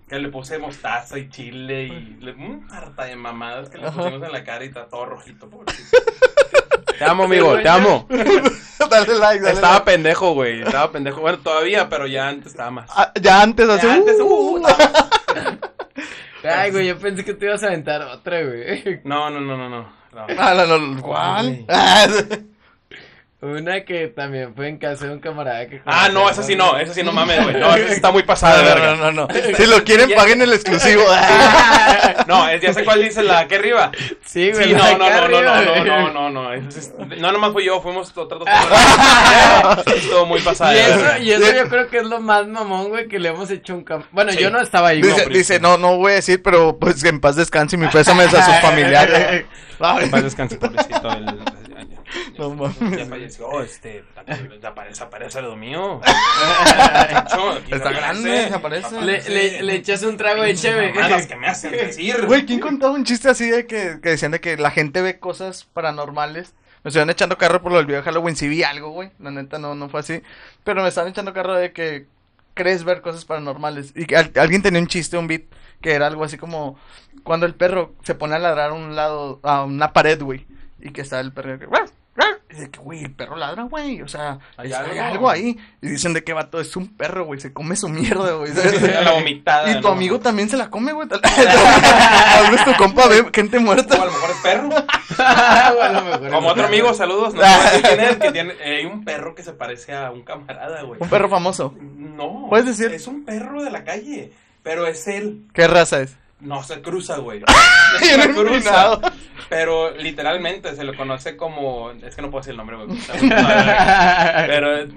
Speaker 4: Que le puse mostaza y chile y le, mm, harta de mamadas que le pusimos en la cara y está todo rojito, pobrecito.
Speaker 7: Te amo, amigo, te amo.
Speaker 2: Dale like, dale
Speaker 7: Estaba
Speaker 2: like.
Speaker 7: pendejo, güey. Estaba pendejo. Bueno, todavía, pero ya antes estaba más.
Speaker 2: Ah, ya antes,
Speaker 4: Ya
Speaker 2: hace.
Speaker 4: antes,
Speaker 2: uh,
Speaker 4: uh, estaba-
Speaker 3: Ay, güey, yo pensé que te ibas a aventar otra, güey.
Speaker 4: No, no, no, no, no. no.
Speaker 2: Ah, no, no, ¿Cuál?
Speaker 4: Ay.
Speaker 2: Ah,
Speaker 3: Una que también fue en casa de un camarada que...
Speaker 7: Ah, no, esa sí no, esa sí no mames, güey. No, esa está muy pasada de
Speaker 2: no,
Speaker 7: verga.
Speaker 2: no, no, no. Si lo quieren, paguen el exclusivo. Ah.
Speaker 7: No, es- ya sé cuál dice la que arriba.
Speaker 3: Sí, güey.
Speaker 7: Sí,
Speaker 3: la
Speaker 7: no,
Speaker 3: de
Speaker 7: no,
Speaker 3: acá
Speaker 7: no, no,
Speaker 3: arriba,
Speaker 7: no, no,
Speaker 3: güey.
Speaker 7: no, no, no. eso es- No, nomás fui yo, fuimos otras dos personas. Estuvo muy pasada
Speaker 3: Y
Speaker 7: de
Speaker 3: eso,
Speaker 7: verga.
Speaker 3: y eso yo creo que es lo más mamón, güey, que le hemos hecho un campo. Bueno, yo no estaba ahí,
Speaker 2: Dice,
Speaker 3: güey.
Speaker 2: dice, no, no voy a decir, pero pues que en paz descanse y mi pésame a sus familiares.
Speaker 7: En paz descanse, pobrecito. el- ya- ya-
Speaker 2: No
Speaker 7: Ya
Speaker 2: mames.
Speaker 7: falleció, este. Desaparece, aparece lo mío.
Speaker 2: Está grande, desaparece.
Speaker 3: Le, le, le echas un trago de cheve.
Speaker 7: Ah,
Speaker 4: Mamadas que me hacen decir.
Speaker 2: Güey, ¿quién contaba un chiste así de que, que decían de que la gente ve cosas paranormales? Me estuvieron echando carro por lo del video de Halloween, sí vi algo, güey. La neta no, no fue así. Pero me estaban echando carro de que crees ver cosas paranormales. Y que al- alguien tenía un chiste, un beat, que era algo así como cuando el perro se pone a ladrar a un lado, a una pared, güey. Y que está el perro que... "Ruah, ruah", Y de que, güey, el perro ladra, güey. O sea,
Speaker 4: Hay
Speaker 2: es- hay
Speaker 4: algo.
Speaker 2: algo ahí. Y dicen de que vato, es un perro, güey. Se come su mierda, güey.
Speaker 7: La vomitada.
Speaker 2: Y tu
Speaker 7: ¿no?
Speaker 2: amigo también se la come, güey. Tal tal vez tu compa ve gente
Speaker 4: O a
Speaker 2: muerta.
Speaker 4: lo mejor es perro.
Speaker 3: o a lo mejor
Speaker 7: Como
Speaker 3: no.
Speaker 7: otro amigo, saludos. No, sé quién es, que tiene,
Speaker 4: Hay un perro que se parece a un camarada, güey.
Speaker 2: Un perro famoso.
Speaker 4: No.
Speaker 2: ¿Puedes decir?
Speaker 4: Es un perro de la calle. Pero es él.
Speaker 2: ¿Qué raza es?
Speaker 4: No se cruza, güey.
Speaker 2: Yo no
Speaker 4: Se
Speaker 2: he
Speaker 4: cruza.
Speaker 2: opinado.
Speaker 4: Pero literalmente se lo conoce como. Es que no puedo decir el nombre, güey. porque está- Pero.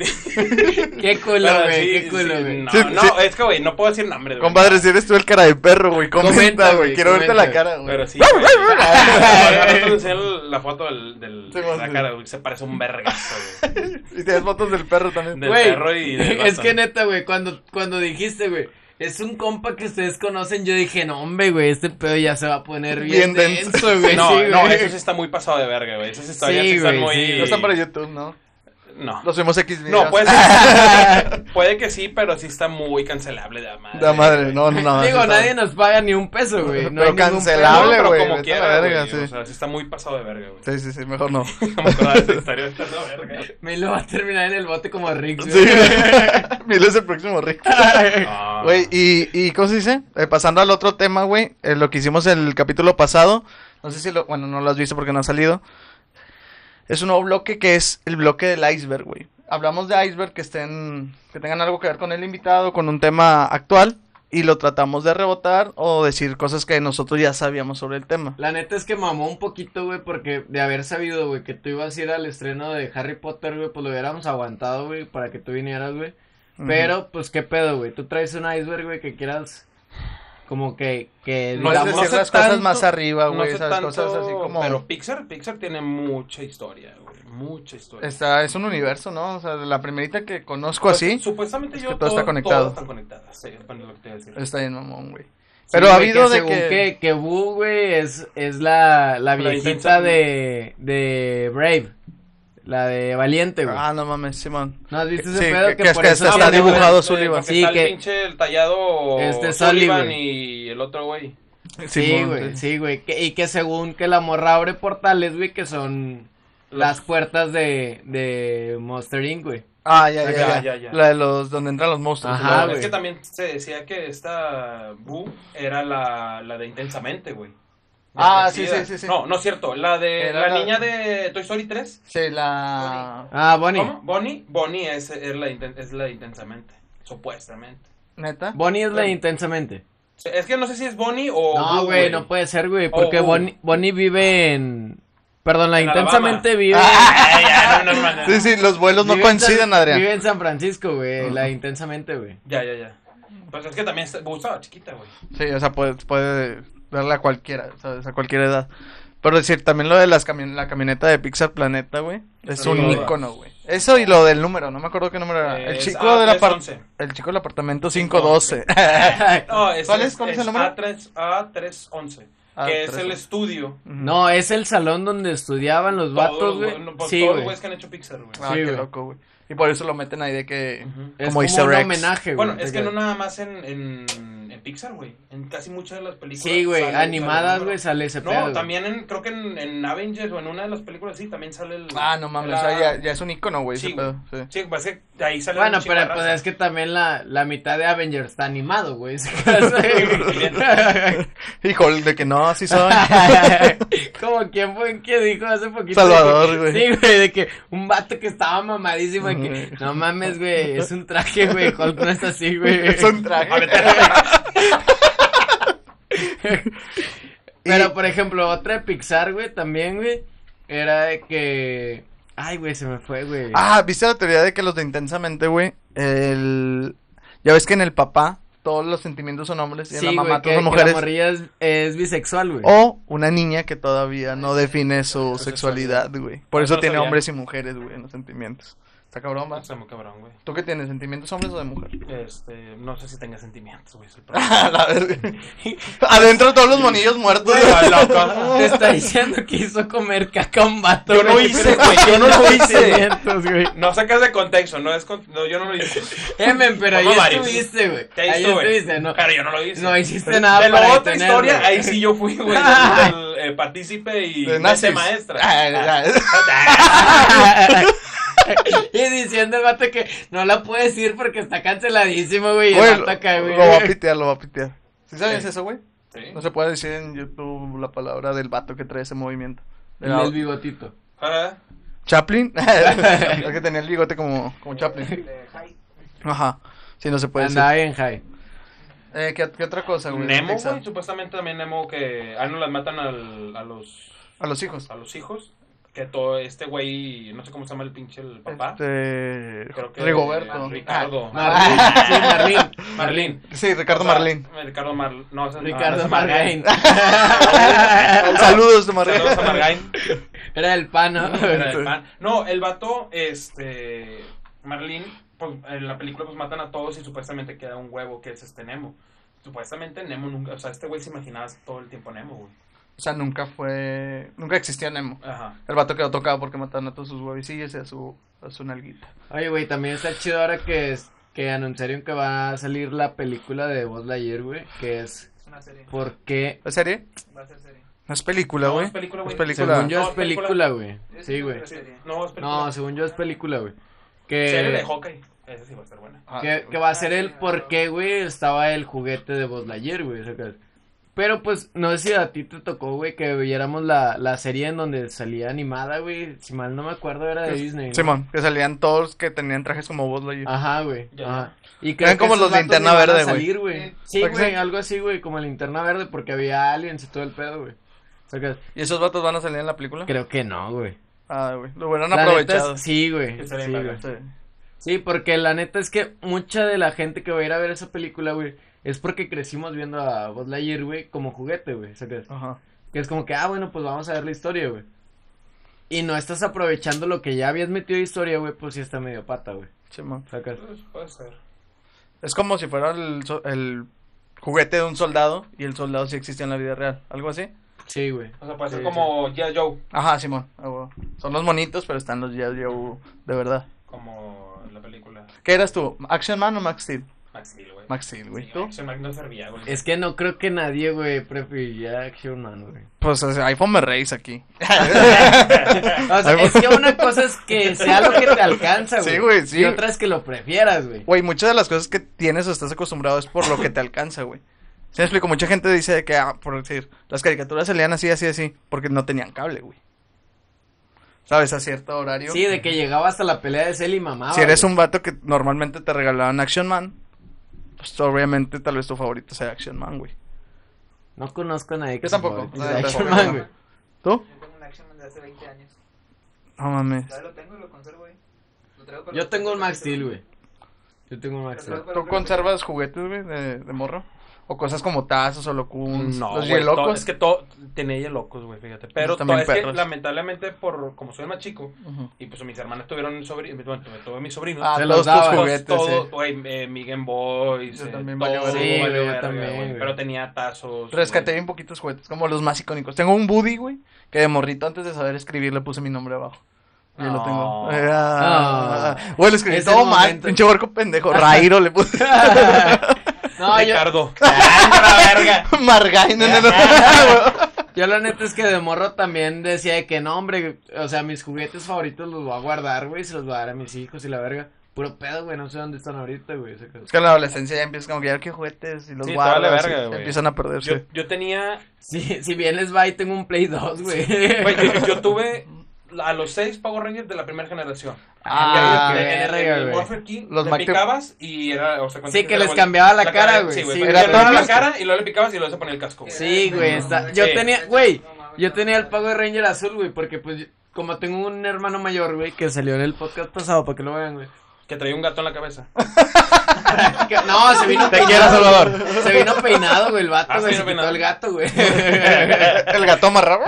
Speaker 3: Qué culo,
Speaker 4: pero
Speaker 3: güey.
Speaker 4: sí,
Speaker 3: qué culo,
Speaker 4: sí,
Speaker 3: güey.
Speaker 4: No,
Speaker 2: Sí, sí.
Speaker 4: no, es que, güey, no puedo decir nombres, güey.
Speaker 2: Compadre, si eres tú el cara de perro, güey. Comenta,
Speaker 3: Comenta,
Speaker 2: güey.
Speaker 3: güey,
Speaker 2: Quiero verte
Speaker 3: comenta.
Speaker 2: la cara, güey.
Speaker 4: Pero sí. güey. Ahora te enseño la foto del, del-
Speaker 2: Sí,
Speaker 4: de la
Speaker 2: güey.
Speaker 4: cara, güey. Se parece a un vergazo, güey.
Speaker 2: Y tienes fotos del perro también.
Speaker 4: Del
Speaker 3: Güey,
Speaker 4: perro y del
Speaker 3: es
Speaker 4: ratón.
Speaker 3: que neta, güey, cuando, cuando dijiste, güey, es un compa que ustedes conocen, yo dije, no, hombre, güey, este pedo ya se va a poner bien,
Speaker 2: Bien denso.
Speaker 3: denso, güey.
Speaker 7: No,
Speaker 3: sí,
Speaker 7: no,
Speaker 3: güey.
Speaker 7: eso sí está muy pasado de verga, güey. Esas historias
Speaker 3: Sí,
Speaker 7: sí, están
Speaker 3: güey,
Speaker 7: muy.
Speaker 3: sí.
Speaker 2: No están para YouTube, ¿no? pues.
Speaker 7: No.
Speaker 2: Los vimos X videos.
Speaker 7: No, puede ser. puede que sí, pero sí está muy cancelable de la madre.
Speaker 2: La madre, no, no, no.
Speaker 3: Digo,
Speaker 2: sí está-
Speaker 3: nadie nos paga ni un peso, güey. No
Speaker 2: Pero
Speaker 3: hay ningún
Speaker 2: cancelado.
Speaker 3: pedo.
Speaker 2: Hable,
Speaker 7: pero
Speaker 2: güey,
Speaker 7: como
Speaker 2: vete a
Speaker 7: quiera,
Speaker 2: la verga,
Speaker 7: güey,
Speaker 2: sí.
Speaker 7: O sea, sí está muy pasado de verga, güey.
Speaker 2: Sí, sí, sí, mejor no.
Speaker 7: No me acordaba de esa historia, está de la verga.
Speaker 3: Me lo va a terminar en el bote como Rick, güey.
Speaker 2: Sí. Milo es el próximo rico.
Speaker 7: No.
Speaker 4: Ah.
Speaker 2: Güey, y, y ¿cómo se dice? Eh, pasando al otro tema, güey, eh, lo que hicimos en el capítulo pasado, no sé si lo, bueno, no lo has visto porque no ha salido, es un nuevo bloque que es el bloque del iceberg, güey. Hablamos de iceberg que estén, que tengan algo que ver con el invitado, con un tema actual, y lo tratamos de rebotar o decir cosas que nosotros ya sabíamos sobre el tema.
Speaker 3: La neta es que mamó un poquito, güey, porque de haber sabido, güey, que tú ibas a ir al estreno de Harry Potter, güey, pues lo hubiéramos aguantado, güey, para que tú vinieras, güey. Pero, pues, ¿qué pedo, güey? Tú traes un iceberg, güey, que quieras como que, que
Speaker 2: no es
Speaker 3: digamos...
Speaker 2: decir
Speaker 7: sé
Speaker 2: las cosas
Speaker 7: tanto,
Speaker 2: más arriba,
Speaker 7: No
Speaker 2: güey,
Speaker 7: sé
Speaker 2: esas
Speaker 7: tanto,
Speaker 2: cosas así como...
Speaker 7: Pero Pixar, Pixar tiene mucha historia, güey. Mucha historia.
Speaker 2: Está, es un universo, ¿no? O sea, la primerita que conozco
Speaker 7: Pues,
Speaker 2: así,
Speaker 7: Supuestamente
Speaker 2: es
Speaker 7: yo.
Speaker 2: que todo está conectado.
Speaker 7: Todo están conectadas. Sí, bueno, lo que te iba a decir.
Speaker 2: está bien mamón, güey.
Speaker 3: sí,
Speaker 2: Pero ha
Speaker 3: güey,
Speaker 2: habido de
Speaker 3: según
Speaker 2: que...
Speaker 3: que, que Boo, güey, es, es la, la viejita
Speaker 7: intensa-
Speaker 3: de, de Brave, la de Valiente, güey.
Speaker 2: Ah, no mames, Simón.
Speaker 3: ¿No has visto ese
Speaker 2: Sí,
Speaker 3: pedo?
Speaker 2: que-
Speaker 3: Que,
Speaker 2: que es
Speaker 3: por
Speaker 2: que
Speaker 3: eso...
Speaker 7: Ah,
Speaker 2: está
Speaker 3: tiene, güey,
Speaker 2: dibujado
Speaker 7: porque-
Speaker 2: Sullivan.
Speaker 7: porque
Speaker 3: Sí,
Speaker 7: está
Speaker 3: que-
Speaker 7: el pinche el tallado
Speaker 3: Este,
Speaker 7: Sullivan
Speaker 3: Sullivan.
Speaker 7: y el otro güey.
Speaker 3: Sí, güey, sí, güey. que- Y que según que la morra abre portales, güey, que son las puertas de, de Monster Inc., güey.
Speaker 2: Ah, ya, ya,
Speaker 7: Ya,
Speaker 2: ya,
Speaker 7: ya, ya.
Speaker 2: La de los donde entran los monstruos.
Speaker 3: Ajá,
Speaker 2: la-
Speaker 3: güey.
Speaker 7: es que también se decía que esta Boo era la, la de Intensamente, güey.
Speaker 2: Ah, sí,
Speaker 7: Crecida.
Speaker 2: sí, sí, sí.
Speaker 7: No, no es cierto. La de
Speaker 2: Era
Speaker 7: la,
Speaker 2: la-
Speaker 7: niña de Toy Story 3.
Speaker 2: Sí, la
Speaker 3: Ah, Bonnie.
Speaker 7: ¿Cómo? Bonnie. Bonnie es, es la, inten- es la de Intensamente, supuestamente.
Speaker 2: neta.
Speaker 3: Bonnie es la de intensamente.
Speaker 7: Sí, Es que no sé si es Bonnie o.
Speaker 3: No,
Speaker 7: Boo,
Speaker 3: güey, no puede ser, güey, porque
Speaker 7: Oh, güey.
Speaker 3: Bonnie, Bonnie vive en... Perdón, la de
Speaker 7: En
Speaker 3: intensamente
Speaker 7: Alabama.
Speaker 3: vive...
Speaker 7: Ay, ya, no, no, no, no.
Speaker 2: Sí, sí, los vuelos no
Speaker 3: vive en San-
Speaker 2: coinciden, Adrián.
Speaker 3: Vive en San Francisco, güey, la de intensamente, güey.
Speaker 7: Ya, ya, ya. Pues es que también se- Boo estaba chiquita, güey.
Speaker 2: Sí, o sea, puede, puede darle a cualquiera, ¿sabes? A cualquier edad. Pero decir, también lo de las cami- la camioneta de Pixar Planeta, güey. Es
Speaker 7: Sí,
Speaker 2: un
Speaker 7: güey.
Speaker 2: ícono, güey. Eso y lo del número, no me acuerdo qué número era.
Speaker 7: Eh,
Speaker 2: el,
Speaker 7: es
Speaker 2: chico del apar-
Speaker 7: A311.
Speaker 2: el chico del apartamento 512.
Speaker 7: No, es,
Speaker 2: ¿Cuál es- cuál es el número?
Speaker 7: A3, A311.
Speaker 2: Ah,
Speaker 7: que es el
Speaker 2: A311.
Speaker 7: estudio.
Speaker 3: No, es el salón donde estudiaban los
Speaker 7: Todos
Speaker 3: vatos,
Speaker 7: los
Speaker 3: güey.
Speaker 7: güey- no, pues,
Speaker 3: Sí,
Speaker 7: todos los
Speaker 3: güey.
Speaker 7: güeyes que han hecho Pixar, güey.
Speaker 2: Ah,
Speaker 3: Sí,
Speaker 2: qué
Speaker 3: güey.
Speaker 2: loco, güey. Y por eso lo meten ahí de que.
Speaker 3: Es
Speaker 2: Como
Speaker 3: como
Speaker 2: Easter
Speaker 3: un
Speaker 2: eggs.
Speaker 3: homenaje, güey.
Speaker 4: Bueno, es que
Speaker 3: Porque-
Speaker 4: no nada más en, en, en Pixar, güey. En casi muchas de las películas.
Speaker 3: Sí, güey,
Speaker 4: sale-
Speaker 3: animadas,
Speaker 4: sale-
Speaker 3: güey, sale ese pedo.
Speaker 4: No,
Speaker 3: güey.
Speaker 4: también en, creo que en, en Avengers o en una de las películas sí, también sale el.
Speaker 2: Ah, no mames,
Speaker 4: la-
Speaker 2: o sea, ya, ya es un icono, güey,
Speaker 4: Sí,
Speaker 2: ese pedo. sí.
Speaker 4: Sí, pues es que ahí sale.
Speaker 3: Bueno,
Speaker 4: un chingo de
Speaker 3: pero
Speaker 4: raza.
Speaker 3: pues es que también la, la mitad de Avengers está animado, güey. es que-
Speaker 2: Hijo, de que no, así son.
Speaker 3: Como quien fue que dijo hace poquito.
Speaker 2: Salvador,
Speaker 3: de que-
Speaker 2: güey.
Speaker 3: Sí, güey, de que un vato que estaba mamadísimo. de que, no mames, güey, es un traje, güey. Hulk no es así, güey.
Speaker 2: es un traje.
Speaker 4: A ver, espérate.
Speaker 3: Pero, por ejemplo, otra de Pixar, güey, también, güey, era de que... Ay, güey, se me fue, güey.
Speaker 2: Ah, ¿viste la teoría de que los de intensamente, güey? El... Ya ves que en el papá todos los sentimientos son hombres y en
Speaker 3: sí,
Speaker 2: la mamá
Speaker 3: güey, que,
Speaker 2: todos son
Speaker 3: que
Speaker 2: mujeres.
Speaker 3: la
Speaker 2: Oh,
Speaker 3: morrilla es, es bisexual, güey.
Speaker 2: O una niña que todavía no define su
Speaker 4: su
Speaker 2: sexualidad,
Speaker 4: sexualidad.
Speaker 2: güey. Por
Speaker 4: No
Speaker 2: eso
Speaker 4: lo
Speaker 2: tiene
Speaker 4: sabía.
Speaker 2: hombres y mujeres, güey, en los sentimientos. Está cabrón, va.
Speaker 4: Está muy cabrón, güey.
Speaker 2: ¿Tú qué tienes? ¿Sentimientos hombres o de mujer?
Speaker 4: Este, no sé si tenga sentimientos, güey. es el problema.
Speaker 2: A la verga. Adentro todos los monillos muertos.
Speaker 4: A la cosa.
Speaker 3: Te está diciendo que hizo comer caca a un vato,
Speaker 4: Yo no
Speaker 3: güey.
Speaker 4: hice, güey. Yo no lo hice.
Speaker 3: Sentimientos, güey.
Speaker 4: No sacas de contexto, no es. con- No, yo no lo hice.
Speaker 3: Emen, pero ahí
Speaker 4: Como varios.
Speaker 3: estuviste, güey.
Speaker 4: Te
Speaker 3: Ahí
Speaker 4: hizo, güey.
Speaker 3: estuviste, ¿no?
Speaker 4: Pero yo no lo hice.
Speaker 3: No hiciste nada
Speaker 4: De
Speaker 3: para
Speaker 4: la otra
Speaker 3: detenerlo.
Speaker 4: historia, ahí sí yo fui, güey. el, el, eh, partícipe y
Speaker 2: De
Speaker 4: clase
Speaker 2: nazis.
Speaker 4: maestra.
Speaker 2: Ah, ya.
Speaker 3: y diciendo el vato que no la puede decir porque está canceladísimo, güey. y el
Speaker 2: Güey,
Speaker 3: vato acá, güey.
Speaker 2: lo va a pitear, lo va a pitear. ¿Sí sabes
Speaker 4: Sí.
Speaker 2: eso, güey?
Speaker 4: Sí.
Speaker 2: No se puede decir en YouTube la palabra del vato que trae ese movimiento.
Speaker 3: El
Speaker 2: Era-
Speaker 3: del bigotito.
Speaker 4: Ajá.
Speaker 2: ¿Chaplin? es que tenía el bigote como, como Chaplin. Ajá. Sí, no se puede decir.
Speaker 3: Andaba bien high.
Speaker 2: Eh, ¿qué, qué otra cosa, güey?
Speaker 4: Nemo,
Speaker 2: Pixar?
Speaker 4: güey, supuestamente también Nemo que ah no las matan al, a los
Speaker 2: A los hijos.
Speaker 4: a los hijos, que todo este güey, no sé cómo se llama el pinche el papá.
Speaker 2: Este...
Speaker 4: Creo que
Speaker 2: Rigoberto.
Speaker 4: eh, Ricardo.
Speaker 3: Marlín,
Speaker 4: Ah.
Speaker 3: sí, Marlín.
Speaker 4: Marlín.
Speaker 2: Ah, sí, Ricardo
Speaker 4: O sea,
Speaker 2: Marlín.
Speaker 4: Ricardo Marlín. No, ese- no, ese
Speaker 3: Ricardo
Speaker 4: es Margain.
Speaker 3: Margain.
Speaker 2: Saludos, Marlín.
Speaker 4: Saludos a Margain.
Speaker 3: Era el pan, ¿no?
Speaker 4: Era el pan. No, el vato, este, Marlín, pues, en la película pues matan a todos y supuestamente queda un huevo que es este Nemo. Supuestamente Nemo nunca, o sea, este güey se imaginaba todo el tiempo Nemo, güey.
Speaker 2: O sea, nunca fue... Nunca existió Nemo.
Speaker 4: Ajá.
Speaker 2: El vato quedó tocado porque mataron a todos sus huevicillos y a su, a su nalguita.
Speaker 3: Oye, güey, también está chido ahora que, es, que anunciaron que va a salir la película de Buzz Lightyear, güey, que es
Speaker 5: Es una serie.
Speaker 3: ¿Por qué?
Speaker 2: ¿La serie?
Speaker 5: Va a ser serie.
Speaker 2: No es película,
Speaker 4: No,
Speaker 2: güey.
Speaker 4: es película, güey.
Speaker 2: Es película.
Speaker 3: Según yo
Speaker 4: No,
Speaker 3: es
Speaker 4: es
Speaker 3: película,
Speaker 4: película.
Speaker 3: güey. Sí, güey.
Speaker 5: Es serie.
Speaker 4: No, es película.
Speaker 3: No, según yo es película, güey. Que...
Speaker 4: Serie de Hawkeye. Esa sí va a estar buena.
Speaker 2: Ah,
Speaker 3: Que, que va a ser el por qué, güey, estaba el juguete de Buzz Lightyear, güey. sacas. Pero pues, no sé si a ti te tocó, güey, que viéramos la, la serie en donde salía animada, güey. Si mal no me acuerdo, era de Disney. Ah. ¿no?
Speaker 2: Simón, que salían todos que tenían trajes como Buzz Lightyear.
Speaker 3: Ajá, güey.
Speaker 4: Ya.
Speaker 3: Ajá. Y
Speaker 2: Eran como los
Speaker 3: esos
Speaker 2: de
Speaker 3: vatos
Speaker 2: Linterna
Speaker 3: ni van a
Speaker 2: Verde, güey.
Speaker 3: salir, güey. Sí,
Speaker 2: Porque
Speaker 3: güey,
Speaker 2: sí.
Speaker 3: algo así, güey, como linterna verde, porque había aliens y todo el pedo, güey. Sacas.
Speaker 2: ¿Y esos vatos van a salir en la película?
Speaker 3: Creo que no, güey.
Speaker 2: Ah, güey. Lo hubieran
Speaker 3: La neta es-
Speaker 2: aprovechado.
Speaker 3: Sí, güey.
Speaker 4: Estaría
Speaker 3: sí,
Speaker 4: bien
Speaker 3: güey.
Speaker 4: verga.
Speaker 2: Sí.
Speaker 3: Sí, porque la neta es que mucha de la gente que va a ir a ver esa película, güey, es porque crecimos viendo a Buzz Lightyear, güey, como juguete, güey. O sea, que,
Speaker 2: Ajá.
Speaker 3: que es como que, ah, bueno, pues vamos a ver la historia, güey. Y no estás aprovechando lo que ya habías metido de historia, güey, pues sí está medio pata, güey.
Speaker 2: Simón.
Speaker 3: O sea, que-
Speaker 4: Pues, puede ser.
Speaker 2: Es como si fuera el, so- el juguete de un soldado y el soldado sí existe en la vida real. ¿Algo así?
Speaker 3: Sí, güey.
Speaker 4: O sea, puede
Speaker 3: Sí,
Speaker 4: ser como ya Joe,
Speaker 2: Ajá, Simón. Ah, güey. Son los monitos, pero están los G.I. Joe de verdad.
Speaker 4: como en la película
Speaker 2: ¿Qué eras tú? ¿Action Man o Max Steel?
Speaker 4: Max Steel, güey.
Speaker 2: Max Steel, güey.
Speaker 4: Sí,
Speaker 2: ¿Tú?
Speaker 4: Action Man no servía, güey.
Speaker 3: Es que no creo que nadie, güey, prefiriera Action Man, güey.
Speaker 2: Pues o sea, iPhone me reís aquí.
Speaker 3: O sea, es que una cosa es que sea lo que te alcanza, güey.
Speaker 2: Sí, güey, sí.
Speaker 3: Y otra es que lo prefieras, güey.
Speaker 2: Güey, muchas de las cosas que tienes o estás acostumbrado es por lo que te alcanza, güey. ¿Se me explico? Mucha gente dice de que, ah, por decir, las caricaturas salían así, así, así, porque no tenían cable, güey. ¿Sabes? A cierto horario.
Speaker 3: Sí, de que llegaba hasta la pelea de Cell y mamaba.
Speaker 2: si eres
Speaker 3: güey.
Speaker 2: un vato que normalmente te regalaban Action Man, pues obviamente tal vez tu favorito sea Action Man, güey.
Speaker 3: No conozco a nadie que
Speaker 2: Yo
Speaker 3: sea
Speaker 2: tampoco,
Speaker 3: favorito
Speaker 2: la
Speaker 3: de
Speaker 2: neta.
Speaker 3: Action Man, güey.
Speaker 2: ¿Tú?
Speaker 5: Yo tengo un Action Man de hace 20 años.
Speaker 2: No mames.
Speaker 5: Todavía lo tengo y lo conservo ahí. Lo traigo para
Speaker 3: Yo
Speaker 5: la
Speaker 3: tengo un
Speaker 5: próxima
Speaker 3: Max Steel,
Speaker 5: película.
Speaker 3: güey. Yo tengo un Max Steel.
Speaker 2: ¿Tú conservas juguetes, güey, de, de morro? ¿O cosas como tazos o locuns?
Speaker 4: No,
Speaker 2: los
Speaker 4: güey, to-
Speaker 2: locos.
Speaker 4: es que todo tenía ya locos, güey, fíjate. Pero
Speaker 2: también
Speaker 4: to- es que
Speaker 2: perros.
Speaker 4: lamentablemente por como soy el más chico y pues mis hermanas tuvieron sobrinos, bueno, tuve- tuve mis sobrinos.
Speaker 2: Ah,
Speaker 3: Se
Speaker 2: todos
Speaker 3: los
Speaker 2: tus
Speaker 3: daba.
Speaker 4: Pues,
Speaker 2: juguetes,
Speaker 4: todo,
Speaker 2: sí.
Speaker 4: güey, eh, mi Game Boy,
Speaker 2: Yo
Speaker 4: eh,
Speaker 2: también
Speaker 4: todo,
Speaker 2: valió verga.
Speaker 4: valió
Speaker 3: Sí, güey, yo
Speaker 4: verga,
Speaker 3: también,
Speaker 4: güey,
Speaker 3: güey.
Speaker 4: Pero tenía tazos.
Speaker 2: Rescaté
Speaker 4: Pues, güey.
Speaker 2: bien poquitos juguetes, como los más icónicos. Tengo un Buddy, güey, que de morrito antes de saber escribir le puse mi nombre abajo. Yo lo
Speaker 3: No.
Speaker 2: tengo. Eh, Ah. Güey, lo escribí
Speaker 3: Es
Speaker 2: todo
Speaker 3: el
Speaker 2: mal.
Speaker 3: momento.
Speaker 2: Pinche barco pendejo. Rairo le puse.
Speaker 3: No, yo,
Speaker 4: Ricardo. Ah,
Speaker 2: verga. Margain. No, no, no.
Speaker 3: yo la neta es que de morro también decía de que no, hombre, o sea, mis juguetes favoritos los voy a guardar, güey, se los voy a dar a mis hijos y la verga. Puro pedo, güey, no sé dónde están ahorita, güey. o sea, que-
Speaker 2: Es que en la adolescencia ya empiezas como que ya que juguetes y los
Speaker 4: Sí, te
Speaker 2: guardas.
Speaker 4: vale
Speaker 2: y
Speaker 4: verga,
Speaker 2: te
Speaker 4: güey.
Speaker 2: empiezan a
Speaker 4: Yo,
Speaker 2: perderse.
Speaker 4: yo tenía.
Speaker 3: Si, si bien les va y tengo un Play 2, güey.
Speaker 4: güey, yo, yo tuve a los seis Power Rangers de la primera generación.
Speaker 3: Ah,
Speaker 4: En el- en el- en
Speaker 3: verga,
Speaker 4: el
Speaker 3: güey.
Speaker 4: Warfare King
Speaker 2: Los
Speaker 4: le
Speaker 2: Mac-
Speaker 4: picabas y era. O sea, cuando
Speaker 3: Sí,
Speaker 4: te
Speaker 3: que les
Speaker 4: la-
Speaker 3: cambiaba la cara, güey,
Speaker 4: Sí, güey.
Speaker 3: sí,
Speaker 4: te
Speaker 2: era
Speaker 4: cambiaba la
Speaker 2: plástico.
Speaker 4: cara y luego le picabas y luego se ponía el casco. güey.
Speaker 3: Sí, güey, está- yo
Speaker 4: Sí.
Speaker 3: tenía, güey, yo tenía el Power Ranger azul, güey, porque pues yo- como tengo un hermano mayor, güey, que salió en el podcast pasado, para que lo vean, güey.
Speaker 4: Que traía un gato en la cabeza.
Speaker 3: Que- No, se vino
Speaker 2: Te quiero, Salvador.
Speaker 3: Se vino peinado, güey, el vato,
Speaker 4: Ah,
Speaker 3: güey,
Speaker 4: se
Speaker 3: se
Speaker 4: vino
Speaker 3: quitó
Speaker 4: peinado.
Speaker 3: el gato, güey.
Speaker 2: El gato amarrado.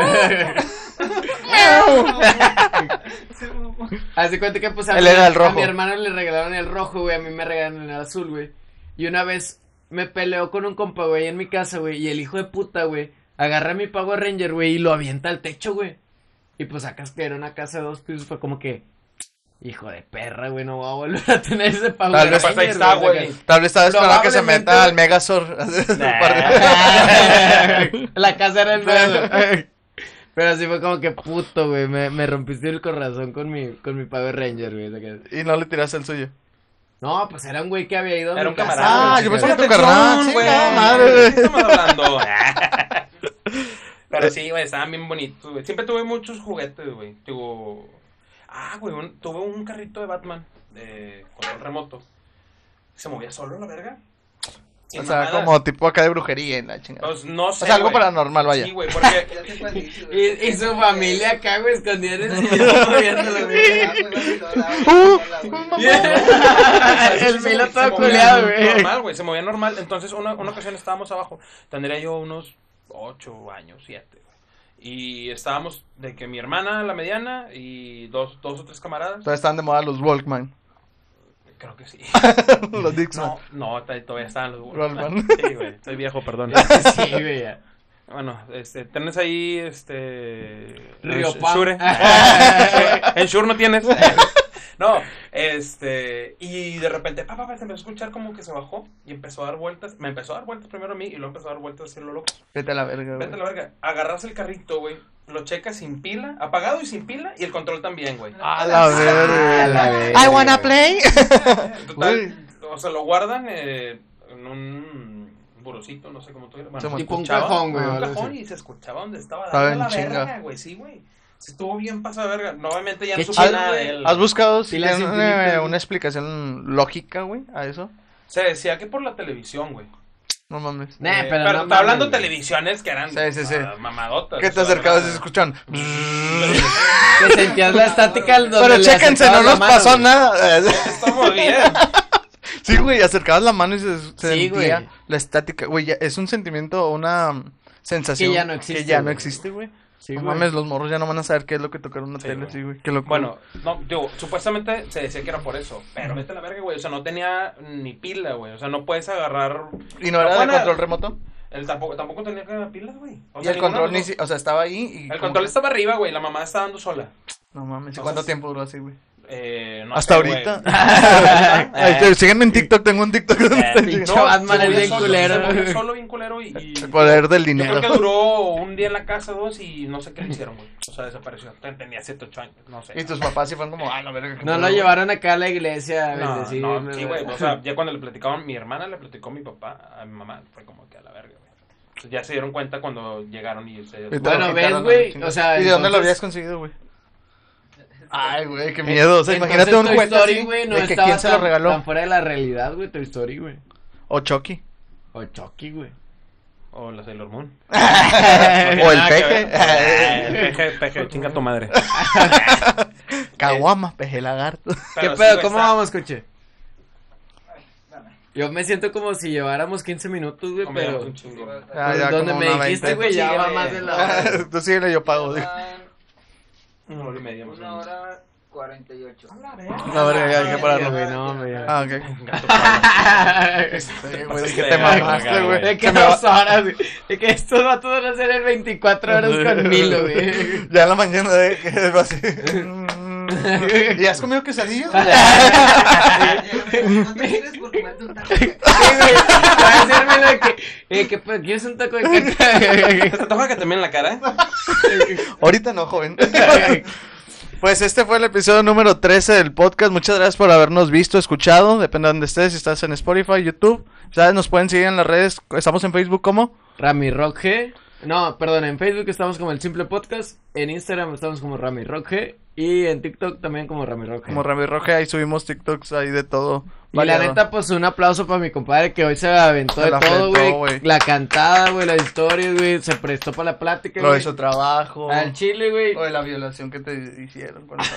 Speaker 3: Haz de cuenta que pues a,
Speaker 2: Él
Speaker 3: mí-
Speaker 2: era el
Speaker 3: a
Speaker 2: rojo.
Speaker 3: mi hermano le regalaron el rojo, güey, a mí me regalaron el azul, güey. Y una vez me peleó con un compa, güey, en mi casa, güey, y el hijo de puta, güey, agarra a mi Power Ranger, güey, y lo avienta al techo, güey. Y pues acá que era una casa de dos pisos, fue como que, hijo de perra, güey, no voy a volver a tener ese Power
Speaker 2: Tal vez
Speaker 3: Ranger,
Speaker 4: ahí está,
Speaker 3: güey.
Speaker 4: güey.
Speaker 2: Tal vez estaba esperando que se
Speaker 3: Probablemente-
Speaker 2: meta al Megazord.
Speaker 3: La casa era el nuevo. Pero así fue como que puto, güey. Me, me rompiste el corazón con mi, con mi Power Ranger, güey. o sea que-
Speaker 2: Y no le tiraste el suyo.
Speaker 3: No, pues era un güey que había ido a mi
Speaker 4: Era un
Speaker 3: casa,
Speaker 4: camarada,
Speaker 3: güey,
Speaker 2: Ah, yo pensé que
Speaker 3: chingada.
Speaker 2: tu carnal, sí,
Speaker 4: güey.
Speaker 2: no, madre, güey.
Speaker 4: ¿De qué estamos hablando? Pero sí, güey, estaban bien bonitos, güey. Siempre tuve muchos juguetes, güey. Digo. Ah, güey, un- tuve un carrito de Batman eh, control remoto. Se movía solo la verga. Sin
Speaker 2: O sea,
Speaker 4: mamada.
Speaker 2: como tipo acá de brujería en la chingada. O
Speaker 4: Pues, no sé.
Speaker 2: sea, algo
Speaker 4: güey.
Speaker 2: paranormal, vaya.
Speaker 4: Sí, güey, porque.
Speaker 5: Ya sé cuál dices, güey.
Speaker 3: Y, y su familia acá, güey, escondida en el sillón, moviéndolo, güey. Uh. El
Speaker 4: Se
Speaker 3: Milo
Speaker 4: movía-
Speaker 3: todo
Speaker 4: se movía
Speaker 3: culeado, güey.
Speaker 4: Normal, güey, se movía normal. Entonces, una, una ocasión estábamos abajo. Tendría yo unos 8 años, 7. Y estábamos de que mi hermana, la mediana, y dos, dos o tres camaradas.
Speaker 2: Todavía estaban de moda los Walkman.
Speaker 4: Creo que sí.
Speaker 2: los Dixman.
Speaker 4: No, no, t- todavía estaban los
Speaker 2: Rolman.
Speaker 4: Sí, güey, estoy viejo, perdón.
Speaker 3: Sí, güey. ya.
Speaker 4: Bueno, este, tienes ahí, este...
Speaker 3: Río
Speaker 4: Sh-
Speaker 3: Pan.
Speaker 4: Shure. Eh, En Shure no tienes. No, este, y de repente, papá, se empezó a escuchar como que se bajó y empezó a dar vueltas. Me empezó a dar vueltas primero a mí y luego empezó a dar vueltas así lo loco.
Speaker 2: Vete a la verga,
Speaker 4: Vete a
Speaker 2: güey.
Speaker 4: la verga, agarras el carrito, güey, lo checas sin pila, apagado y sin pila y el control también, güey.
Speaker 2: A la
Speaker 3: A Ah, la
Speaker 2: verga.
Speaker 3: verga,
Speaker 2: I wanna
Speaker 3: güey.
Speaker 2: play.
Speaker 4: Total, o sea, lo guardan eh, en un burocito, no sé cómo tú
Speaker 2: Se
Speaker 4: bueno,
Speaker 2: mon-
Speaker 3: Tipo un
Speaker 4: escuchaba,
Speaker 3: cajón, güey.
Speaker 4: un
Speaker 3: algo
Speaker 4: cajón
Speaker 3: así.
Speaker 4: y se escuchaba donde estaba
Speaker 2: Estaba
Speaker 4: dando la
Speaker 2: en chinga.
Speaker 4: verga, güey, sí, güey. Se estuvo bien pasada verga. No, obviamente ya
Speaker 3: Qué
Speaker 4: no supe
Speaker 2: ¿Has,
Speaker 4: nada de él.
Speaker 2: has buscado si
Speaker 3: Pilas
Speaker 2: tiene
Speaker 3: infinitas,
Speaker 2: una,
Speaker 3: güey.
Speaker 2: una explicación lógica, güey, a eso?
Speaker 4: Se decía que por la televisión, güey.
Speaker 2: No mames.
Speaker 3: Nah,
Speaker 4: Eh,
Speaker 3: pero
Speaker 4: pero
Speaker 3: no
Speaker 4: está hablando
Speaker 3: mames, güey.
Speaker 4: televisiones que eran
Speaker 2: Sí, sí, sí.
Speaker 4: ah, mamadotas.
Speaker 2: ¿Qué te
Speaker 4: o sea,
Speaker 2: acercabas y
Speaker 4: no,
Speaker 2: se escuchan?
Speaker 3: Que sentías la estática al donde
Speaker 2: Pero
Speaker 3: le
Speaker 2: chéquense, no
Speaker 3: acercabas la
Speaker 2: nos
Speaker 3: mano,
Speaker 2: pasó
Speaker 3: güey.
Speaker 2: nada.
Speaker 4: Estamos bien.
Speaker 2: Sí, güey, acercabas la mano y se, se
Speaker 3: Sí,
Speaker 2: sentía
Speaker 3: güey.
Speaker 2: la estática. Güey, ya- es un sentimiento, una um, sensación
Speaker 3: Que ya no existe,
Speaker 2: Que ya no
Speaker 3: güey.
Speaker 2: existe, güey.
Speaker 3: Sí,
Speaker 2: no
Speaker 3: güey.
Speaker 2: mames, los morros ya no van a saber qué es lo que tocar una
Speaker 4: Sí,
Speaker 2: tele,
Speaker 4: güey.
Speaker 2: sí, güey. Qué loco.
Speaker 4: Bueno, no, digo, supuestamente se decía que era por eso. Pero vete a la verga, güey. O sea, no tenía ni pila, güey. O sea, no puedes agarrar.
Speaker 2: ¿Y no era de
Speaker 4: Bueno,
Speaker 2: control remoto?
Speaker 4: Él tampoco, tampoco tenía que agarrar pilas, güey. O
Speaker 2: Y
Speaker 4: sea,
Speaker 2: el
Speaker 4: ninguna
Speaker 2: control
Speaker 4: de
Speaker 2: ni
Speaker 4: los-
Speaker 2: si- o sea, estaba ahí y...
Speaker 4: El
Speaker 2: como
Speaker 4: control
Speaker 2: que-
Speaker 4: estaba arriba, güey. La mamá estaba dando sola.
Speaker 2: No mames, ¿y
Speaker 4: o
Speaker 2: cuánto
Speaker 4: sea,
Speaker 2: tiempo duró así, güey?
Speaker 4: Eh, no
Speaker 2: Hasta
Speaker 4: sé,
Speaker 2: ahorita.
Speaker 4: güey.
Speaker 2: Ay, te- Síguenme en TikTok, tengo un TikTok.
Speaker 4: Eh,
Speaker 2: donde está el
Speaker 3: pinche
Speaker 2: chico.
Speaker 3: Batman
Speaker 4: Se
Speaker 3: es
Speaker 4: volvió
Speaker 3: bien
Speaker 4: solo,
Speaker 3: culero,
Speaker 4: se volvió
Speaker 3: güey.
Speaker 4: Solo bien culero y. y-
Speaker 2: El poder del
Speaker 4: Eh, Yo creo
Speaker 2: dinero.
Speaker 4: que duró un día en la casa, dos, y no sé qué le hicieron, güey. O sea, desapareció. Tenía 7, 8 años, no sé.
Speaker 2: Y tus papás sí fueron como, ah, la verga.
Speaker 3: No lo llevaron acá a la iglesia a
Speaker 4: No,
Speaker 3: bendecir,
Speaker 4: no,
Speaker 3: güey.
Speaker 4: sí, güey. O sea, ya cuando le platicaban, mi hermana le platicó a mi papá, a mi mamá, fue como que a la verga, güey. Entonces, Ya se dieron cuenta cuando llegaron y se...
Speaker 2: Y te
Speaker 3: Bueno,
Speaker 2: lo
Speaker 3: ves,
Speaker 2: quitaron a la
Speaker 3: güey,
Speaker 2: chingada.
Speaker 3: o sea,
Speaker 2: ¿Y de dónde lo
Speaker 3: entonces- eh,
Speaker 2: habías conseguido, güey? Ay, güey, qué miedo. O sea, imagínate un
Speaker 3: Entonces,
Speaker 2: juguete
Speaker 3: Toy Story,
Speaker 2: así,
Speaker 3: güey, no
Speaker 2: de que
Speaker 3: estaba
Speaker 2: quién se lo
Speaker 3: tan-
Speaker 2: regaló.
Speaker 3: Tan fuera de la realidad, güey, Toy Story, güey.
Speaker 2: O Chucky.
Speaker 3: O Chucky, güey.
Speaker 4: O la Sailor Moon.
Speaker 2: o el
Speaker 4: Nada que ver.
Speaker 2: peje.
Speaker 4: Eh, Peje, peje, chinga tu madre.
Speaker 2: Caguama, peje lagarto.
Speaker 3: ¿Qué
Speaker 4: Pero sí,
Speaker 3: pedo?
Speaker 4: güey,
Speaker 3: ¿Cómo
Speaker 4: está-
Speaker 3: vamos, coche? Yo me siento como si lleváramos 15 minutos, güey,
Speaker 4: Hombre,
Speaker 3: pero...
Speaker 4: un chingo.
Speaker 2: Ah, ya,
Speaker 3: donde
Speaker 2: como
Speaker 3: me
Speaker 2: una 20.
Speaker 3: dijiste, güey, ya va
Speaker 5: Sí,
Speaker 3: más de la hora.
Speaker 2: Tú síguele, yo pago. digo.
Speaker 5: Ah, Una
Speaker 4: Una hora y media más o menos.
Speaker 5: hora cuarenta y ocho.
Speaker 2: No, verga, ya hay que pararlo,
Speaker 3: güey,
Speaker 2: güey.
Speaker 3: no, güey.
Speaker 2: Ah, ok.
Speaker 4: Gato pardo.
Speaker 2: Sí, güey,
Speaker 4: Sí,
Speaker 2: que te
Speaker 4: güey,
Speaker 2: mamaste,
Speaker 4: güey.
Speaker 2: güey.
Speaker 3: De Este que
Speaker 2: Se me va-
Speaker 3: dos horas, güey. De que estos vatos van a hacer el 24 horas con Milo, güey.
Speaker 2: eh, Ya en la mañana de que es así. Mm, ¿Y has comido quesadillas?
Speaker 5: No te quieres por comerte un taco.
Speaker 3: Sí, güey. Va a decirme lo de que, eh, que, pues, ¿quieres un taco de caca?
Speaker 4: ¿Te te antoja que te miren la cara? eh?
Speaker 2: Ahorita no, joven. Pues este fue el episodio número 13 del podcast. Muchas gracias por habernos visto, escuchado. Depende de donde estés, si estás en Spotify, YouTube. ¿Sabes? Nos pueden seguir en las redes. Estamos en Facebook como.
Speaker 3: Rami Rock G. No, perdón, en Facebook estamos como El Simple Podcast, en Instagram estamos como Rami Rock G y en TikTok también como Rami Rock G.
Speaker 2: Como Rami Roja, ahí subimos TikToks ahí de todo.
Speaker 3: y la neta, pues un aplauso para mi compadre que hoy se aventó
Speaker 2: Se
Speaker 3: de
Speaker 2: la
Speaker 3: todo,
Speaker 2: aventó,
Speaker 3: güey.
Speaker 2: güey.
Speaker 3: La cantada, güey, las historias, güey, se prestó para la plática,
Speaker 2: Lo de
Speaker 3: güey.
Speaker 2: su trabajo.
Speaker 3: Al chile, güey.
Speaker 2: Lo de la violación que te hicieron. cuando-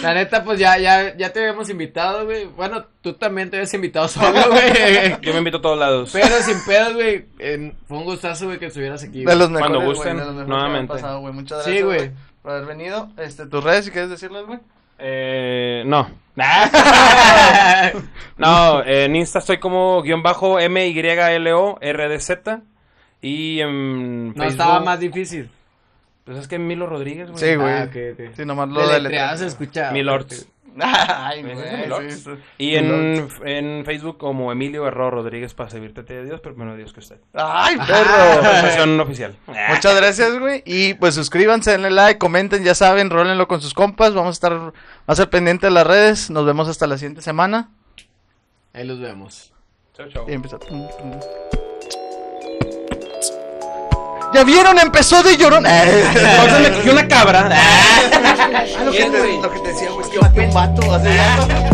Speaker 3: La neta, pues ya, ya, ya te habíamos invitado, güey. Bueno, tú también te habías invitado solo, güey.
Speaker 4: Yo me invito a todos lados.
Speaker 3: Pero sin pedos, güey. eh, fue un gustazo, güey, que estuvieras aquí.
Speaker 2: de
Speaker 3: güey.
Speaker 2: los mejores,
Speaker 4: Cuando
Speaker 2: güey,
Speaker 4: gusten,
Speaker 2: de los mejores que me
Speaker 4: nuevamente.
Speaker 2: han pasado, güey. Muchas
Speaker 3: Sí,
Speaker 2: gracias,
Speaker 3: güey.
Speaker 2: güey, por haber venido. Este, tus redes, si quieres decirlas, güey.
Speaker 4: Eh, no. no, en Insta estoy como guión bajo M-Y-L-O-R-D-Z. Y en
Speaker 3: No
Speaker 4: Facebook-
Speaker 3: estaba más difícil.
Speaker 4: Pues es que Milo Rodríguez, güey.
Speaker 2: Sí, güey.
Speaker 3: Ah, ok, ok.
Speaker 2: Sí, nomás lo
Speaker 3: Deletreado se
Speaker 2: de
Speaker 3: escucha.
Speaker 4: Mi lords.
Speaker 2: Ay,
Speaker 4: ¿Me
Speaker 2: güey.
Speaker 4: dices mi lords?
Speaker 2: sí, sí.
Speaker 4: Y en, en Facebook como Emilio Error Rodríguez para servirte de Dios, pero menos Dios que usted. Ah,
Speaker 2: Ay, perro.
Speaker 4: Versión oficial.
Speaker 2: Muchas gracias, güey. Y pues suscríbanse, denle like, comenten, ya saben, rólenlo con sus compas. Vamos a estar, va a ser pendiente de las redes. Nos vemos hasta la siguiente semana.
Speaker 3: Ahí los vemos.
Speaker 4: Chao, chao.
Speaker 2: Y empieza. ¿Ya vieron? Empezó de llorón.
Speaker 4: Entonces me cogió una cabra.
Speaker 2: lo, que te, decía, güey, es que va un vato. Así,